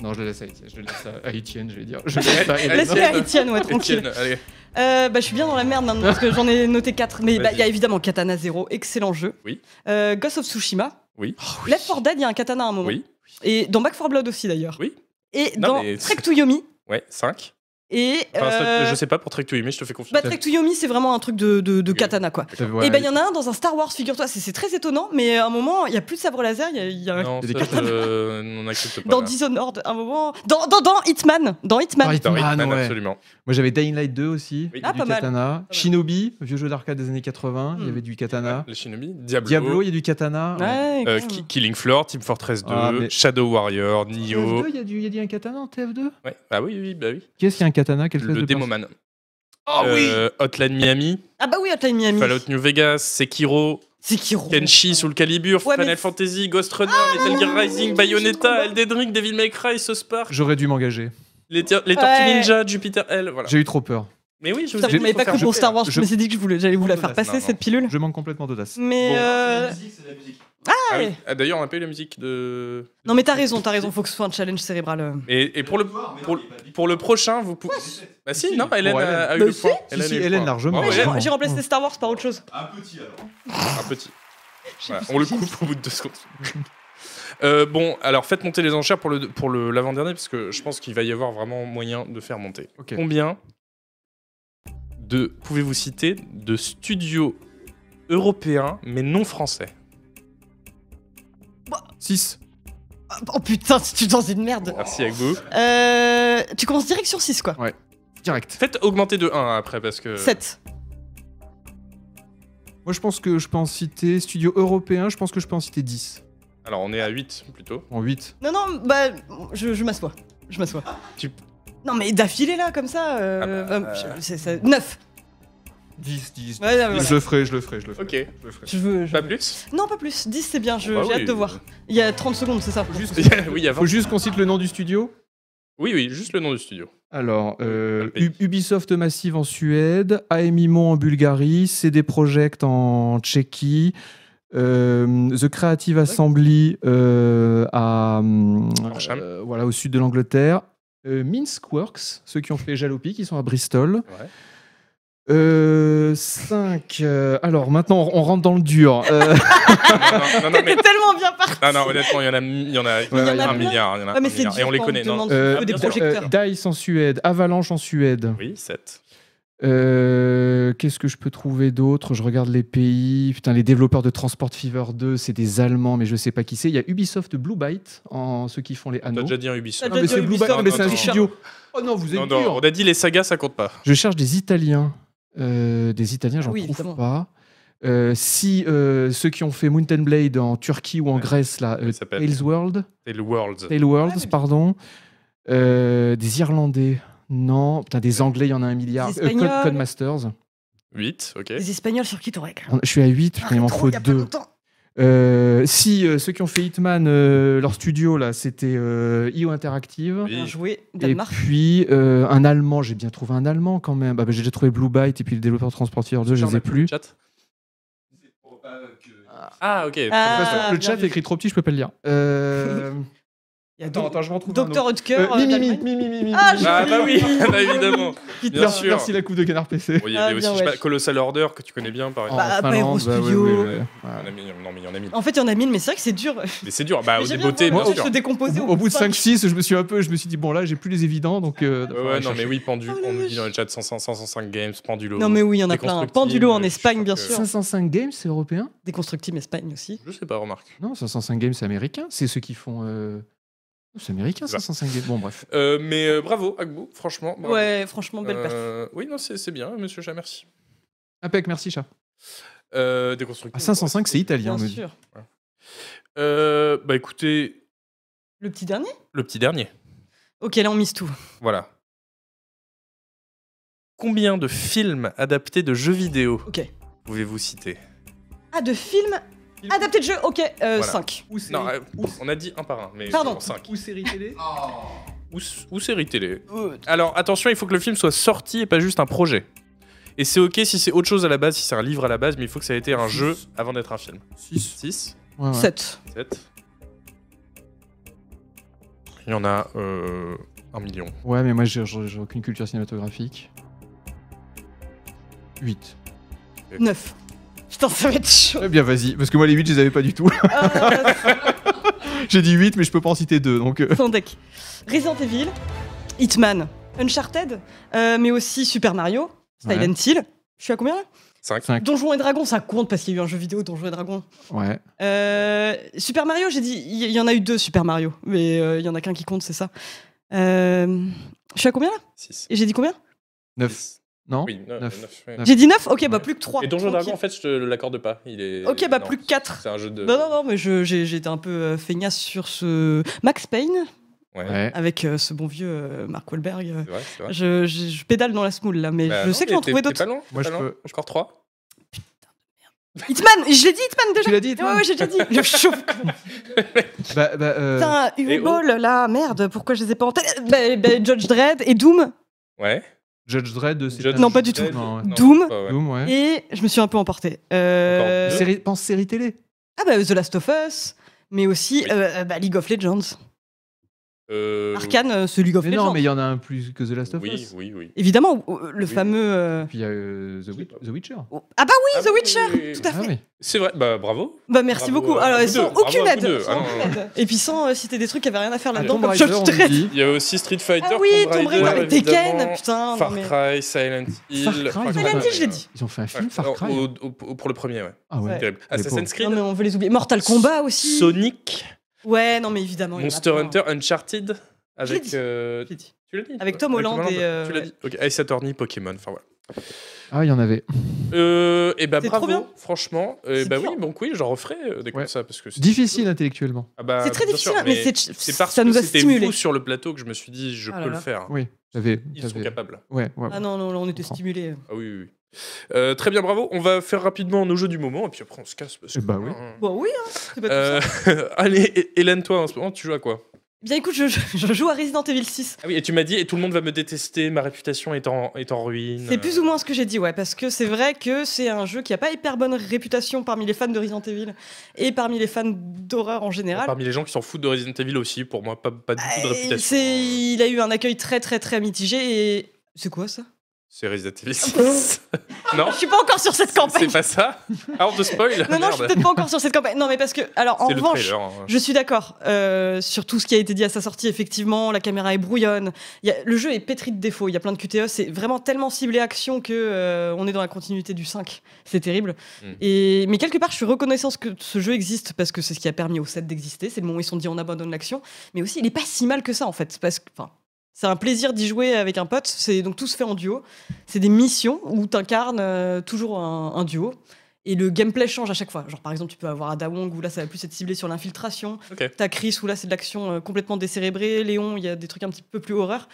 [SPEAKER 3] Non, je le laisse à Étienne, je le laisse à à Étienne, je vais dire. Je le laisse à Hélène.
[SPEAKER 2] Laisse-le à Étienne, ouais, tranquille.
[SPEAKER 1] Etienne, allez.
[SPEAKER 2] Euh, bah, je suis bien dans la merde maintenant parce que j'en ai noté 4. Mais bah, il y a évidemment Katana Zero, excellent jeu.
[SPEAKER 1] Oui.
[SPEAKER 2] Euh, Ghost of Tsushima.
[SPEAKER 1] Oui.
[SPEAKER 2] Left 4 Dead, il y a un katana à un moment.
[SPEAKER 1] Oui.
[SPEAKER 2] Et dans Back 4 Blood aussi d'ailleurs.
[SPEAKER 1] Oui.
[SPEAKER 2] Et
[SPEAKER 1] Non,
[SPEAKER 2] dans
[SPEAKER 1] mais-
[SPEAKER 2] Trek to Yomi.
[SPEAKER 1] Ouais, 5.
[SPEAKER 2] Et. euh,
[SPEAKER 1] Je sais pas pour Trek to Yomi, je te fais confiance.
[SPEAKER 2] bah, Trek to Yomi, c'est vraiment un truc de, de- de
[SPEAKER 1] Ok.
[SPEAKER 2] katana quoi.
[SPEAKER 3] Eh
[SPEAKER 2] Et ben il y en a un dans un Star Wars, figure-toi, c'est c'est très étonnant, mais à un moment, il n'y a plus de sabre laser, il y a- il y a, un-
[SPEAKER 1] non,
[SPEAKER 3] des
[SPEAKER 1] ça,
[SPEAKER 3] cartes.
[SPEAKER 1] je n'accepte pas.
[SPEAKER 2] dans
[SPEAKER 1] là.
[SPEAKER 2] Dishonored, un moment, dans, dans, dans Hitman, dans Hitman,
[SPEAKER 3] Ah,
[SPEAKER 1] Dans
[SPEAKER 3] Hitman,
[SPEAKER 1] Hitman,
[SPEAKER 3] ouais.
[SPEAKER 1] absolument.
[SPEAKER 3] Moi j'avais Dying Light 2 aussi,
[SPEAKER 1] Oui.
[SPEAKER 2] Ah,
[SPEAKER 3] du
[SPEAKER 2] pas mal.
[SPEAKER 3] katana. Shinobi, vieux jeu d'arcade des années 80, il y
[SPEAKER 2] Hmm.
[SPEAKER 3] avait du katana.
[SPEAKER 1] Les Shinobi, Diablo.
[SPEAKER 3] Ah. Diablo, il y a du katana.
[SPEAKER 2] Ouais,
[SPEAKER 1] euh,
[SPEAKER 2] quand
[SPEAKER 1] Ki-
[SPEAKER 2] même.
[SPEAKER 1] Killing Floor, Team Fortress 2,
[SPEAKER 3] Ah, mais-
[SPEAKER 1] Shadow Warrior, Nioh.
[SPEAKER 3] TF2, il y a du- il y a du un katana en TF2
[SPEAKER 1] Ouais. Ah oui, oui, bah oui.
[SPEAKER 3] Qu'est-ce qu'il y a un katana Quelle classe
[SPEAKER 1] Le
[SPEAKER 3] de perso
[SPEAKER 1] Demoman.
[SPEAKER 3] Oh oui
[SPEAKER 1] Euh, Hotline Miami,
[SPEAKER 2] ah bah oui, Hotline Miami,
[SPEAKER 1] Fallout New Vegas, Sekiro,
[SPEAKER 2] c'est qui roule.
[SPEAKER 1] Kenshi, Soul Calibur,
[SPEAKER 2] Ouais, mais- Ah,
[SPEAKER 1] Final Fantasy, Ghost Runner, Metal Gear Rising, Bayonetta, Elden Ring, Devil May Cry, South Park,
[SPEAKER 3] J'aurais dû m'engager.
[SPEAKER 1] les, tir- les Tortues
[SPEAKER 2] Ouais.
[SPEAKER 1] Ninja, Jupiter L, voilà.
[SPEAKER 3] J'ai eu trop peur.
[SPEAKER 1] Mais oui, je vous
[SPEAKER 2] Putain,
[SPEAKER 1] ai
[SPEAKER 2] vous
[SPEAKER 1] dit,
[SPEAKER 2] m'avez
[SPEAKER 1] faut
[SPEAKER 2] pas
[SPEAKER 1] faire
[SPEAKER 2] cru pour
[SPEAKER 1] jouer.
[SPEAKER 2] Star Wars, je
[SPEAKER 3] Je-
[SPEAKER 2] me suis dit que je voulais- j'allais vous la faire
[SPEAKER 1] Non, non.
[SPEAKER 2] passer cette pilule.
[SPEAKER 3] Je manque complètement d'audace.
[SPEAKER 2] Mais
[SPEAKER 1] Bon.
[SPEAKER 2] euh,
[SPEAKER 1] Ah oui. Ah, D'ailleurs, on n'a pas eu la musique de.
[SPEAKER 2] eh. non mais t'as raison, t'as raison, faut que ce soit un challenge cérébral. euh.
[SPEAKER 1] Et, et pour, le, pour, pour le prochain, vous pouvez. Bah si, non, Hélène
[SPEAKER 3] Pour
[SPEAKER 1] a,
[SPEAKER 3] Hélène.
[SPEAKER 1] a eu
[SPEAKER 2] Bah
[SPEAKER 1] le
[SPEAKER 2] si.
[SPEAKER 1] point.
[SPEAKER 3] Si,
[SPEAKER 1] a
[SPEAKER 3] si,
[SPEAKER 1] eu le
[SPEAKER 3] Hélène,
[SPEAKER 1] point. Ah
[SPEAKER 3] largement.
[SPEAKER 1] Bravo,
[SPEAKER 2] Ouais, j'ai
[SPEAKER 1] Hélène.
[SPEAKER 3] vraiment.
[SPEAKER 2] j'ai remplacé Star Wars par autre chose.
[SPEAKER 4] Un petit alors.
[SPEAKER 1] Un petit. Voilà, on le coupe au bout de deux secondes. Euh, bon, alors faites monter les enchères pour le pour le l'avant-dernier parce que je pense qu'il va y avoir vraiment moyen de faire monter.
[SPEAKER 3] Ok.
[SPEAKER 1] Combien de pouvez-vous citer de studios européens mais non français
[SPEAKER 3] 6.
[SPEAKER 2] Ah, Oh putain, si tu es dans une merde.
[SPEAKER 1] Merci avec vous.
[SPEAKER 2] Euh, tu commences direct sur 6 quoi.
[SPEAKER 3] Direct.
[SPEAKER 1] Faites augmenter de 1 après parce que
[SPEAKER 2] 7.
[SPEAKER 3] Moi je pense que je peux en citer studio européen, je pense que je peux en citer 10.
[SPEAKER 1] alors on est à 8 plutôt.
[SPEAKER 3] En 8.
[SPEAKER 2] Non non, bah je, je m'assois. Je m'assois.
[SPEAKER 1] Tu-
[SPEAKER 2] Non mais d'affilée là comme ça. Euh,
[SPEAKER 1] Ah bah,
[SPEAKER 2] euh, je- c'est- c'est- 9.
[SPEAKER 3] 10, 10.
[SPEAKER 2] Ouais, ouais, ouais.
[SPEAKER 3] Je le ferai, je le ferai, je le ferai.
[SPEAKER 1] OK,
[SPEAKER 3] Je le ferai.
[SPEAKER 2] Je veux, je-
[SPEAKER 1] pas plus
[SPEAKER 2] Non, pas plus. 10, c'est bien, je- j'ai
[SPEAKER 1] Bah oui.
[SPEAKER 2] hâte de voir. Il y a 30 secondes, c'est ça
[SPEAKER 3] Ah Juste-
[SPEAKER 1] oui, il y a 20.
[SPEAKER 3] Faut juste qu'on cite le nom du studio.
[SPEAKER 1] Oui oui, juste le nom du studio.
[SPEAKER 3] Alors, euh,
[SPEAKER 1] Quel
[SPEAKER 3] U- Ubisoft Massive en Suède, AMIMO en Bulgarie, CD Projekt en Tchéquie, euh, The Creative Assembly euh, à, hum,
[SPEAKER 1] Horsham.
[SPEAKER 3] euh, voilà, au sud de l'Angleterre, euh, Minsk Works, ceux qui ont fait Jalopy, qui sont à Bristol.
[SPEAKER 1] Ouais.
[SPEAKER 3] 5. euh, alors maintenant, on, on rentre dans le dur. Euh,
[SPEAKER 2] Ah
[SPEAKER 1] non, non, non, non, mais
[SPEAKER 2] T'es tellement bien parti
[SPEAKER 1] Ah non, non, honnêtement, il y en a il y en a,
[SPEAKER 3] ouais, il y en a
[SPEAKER 1] un
[SPEAKER 2] plein.
[SPEAKER 1] milliard, il y en a
[SPEAKER 2] Ouais, mais
[SPEAKER 1] un
[SPEAKER 2] c'est
[SPEAKER 1] milliard.
[SPEAKER 2] dur
[SPEAKER 1] et on les
[SPEAKER 2] quand on
[SPEAKER 1] connaît
[SPEAKER 2] te
[SPEAKER 1] non
[SPEAKER 2] demande-
[SPEAKER 3] euh,
[SPEAKER 2] Faut des
[SPEAKER 3] euh,
[SPEAKER 2] projecteurs.
[SPEAKER 3] Dice en Suède, Avalanche en Suède.
[SPEAKER 1] Oui, 7.
[SPEAKER 3] Ah Euh, qu'est-ce que je peux trouver d'autre Je regarde les pays. Putain, les développeurs de Transport Fever 2, c'est des Allemands, mais je sais pas qui c'est. Il y a Ubisoft Blue Byte, en ceux qui font les
[SPEAKER 1] T'as
[SPEAKER 3] anneaux.
[SPEAKER 1] déjà dit un Ubisoft.
[SPEAKER 2] T'as déjà dit un Ubisoft,
[SPEAKER 3] Byte, Ah, mais c'est un
[SPEAKER 1] attends.
[SPEAKER 3] studio. Oh non, vous
[SPEAKER 1] Non,
[SPEAKER 3] êtes
[SPEAKER 1] non,
[SPEAKER 3] dur.
[SPEAKER 1] on a dit les sagas, ça compte pas.
[SPEAKER 3] Je cherche des Italiens. Euh, des Italiens, j'en
[SPEAKER 2] Ah Oui,
[SPEAKER 3] trouve
[SPEAKER 2] évidemment.
[SPEAKER 3] pas. Euh, si euh, ceux qui ont fait Mountain Blade en Turquie ou en
[SPEAKER 1] Ouais.
[SPEAKER 3] Grèce, là,
[SPEAKER 1] Comment
[SPEAKER 3] euh,
[SPEAKER 1] il s'appelle
[SPEAKER 3] Tales World,
[SPEAKER 1] C'est le Worlds.
[SPEAKER 3] Tale Worlds,
[SPEAKER 2] Ouais, mais-
[SPEAKER 3] pardon. Euh, des Irlandais, non. Putain, des Anglais, il y en a un milliard.
[SPEAKER 2] Des
[SPEAKER 3] Euh, Code-
[SPEAKER 2] Espagnols.
[SPEAKER 3] Codemasters.
[SPEAKER 1] 8, ok.
[SPEAKER 2] Les Espagnols sur qui t'aurais cru
[SPEAKER 3] On- Je suis à 8, putain, il m'en faut 2. Euh, si euh, ceux qui ont fait Hitman, euh, leur studio là, c'était euh, IO Interactive.
[SPEAKER 1] Oui.
[SPEAKER 2] Bien joué,
[SPEAKER 3] Et
[SPEAKER 2] Danemark.
[SPEAKER 3] puis euh, un allemand, j'ai bien trouvé un allemand quand même. Ah bah, j'ai déjà trouvé Blue Byte et puis le développeur de Transport Fever 2, je les ai plus.
[SPEAKER 1] Chat.
[SPEAKER 4] Pour pas que.
[SPEAKER 1] Ah, ok.
[SPEAKER 2] Ah.
[SPEAKER 3] Après, le
[SPEAKER 2] bien
[SPEAKER 3] chat
[SPEAKER 2] vu.
[SPEAKER 3] est écrit trop petit, je peux pas le lire. Euh...
[SPEAKER 2] Il y a
[SPEAKER 3] attends,
[SPEAKER 2] Do-
[SPEAKER 3] attends, je vais en trouver un
[SPEAKER 2] Dr.
[SPEAKER 3] autre.
[SPEAKER 2] Oetker.
[SPEAKER 3] Euh,
[SPEAKER 2] euh,
[SPEAKER 3] Mimi, Mimi,
[SPEAKER 2] d'Allemagne.
[SPEAKER 3] Mimi, Mimi, Mimi.
[SPEAKER 2] Ah, j'ai-
[SPEAKER 1] Ah, bah oui, bah évidemment.
[SPEAKER 2] Putain.
[SPEAKER 1] bien
[SPEAKER 3] Merci-
[SPEAKER 1] sûr.
[SPEAKER 3] Merci la coupe de canard PC.
[SPEAKER 1] Bon, il y avait
[SPEAKER 2] Ah,
[SPEAKER 1] aussi
[SPEAKER 2] bien,
[SPEAKER 1] je sais pas,
[SPEAKER 2] ouais.
[SPEAKER 1] Colossal Order que tu connais bien, par exemple.
[SPEAKER 2] Bah, Pyro Studio.
[SPEAKER 1] On a mis- non, mais il y en a mille.
[SPEAKER 2] En fait, il y en a mille, mais c'est vrai que c'est dur.
[SPEAKER 3] Ah,
[SPEAKER 1] Mais c'est dur. Bah,
[SPEAKER 2] Mais
[SPEAKER 1] au
[SPEAKER 2] j'aime
[SPEAKER 1] débeauté,
[SPEAKER 2] voir
[SPEAKER 1] bien
[SPEAKER 2] les
[SPEAKER 1] sûr.
[SPEAKER 2] gens se décomposer.
[SPEAKER 3] Au bout de 5-6, je me suis un peu, je me suis dit bon là, j'ai plus les évidents, donc. euh,
[SPEAKER 1] Ouais,
[SPEAKER 3] faudra
[SPEAKER 1] ouais,
[SPEAKER 3] aller
[SPEAKER 1] non, mais
[SPEAKER 3] chercher.
[SPEAKER 1] oui, Pendu,
[SPEAKER 2] Oh, la
[SPEAKER 1] on dit
[SPEAKER 2] vache.
[SPEAKER 1] dans le chat 500, 505 Games, Pendulo.
[SPEAKER 2] Non, mais oui, il y en a plein.
[SPEAKER 1] Déconstructible,
[SPEAKER 2] Pendulo en
[SPEAKER 1] je
[SPEAKER 2] Espagne,
[SPEAKER 1] crois
[SPEAKER 2] bien
[SPEAKER 1] que-
[SPEAKER 2] sûr.
[SPEAKER 3] 505 Games, c'est européen
[SPEAKER 2] Déconstructible Espagne aussi.
[SPEAKER 1] Je sais pas, remarque.
[SPEAKER 3] Non, 505 Games, c'est américain. C'est ceux qui font. euh, non, C'est américain,
[SPEAKER 1] Je sais pas.
[SPEAKER 3] 505 Games. Bon, bref.
[SPEAKER 1] Euh, mais euh, bravo, Agbo, franchement. bravo.
[SPEAKER 2] Ouais, franchement, belle perf.
[SPEAKER 1] Euh, oui, non, c'est c'est bien, monsieur Chat, merci.
[SPEAKER 3] Impec, merci, chat.
[SPEAKER 1] Euh, déconstructible.
[SPEAKER 3] Ah, 505, c'est
[SPEAKER 2] Bien
[SPEAKER 3] italien. on me dit.
[SPEAKER 2] sûr.
[SPEAKER 1] Euh, bah écoutez,
[SPEAKER 2] Le petit dernier
[SPEAKER 1] le petit dernier.
[SPEAKER 2] Ok, là, on mise tout.
[SPEAKER 1] Voilà. Combien de films adaptés de jeux vidéo
[SPEAKER 2] Ok.
[SPEAKER 1] pouvez-vous citer
[SPEAKER 2] Ah, de film
[SPEAKER 3] Film.
[SPEAKER 2] adapté de jeu Ok,
[SPEAKER 1] Voilà.
[SPEAKER 2] 5.
[SPEAKER 3] Ou
[SPEAKER 1] Non, euh, on a dit un par un, mais
[SPEAKER 2] Pardon.
[SPEAKER 1] 5.
[SPEAKER 3] Ou série télé.
[SPEAKER 1] Ou, s- ou série télé. Alors attention, il faut que le film soit sorti et pas juste un projet. Et c'est ok si c'est autre chose à la base, si c'est un livre à la base, mais il faut que ça ait été un
[SPEAKER 3] Six.
[SPEAKER 1] jeu avant d'être un film.
[SPEAKER 3] 6.
[SPEAKER 1] 6,
[SPEAKER 2] 7.
[SPEAKER 1] 7. Il y en a euh, un million.
[SPEAKER 3] Ouais, mais moi, j'ai j'ai- j'ai aucune culture cinématographique. 8.
[SPEAKER 2] 9. Putain, ça va être chaud.
[SPEAKER 3] Eh bien, vas-y, parce que moi, les 8, je les avais pas du tout.
[SPEAKER 2] Euh,
[SPEAKER 3] J'ai dit 8, mais je peux pas en citer 2, donc. euh,
[SPEAKER 2] Son deck. Resident Evil, Hitman, Uncharted, euh, mais aussi Super Mario, Silent Hill. Je suis à combien là
[SPEAKER 1] 5.
[SPEAKER 3] Cinq.
[SPEAKER 2] Donjons et Dragons, ça compte parce qu'il y a eu un jeu vidéo Donjons et Dragons.
[SPEAKER 3] Ouais.
[SPEAKER 2] Euh, Super Mario, j'ai dit, il y, il y en a eu deux Super Mario, mais euh, il y en a qu'un qui compte, c'est ça. Euh, je suis à combien là
[SPEAKER 1] 6.
[SPEAKER 2] Et j'ai dit combien
[SPEAKER 3] 9. Non
[SPEAKER 1] Oui,
[SPEAKER 3] Neuf.
[SPEAKER 1] 9.
[SPEAKER 3] Neuf.
[SPEAKER 2] J'ai dit 9 Ok, bah
[SPEAKER 3] Ouais.
[SPEAKER 2] plus que 3.
[SPEAKER 1] Et Donjon Dragon, en fait, je te l'accorde pas. Il est...
[SPEAKER 2] Ok, bah
[SPEAKER 1] non,
[SPEAKER 2] plus que 4.
[SPEAKER 1] C'est un jeu de.
[SPEAKER 2] Non, non, non, mais je- j'ai j'étais un peu euh, feignasse sur ce Max Payne
[SPEAKER 1] Ouais.
[SPEAKER 3] Ouais.
[SPEAKER 2] avec euh, ce bon vieux euh, Mark Wahlberg. euh,
[SPEAKER 1] C'est vrai, c'est vrai.
[SPEAKER 2] Je, je- je pédale dans la smoule là, mais
[SPEAKER 1] Bah
[SPEAKER 2] je
[SPEAKER 1] non,
[SPEAKER 2] sais que
[SPEAKER 1] mais
[SPEAKER 2] j'en
[SPEAKER 1] t'es-
[SPEAKER 2] trouvais
[SPEAKER 1] t'es
[SPEAKER 2] d'autres.
[SPEAKER 1] pas loin, t'es
[SPEAKER 3] Moi,
[SPEAKER 1] pas
[SPEAKER 3] je
[SPEAKER 1] loin.
[SPEAKER 3] peux-
[SPEAKER 1] Encore 3.
[SPEAKER 2] Hitman Je l'ai dit, Hitman déjà
[SPEAKER 3] Tu l'as dit,
[SPEAKER 2] Ouais,
[SPEAKER 3] toi Euh.
[SPEAKER 2] ouais, j'ai déjà dit. Je chauffe.
[SPEAKER 3] Bah, bah, euh,
[SPEAKER 2] Putain,
[SPEAKER 1] et oh.
[SPEAKER 2] U-Ball là, merde, pourquoi je les ai pas en tête bah, bah, Judge Dredd et Doom.
[SPEAKER 1] Ouais.
[SPEAKER 3] Judge Dredd, c'est.
[SPEAKER 1] Judge
[SPEAKER 2] Non, pas du tout.
[SPEAKER 1] Dredd.
[SPEAKER 3] Non, ouais.
[SPEAKER 1] Non,
[SPEAKER 2] Doom.
[SPEAKER 1] c'est pas, ouais.
[SPEAKER 3] Doom, ouais.
[SPEAKER 2] Et je me suis un peu emportée. Euh,
[SPEAKER 1] Encore deux.
[SPEAKER 3] Série- Pense série télé.
[SPEAKER 2] Ah bah The Last of Us, mais aussi
[SPEAKER 1] Oui.
[SPEAKER 2] euh, bah, League of Legends.
[SPEAKER 1] Euh,
[SPEAKER 2] Arcane, euh, ce League of
[SPEAKER 3] Mais
[SPEAKER 2] Legends.
[SPEAKER 3] non, mais il y en a un plus que The Last of
[SPEAKER 1] Oui,
[SPEAKER 3] Us.
[SPEAKER 1] oui, oui.
[SPEAKER 2] Évidemment, euh, le
[SPEAKER 1] Oui.
[SPEAKER 2] fameux. euh,
[SPEAKER 3] Puis il y a euh, The, Wi- The Witcher.
[SPEAKER 2] Ah bah oui,
[SPEAKER 1] Ah
[SPEAKER 2] The Witcher
[SPEAKER 1] oui, oui, oui.
[SPEAKER 2] Tout à fait.
[SPEAKER 3] Ah oui.
[SPEAKER 1] C'est vrai, bah bravo.
[SPEAKER 2] Bah merci
[SPEAKER 1] Bravo,
[SPEAKER 2] beaucoup.
[SPEAKER 1] euh,
[SPEAKER 2] Alors,
[SPEAKER 1] à
[SPEAKER 2] elles
[SPEAKER 1] vous
[SPEAKER 2] sont
[SPEAKER 1] deux.
[SPEAKER 2] aucune
[SPEAKER 1] Bravo à
[SPEAKER 2] aide.
[SPEAKER 1] vous deux.
[SPEAKER 2] elles sont
[SPEAKER 1] Ah non,
[SPEAKER 2] aucune
[SPEAKER 1] non,
[SPEAKER 2] aide. Et puis sans euh, citer des trucs qui avaient rien à faire
[SPEAKER 3] Ah,
[SPEAKER 2] là-dedans.
[SPEAKER 3] Tomb
[SPEAKER 2] Judge
[SPEAKER 3] Raider, on
[SPEAKER 2] Dredd.
[SPEAKER 3] dit.
[SPEAKER 1] Il y a aussi Street Fighter.
[SPEAKER 2] Ah oui, Tomb
[SPEAKER 1] Tomb
[SPEAKER 2] Raider avec des
[SPEAKER 1] évidemment,
[SPEAKER 2] Ken, putain. non,
[SPEAKER 1] Far
[SPEAKER 2] mais-
[SPEAKER 1] Cry, Silent Hill. euh, Silent
[SPEAKER 3] Far Cry, ils ont
[SPEAKER 2] Silent
[SPEAKER 3] fait
[SPEAKER 2] Hill,
[SPEAKER 3] un-
[SPEAKER 2] je l'ai dit.
[SPEAKER 3] Ils ont fait un film, Far
[SPEAKER 1] Alors, euh,
[SPEAKER 3] Cry.
[SPEAKER 1] au- au- au- pour le premier, ouais.
[SPEAKER 3] Ah ouais.
[SPEAKER 2] Ouais.
[SPEAKER 1] Terrible.
[SPEAKER 3] Les
[SPEAKER 1] Assassin's
[SPEAKER 2] Non,
[SPEAKER 1] Creed.
[SPEAKER 2] mais on veut les oublier. Mortal Kombat aussi.
[SPEAKER 1] Sonic,
[SPEAKER 2] Ouais, non, mais évidemment. il y en a
[SPEAKER 1] Monster
[SPEAKER 2] plein.
[SPEAKER 1] Hunter, Uncharted, avec.
[SPEAKER 2] dit.
[SPEAKER 1] euh,
[SPEAKER 2] Je l'ai dit.
[SPEAKER 1] Tu l'as dit
[SPEAKER 2] Avec Tom Holland et, euh,
[SPEAKER 1] Tu l'as dit. Ok, Ace Attorney, Pokémon, enfin voilà.
[SPEAKER 3] Ah, il y en avait.
[SPEAKER 1] Euh, et bah
[SPEAKER 2] C'est
[SPEAKER 1] bravo,
[SPEAKER 2] trop bien.
[SPEAKER 1] franchement. Et
[SPEAKER 2] C'est
[SPEAKER 1] bah
[SPEAKER 2] bien.
[SPEAKER 1] oui, donc oui, j'en referai euh, des
[SPEAKER 3] Ouais.
[SPEAKER 1] comme ça parce que c'est-
[SPEAKER 3] Difficile intellectuellement.
[SPEAKER 1] Ah bah,
[SPEAKER 2] C'est très
[SPEAKER 1] bien
[SPEAKER 2] difficile,
[SPEAKER 1] sûr,
[SPEAKER 2] mais, c'est-
[SPEAKER 1] c'est parce
[SPEAKER 2] ça nous
[SPEAKER 1] que
[SPEAKER 2] a
[SPEAKER 1] c'était
[SPEAKER 2] stimulés.
[SPEAKER 1] vous sur le plateau que je me suis dit je
[SPEAKER 2] Ah
[SPEAKER 1] peux
[SPEAKER 2] là
[SPEAKER 1] le
[SPEAKER 2] là.
[SPEAKER 1] faire. hein.
[SPEAKER 3] Oui, j'avais.
[SPEAKER 1] Ils sont
[SPEAKER 3] j'avais-
[SPEAKER 1] capables.
[SPEAKER 3] Ouais, ouais.
[SPEAKER 2] Ah non, non, là, on était
[SPEAKER 3] Comprends.
[SPEAKER 2] stimulés.
[SPEAKER 1] Ah oui, oui, oui. Euh, très bien, bravo. On va faire rapidement nos jeux du moment et puis après on se casse. Parce que,
[SPEAKER 3] Eh bah oui.
[SPEAKER 1] hein.
[SPEAKER 2] Bon, oui, hein, c'est pas tout ça.
[SPEAKER 1] Euh, allez, Hé- Hélène, toi en ce moment, tu joues à quoi
[SPEAKER 2] Bien écoute, je, je joue à Resident Evil 6.
[SPEAKER 1] Ah oui, et tu m'as dit, et tout le monde va me détester, ma réputation est en, est en ruine. Euh,
[SPEAKER 2] C'est plus ou moins ce que j'ai dit, ouais, parce que c'est vrai que c'est un jeu qui a pas hyper bonne réputation parmi les fans de Resident Evil et parmi les fans d'horreur en général. Bah,
[SPEAKER 1] Parmi les gens qui s'en foutent de Resident Evil aussi, pour moi, pas, pas du tout de
[SPEAKER 2] Et
[SPEAKER 1] réputation.
[SPEAKER 2] Eh, c'est- il a eu un accueil très très très mitigé et c'est quoi ça
[SPEAKER 1] C'est Resident Evil 6. non
[SPEAKER 2] Je suis pas encore sur cette campagne.
[SPEAKER 1] C'est pas ça Ah, on te spoil
[SPEAKER 2] Non non, je suis
[SPEAKER 1] Merde.
[SPEAKER 2] peut-être pas encore sur cette campagne. Non mais parce que alors en
[SPEAKER 1] C'est le
[SPEAKER 2] revanche,
[SPEAKER 1] trailer. hein.
[SPEAKER 2] Je suis d'accord euh, sur tout ce qui a été dit à sa sortie. Effectivement, la caméra est brouillonne. Il y a- le jeu est pétri de défauts. Il y a plein de QTE. C'est vraiment tellement ciblé action que euh, on est dans la continuité du 5. C'est terrible.
[SPEAKER 1] Mm.
[SPEAKER 2] Et, mais quelque part, je suis reconnaissante que ce jeu existe parce que c'est ce qui a permis au 7 d'exister. C'est le moment où ils se sont dit on abandonne l'action. Mais aussi, il n'est pas si mal que ça en fait. Parce que, enfin, c'est un plaisir d'y jouer avec un pote. C'est donc tout se fait en duo. C'est des missions où tu incarnes toujours un- un duo. Et le gameplay change à chaque fois. Genre, par exemple, tu peux avoir Ada Wong où là, ça va plus être ciblé sur l'infiltration.
[SPEAKER 1] Ok.
[SPEAKER 2] T'as Chris où là, c'est de l'action euh, complètement décérébrée. Léon, il y a des trucs un petit peu plus horreur.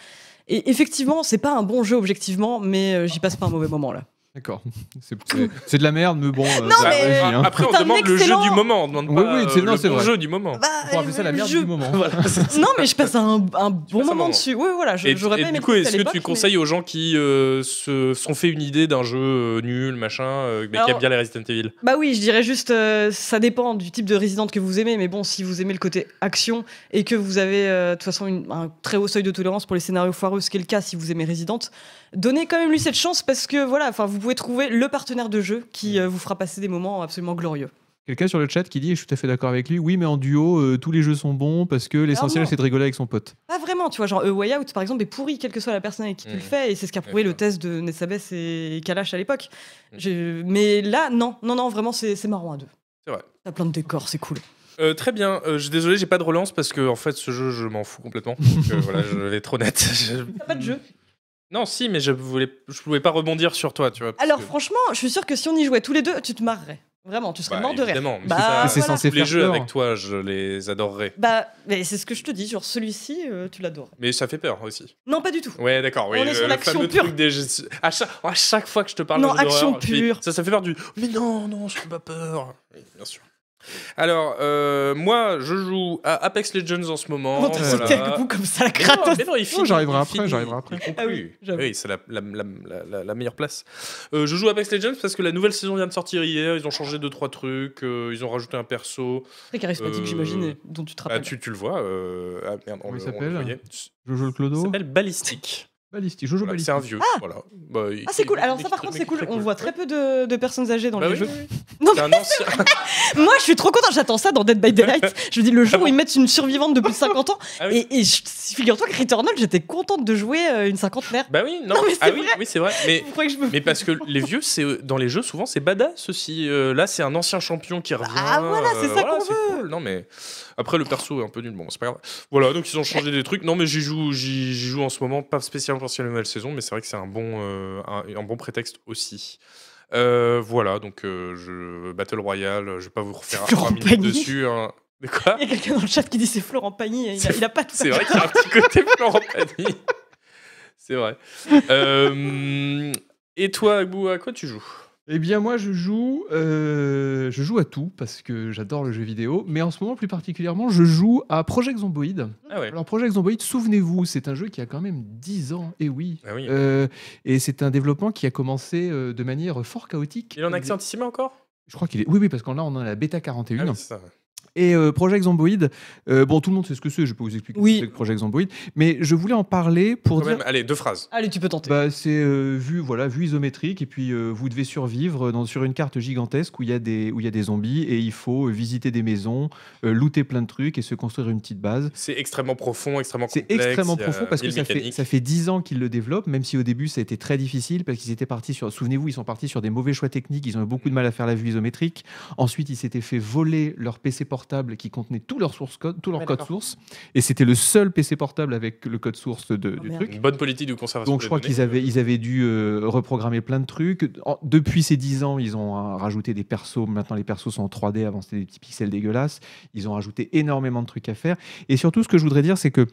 [SPEAKER 2] Et effectivement, c'est pas un bon jeu objectivement, mais euh, j'y passe pas un mauvais moment là.
[SPEAKER 3] D'accord. C'est- C'est c'est de la merde, mais bon. euh, bah, Non,
[SPEAKER 1] Ah,
[SPEAKER 2] mais- euh,
[SPEAKER 1] ah,
[SPEAKER 3] hein.
[SPEAKER 1] Après, on
[SPEAKER 2] C'est un
[SPEAKER 1] demande le jeu
[SPEAKER 2] excellent- Bah,
[SPEAKER 1] du moment. On demande
[SPEAKER 3] Oui,
[SPEAKER 1] pas
[SPEAKER 3] oui,
[SPEAKER 1] euh,
[SPEAKER 3] c'est- non,
[SPEAKER 1] le
[SPEAKER 3] c'est
[SPEAKER 1] bon
[SPEAKER 3] vrai.
[SPEAKER 1] jeu du moment.
[SPEAKER 3] On appeler ça la merde
[SPEAKER 2] ah, je-
[SPEAKER 3] du moment.
[SPEAKER 1] Voilà, c'est
[SPEAKER 2] Non, mais je passe un, un bon
[SPEAKER 1] passes un
[SPEAKER 2] moment
[SPEAKER 1] moment.
[SPEAKER 2] dessus. Oui, voilà, je-
[SPEAKER 1] Et,
[SPEAKER 2] j'aurais
[SPEAKER 1] et
[SPEAKER 2] pas aimé
[SPEAKER 1] du coup,
[SPEAKER 2] le tester à
[SPEAKER 1] est-ce que
[SPEAKER 2] l'époque,
[SPEAKER 1] tu
[SPEAKER 2] mais-
[SPEAKER 1] conseilles aux gens qui euh, se sont fait une idée d'un jeu euh, nul, machin, euh, mais qui aiment
[SPEAKER 2] Alors-
[SPEAKER 1] bien les Resident Evil
[SPEAKER 2] Bah oui, je dirais juste, euh, ça dépend du type de Resident que vous aimez, mais bon, si vous aimez le côté action et que vous avez euh, de toute façon une- un très haut seuil de tolérance pour les scénarios foireux, ce qui est le cas si vous aimez Resident, donnez quand même lui cette chance parce que voilà, enfin, vous pouvez trouver le partenaire de jeu qui euh, vous fera passer des moments absolument glorieux.
[SPEAKER 3] Quelqu'un sur le chat qui dit, et je suis tout à fait d'accord avec lui, oui, mais en duo, euh, tous les jeux sont bons parce que l'essentiel,
[SPEAKER 2] Clairement.
[SPEAKER 3] c'est de rigoler avec son pote.
[SPEAKER 2] Pas vraiment, tu vois, genre A Way Out par exemple est pourri, quelle que soit la personne avec qui tu
[SPEAKER 1] Mm.
[SPEAKER 2] le fais, et c'est ce qu'a prouvé
[SPEAKER 1] D'accord.
[SPEAKER 2] le test de Netsabes et Kalash à l'époque.
[SPEAKER 1] Mm.
[SPEAKER 2] Je- Mais là, non, non, non, vraiment, c'est c'est marrant à deux.
[SPEAKER 1] C'est vrai.
[SPEAKER 2] T'as plein de décors, c'est cool.
[SPEAKER 1] Euh, Très bien. Euh, je désolé, j'ai pas de relance parce que en fait, ce jeu, je m'en fous complètement. Donc, euh, voilà, je vais être honnête. Je-
[SPEAKER 2] T'as pas de jeu
[SPEAKER 1] Non, si, mais je voulais, je pouvais pas rebondir sur toi, tu vois. parce
[SPEAKER 2] Alors
[SPEAKER 1] que-
[SPEAKER 2] franchement, je suis sûr que si on y jouait tous les deux, tu te marrerais. Vraiment, tu serais
[SPEAKER 1] Bah,
[SPEAKER 2] mort de rire.
[SPEAKER 1] évidemment, mais
[SPEAKER 2] Bah,
[SPEAKER 1] ça,
[SPEAKER 2] Ah,
[SPEAKER 3] c'est
[SPEAKER 2] voilà.
[SPEAKER 3] censé
[SPEAKER 1] tous les
[SPEAKER 3] faire
[SPEAKER 1] jeux
[SPEAKER 3] peur.
[SPEAKER 1] avec toi, je les adorerais.
[SPEAKER 2] Bah, mais c'est ce que je te dis, genre celui-ci, euh, tu l'adores.
[SPEAKER 1] Mais ça fait peur aussi.
[SPEAKER 2] Non, pas du tout.
[SPEAKER 1] Ouais, d'accord. Oui,
[SPEAKER 2] On est
[SPEAKER 1] le,
[SPEAKER 2] sur
[SPEAKER 1] le
[SPEAKER 2] l'action
[SPEAKER 1] fameux
[SPEAKER 2] pure.
[SPEAKER 1] truc des jeux- À chaque, à chaque fois que je te parle
[SPEAKER 2] Non,
[SPEAKER 1] d'un jeu
[SPEAKER 2] action
[SPEAKER 1] d'horreur, je dis,
[SPEAKER 2] pure.
[SPEAKER 1] ça, ça fait peur du. Mais non, non, je fais pas peur. Oui, bien sûr. Alors, euh, moi, je joue à Apex Legends en ce moment.
[SPEAKER 2] On t'a
[SPEAKER 1] voilà.
[SPEAKER 2] Oh, sauté à bout comme ça, la
[SPEAKER 1] Oh Mais non,
[SPEAKER 2] gratos.
[SPEAKER 1] mais non, il finit,
[SPEAKER 3] Oh, j'arriverai
[SPEAKER 1] il
[SPEAKER 3] après,
[SPEAKER 1] finit,
[SPEAKER 3] j'arriverai après.
[SPEAKER 1] il conclut.
[SPEAKER 2] Ah oui, j'avoue.
[SPEAKER 1] oui, c'est la, la- la- la- la- la meilleure place. Euh, je joue Apex Legends parce que la nouvelle saison vient de sortir hier. Ils ont changé 2-3 trucs. euh, ils ont rajouté un perso.
[SPEAKER 2] Très charismatique,
[SPEAKER 1] Euh,
[SPEAKER 2] j'imagine, et dont tu te
[SPEAKER 1] Ah,
[SPEAKER 2] rappelles.
[SPEAKER 1] tu, tu le vois. euh, Ah merde, on
[SPEAKER 3] Comment il
[SPEAKER 1] le- on le
[SPEAKER 3] s'appelle
[SPEAKER 1] voyait.
[SPEAKER 3] Jojo le
[SPEAKER 1] Il
[SPEAKER 3] Clodo
[SPEAKER 1] s'appelle Ballistique.
[SPEAKER 3] Balisti, Jojo
[SPEAKER 1] Voilà,
[SPEAKER 3] Balisti.
[SPEAKER 1] c'est un vieux. voilà. Bah, il-
[SPEAKER 2] Ah, c'est cool.
[SPEAKER 1] il-
[SPEAKER 2] Alors,
[SPEAKER 1] il-
[SPEAKER 2] ça, par
[SPEAKER 1] il-
[SPEAKER 2] contre,
[SPEAKER 1] il-
[SPEAKER 2] c'est cool.
[SPEAKER 1] très
[SPEAKER 2] On voit très peu de, de personnes âgées dans
[SPEAKER 1] Bah
[SPEAKER 2] les
[SPEAKER 1] oui,
[SPEAKER 2] jeux.
[SPEAKER 1] oui, oui.
[SPEAKER 2] Non,
[SPEAKER 1] C'est un ancien.
[SPEAKER 2] Moi, je suis trop contente. J'attends ça dans Dead by Daylight. je me dis, le jour où ils mettent une survivante depuis 50 ans.
[SPEAKER 1] Ah oui.
[SPEAKER 2] Et, et je- figure-toi que Returnal, j'étais contente de jouer euh, une cinquantenaire.
[SPEAKER 1] Bah oui, non.
[SPEAKER 2] Non, mais c'est
[SPEAKER 1] ah oui,
[SPEAKER 2] vrai.
[SPEAKER 1] oui, c'est vrai. Mais
[SPEAKER 2] Vous croyez que je me.
[SPEAKER 1] Mais parce que les vieux, c'est euh, dans les jeux souvent c'est badass. Aussi, Euh, là, c'est un ancien champion qui revient. Euh,
[SPEAKER 2] Ah, voilà, c'est ça qu'on
[SPEAKER 1] cool. Non mais après le perso est un peu nul. Bon, c'est pas grave. Voilà, donc ils ont changé des trucs. Non mais j'y joue, j'y j'y joue en ce moment, pas spécialement pour la nouvelle saison, mais c'est vrai que c'est un bon, euh, un, un bon prétexte aussi. Euh, voilà, donc euh, je Battle Royale, je vais pas vous refaire
[SPEAKER 2] Florent
[SPEAKER 1] 3 minutes
[SPEAKER 2] Pagny.
[SPEAKER 1] dessus. hein. Mais quoi
[SPEAKER 2] Il y a quelqu'un dans le chat qui dit c'est Florent Pagny. Il a,
[SPEAKER 1] C'est-
[SPEAKER 2] il a pas tout
[SPEAKER 1] c'est vrai qu'il y a un petit côté Florent Pagny. C'est vrai. Euh, et toi, Abou, à quoi tu joues
[SPEAKER 3] Eh bien, moi, je joue, euh, je joue à tout parce que j'adore le jeu vidéo, mais en ce moment, plus particulièrement, je joue à Project Zomboid.
[SPEAKER 1] Ah ouais.
[SPEAKER 3] Alors, Project Zomboid, souvenez-vous, c'est un jeu qui a quand même 10 ans, et oui.
[SPEAKER 1] Ah oui.
[SPEAKER 3] Euh, et c'est un développement qui a commencé euh, de manière fort chaotique.
[SPEAKER 1] Il est en accès anticipé encore
[SPEAKER 3] Je crois qu'il est. Oui, oui, parce qu'on là, on a la bêta 41.
[SPEAKER 1] Ah oui, c'est ça.
[SPEAKER 3] Et euh, Project Zomboid, euh, bon, tout le monde sait ce que c'est, je peux vous expliquer
[SPEAKER 2] Oui.
[SPEAKER 3] ce que c'est que Project Zomboid, mais je voulais en parler pour
[SPEAKER 1] Quand
[SPEAKER 3] dire.
[SPEAKER 1] même, allez, deux phrases.
[SPEAKER 2] Allez, tu peux tenter.
[SPEAKER 3] Bah, c'est euh, vue voilà vue isométrique et puis euh, vous devez survivre dans, sur une carte gigantesque où il y a des où il y a des zombies et il faut euh, visiter des maisons, euh, looter plein de trucs et se construire une petite base.
[SPEAKER 1] C'est extrêmement profond, extrêmement
[SPEAKER 3] C'est
[SPEAKER 1] complexe.
[SPEAKER 3] extrêmement
[SPEAKER 1] il y a
[SPEAKER 3] profond parce que
[SPEAKER 1] mille
[SPEAKER 3] ça fait,
[SPEAKER 1] mécaniques.
[SPEAKER 3] ça fait 10 ans qu'ils le développent, même si au début ça a été très difficile parce qu'ils étaient partis sur, souvenez-vous, ils sont partis sur des mauvais choix techniques, ils ont eu
[SPEAKER 1] Mm.
[SPEAKER 3] beaucoup de mal à faire la vue isométrique. Ensuite, ils s'étaient fait voler leur PC portable qui contenait tout leur, source code, tout leur
[SPEAKER 2] Ouais,
[SPEAKER 3] code
[SPEAKER 2] d'accord.
[SPEAKER 3] source et c'était le seul PC portable avec le code source de- du
[SPEAKER 2] Oh, merde.
[SPEAKER 3] truc.
[SPEAKER 1] Une bonne politique de conservation.
[SPEAKER 3] Donc je
[SPEAKER 1] des
[SPEAKER 3] crois
[SPEAKER 1] données.
[SPEAKER 3] qu'ils avaient, ils avaient dû euh, reprogrammer plein de trucs. En- depuis ces 10 ans, ils ont euh, rajouté des persos. Maintenant, les persos sont en 3D. Avant, c'était des petits pixels dégueulasses. Ils ont rajouté énormément de trucs à faire. Et surtout, ce que je voudrais dire, c'est que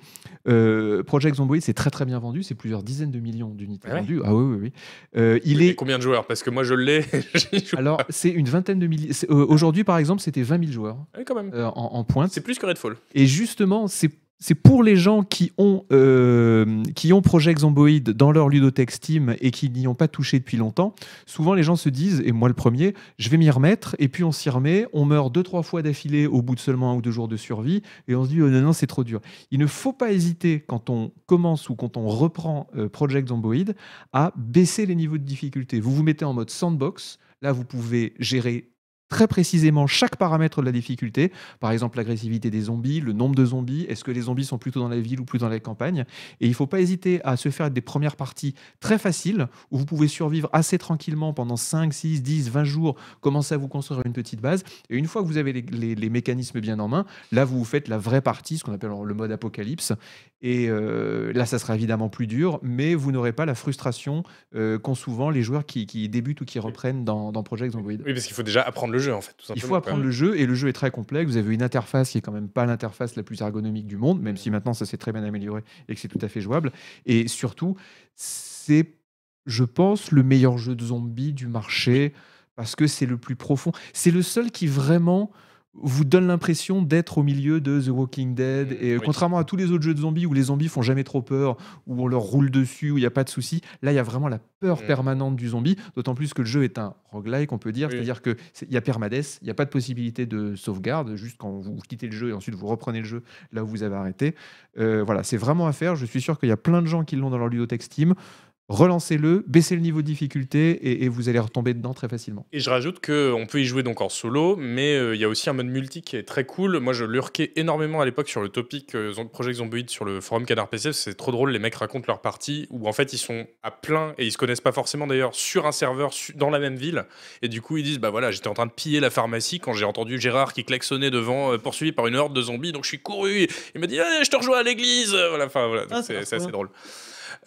[SPEAKER 3] euh, Project Zomboid, c'est très très bien vendu. C'est plusieurs dizaines de millions d'unités
[SPEAKER 1] Ah ouais
[SPEAKER 3] vendues. Ah oui, oui, oui. Euh, il
[SPEAKER 1] Mais
[SPEAKER 3] est...
[SPEAKER 1] Combien de joueurs Parce que moi, je l'ai. j'y joue.
[SPEAKER 3] Alors, c'est une vingtaine de milliers. Aujourd'hui, par exemple, c'était 20 000 joueurs
[SPEAKER 1] Ah oui, quand même.
[SPEAKER 3] euh, en- en pointe.
[SPEAKER 1] C'est plus que Redfall.
[SPEAKER 3] Et justement, c'est c'est pour les gens qui ont, euh, qui ont Project Zomboid dans leur ludothèque Steam et qui n'y ont pas touché depuis longtemps. Souvent, les gens se disent, et moi le premier, je vais m'y remettre, et puis on s'y remet, on meurt deux, trois fois d'affilée au bout de seulement un ou deux jours de survie, et on se dit, oh non, non, c'est trop dur. Il ne faut pas hésiter, quand on commence ou quand on reprend euh, Project Zomboid, à baisser les niveaux de difficulté. Vous vous mettez en mode sandbox, là, vous pouvez gérer très précisément chaque paramètre de la difficulté. Par exemple, l'agressivité des zombies, le nombre de zombies, est-ce que les zombies sont plutôt dans la ville ou plus dans la campagne Et il ne faut pas hésiter à se faire des premières parties très faciles où vous pouvez survivre assez tranquillement pendant 5, 6, 10, 20 jours, commencer à vous construire une petite base. Et une fois que vous avez les, les- les mécanismes bien en main, là, vous vous faites la vraie partie, ce qu'on appelle le mode apocalypse. Et euh, là, ça sera évidemment plus dur, mais vous n'aurez pas la frustration euh, qu'ont souvent les joueurs qui, qui débutent ou qui reprennent dans, dans Project Zomboid.
[SPEAKER 1] Oui, parce qu'il faut déjà apprendre le jeu, en fait. Tout
[SPEAKER 3] Il
[SPEAKER 1] simplement,
[SPEAKER 3] faut apprendre
[SPEAKER 1] quoi.
[SPEAKER 3] le jeu et le jeu est très complexe. Vous avez une interface qui est quand même pas l'interface la plus ergonomique du monde,
[SPEAKER 1] Mm.
[SPEAKER 3] même si maintenant ça s'est très bien amélioré et que c'est tout à fait jouable. Et surtout, c'est, je pense, le meilleur jeu de zombies du marché parce que c'est le plus profond. C'est le seul qui vraiment vous donne l'impression d'être au milieu de The Walking Dead.
[SPEAKER 1] Mm,
[SPEAKER 3] Et
[SPEAKER 1] oui.
[SPEAKER 3] contrairement à tous les autres jeux de zombies où les zombies font jamais trop peur, où on leur roule dessus, où il n'y a pas de souci, là il y a vraiment la peur
[SPEAKER 1] Mm.
[SPEAKER 3] permanente du zombie. D'autant plus que le jeu est un roguelike, on peut dire.
[SPEAKER 1] Oui.
[SPEAKER 3] C'est-à-dire que c'est- il y a permades, il n'y a pas de possibilité de sauvegarde, juste quand vous quittez le jeu et ensuite vous reprenez le jeu là où vous avez arrêté. Euh, voilà, c'est vraiment à faire. Je suis sûr qu'il y a plein de gens qui l'ont dans leur ludothèque Steam. Relancez-le, baissez le niveau de difficulté et- et vous allez retomber dedans très facilement.
[SPEAKER 1] Et je rajoute qu'on peut y jouer donc en solo, mais euh, il y a aussi un mode multi qui est très cool. Moi, je lurquais énormément à l'époque sur le topic euh, Zom- Project Zomboid sur le forum Canard PC. C'est trop drôle, les mecs racontent leur partie où en fait ils sont à plein et ils se connaissent pas forcément d'ailleurs sur un serveur su- dans la même ville. Et du coup, ils disent Bah voilà, j'étais en train de piller la pharmacie quand j'ai entendu Gérard qui klaxonnait devant, euh, poursuivi par une horde de zombies, donc je suis couru. Il m'a dit Allez, je te rejoins à l'église Voilà, enfin voilà, donc
[SPEAKER 2] Ah, c'est
[SPEAKER 1] c'est
[SPEAKER 2] pas
[SPEAKER 1] c'est
[SPEAKER 2] trop
[SPEAKER 1] assez drôle.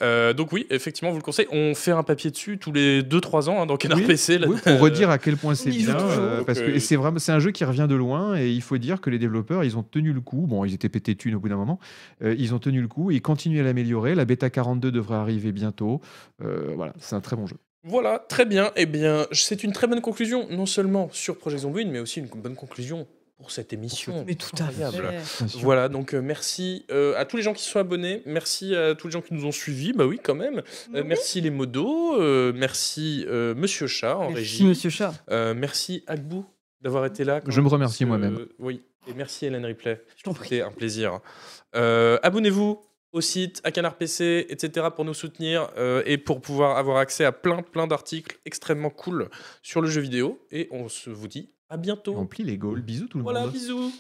[SPEAKER 1] Euh, donc oui, effectivement, vous le conseillez. On fait un papier dessus tous les 2-3 ans hein, dans Canard
[SPEAKER 3] Oui,
[SPEAKER 1] PC. là. euh,
[SPEAKER 3] Oui, pour redire à quel point c'est
[SPEAKER 2] Ils
[SPEAKER 3] bien,
[SPEAKER 2] jouent toujours,
[SPEAKER 3] euh,
[SPEAKER 1] donc,
[SPEAKER 3] parce que
[SPEAKER 1] euh,
[SPEAKER 3] et c'est vraiment c'est un jeu qui revient de loin et il faut dire que les développeurs ils ont tenu le coup. Bon, ils étaient pétés de thunes au bout d'un moment. Euh, ils ont tenu le coup et ils continuent à l'améliorer. La bêta 42 devrait arriver bientôt. Euh, voilà, c'est un très bon jeu.
[SPEAKER 1] Voilà, très bien. Eh bien, c'est une très bonne conclusion, non seulement sur Projet Zomboid, mais aussi une bonne conclusion pour cette émission.
[SPEAKER 2] Mais tout à
[SPEAKER 1] Incroyable.
[SPEAKER 2] fait.
[SPEAKER 3] Bien sûr.
[SPEAKER 1] Voilà, donc euh, merci euh, à tous les gens qui sont abonnés, merci à tous les gens qui nous ont suivis, bah oui quand même.
[SPEAKER 2] Mhm.
[SPEAKER 1] Euh, Merci les modos, euh, merci euh, Monsieur Chat en
[SPEAKER 2] Merci,
[SPEAKER 1] régie,
[SPEAKER 2] monsieur chat.
[SPEAKER 1] Euh, merci Agbou d'avoir été là. quand
[SPEAKER 3] Je me
[SPEAKER 1] même,
[SPEAKER 3] remercie
[SPEAKER 1] parce que-
[SPEAKER 3] moi-même.
[SPEAKER 1] Oui, et merci Hélène Ripley,
[SPEAKER 2] Je t'en prie.
[SPEAKER 1] c'était un plaisir. Euh, Abonnez-vous au site, à Canard PC, etc. pour nous soutenir euh, et pour pouvoir avoir accès à plein, plein d'articles extrêmement cool sur le jeu vidéo. Et on se vous dit à bientôt.
[SPEAKER 3] Remplis les goals. Bisous tout le
[SPEAKER 1] Voilà,
[SPEAKER 3] monde.
[SPEAKER 1] bisous.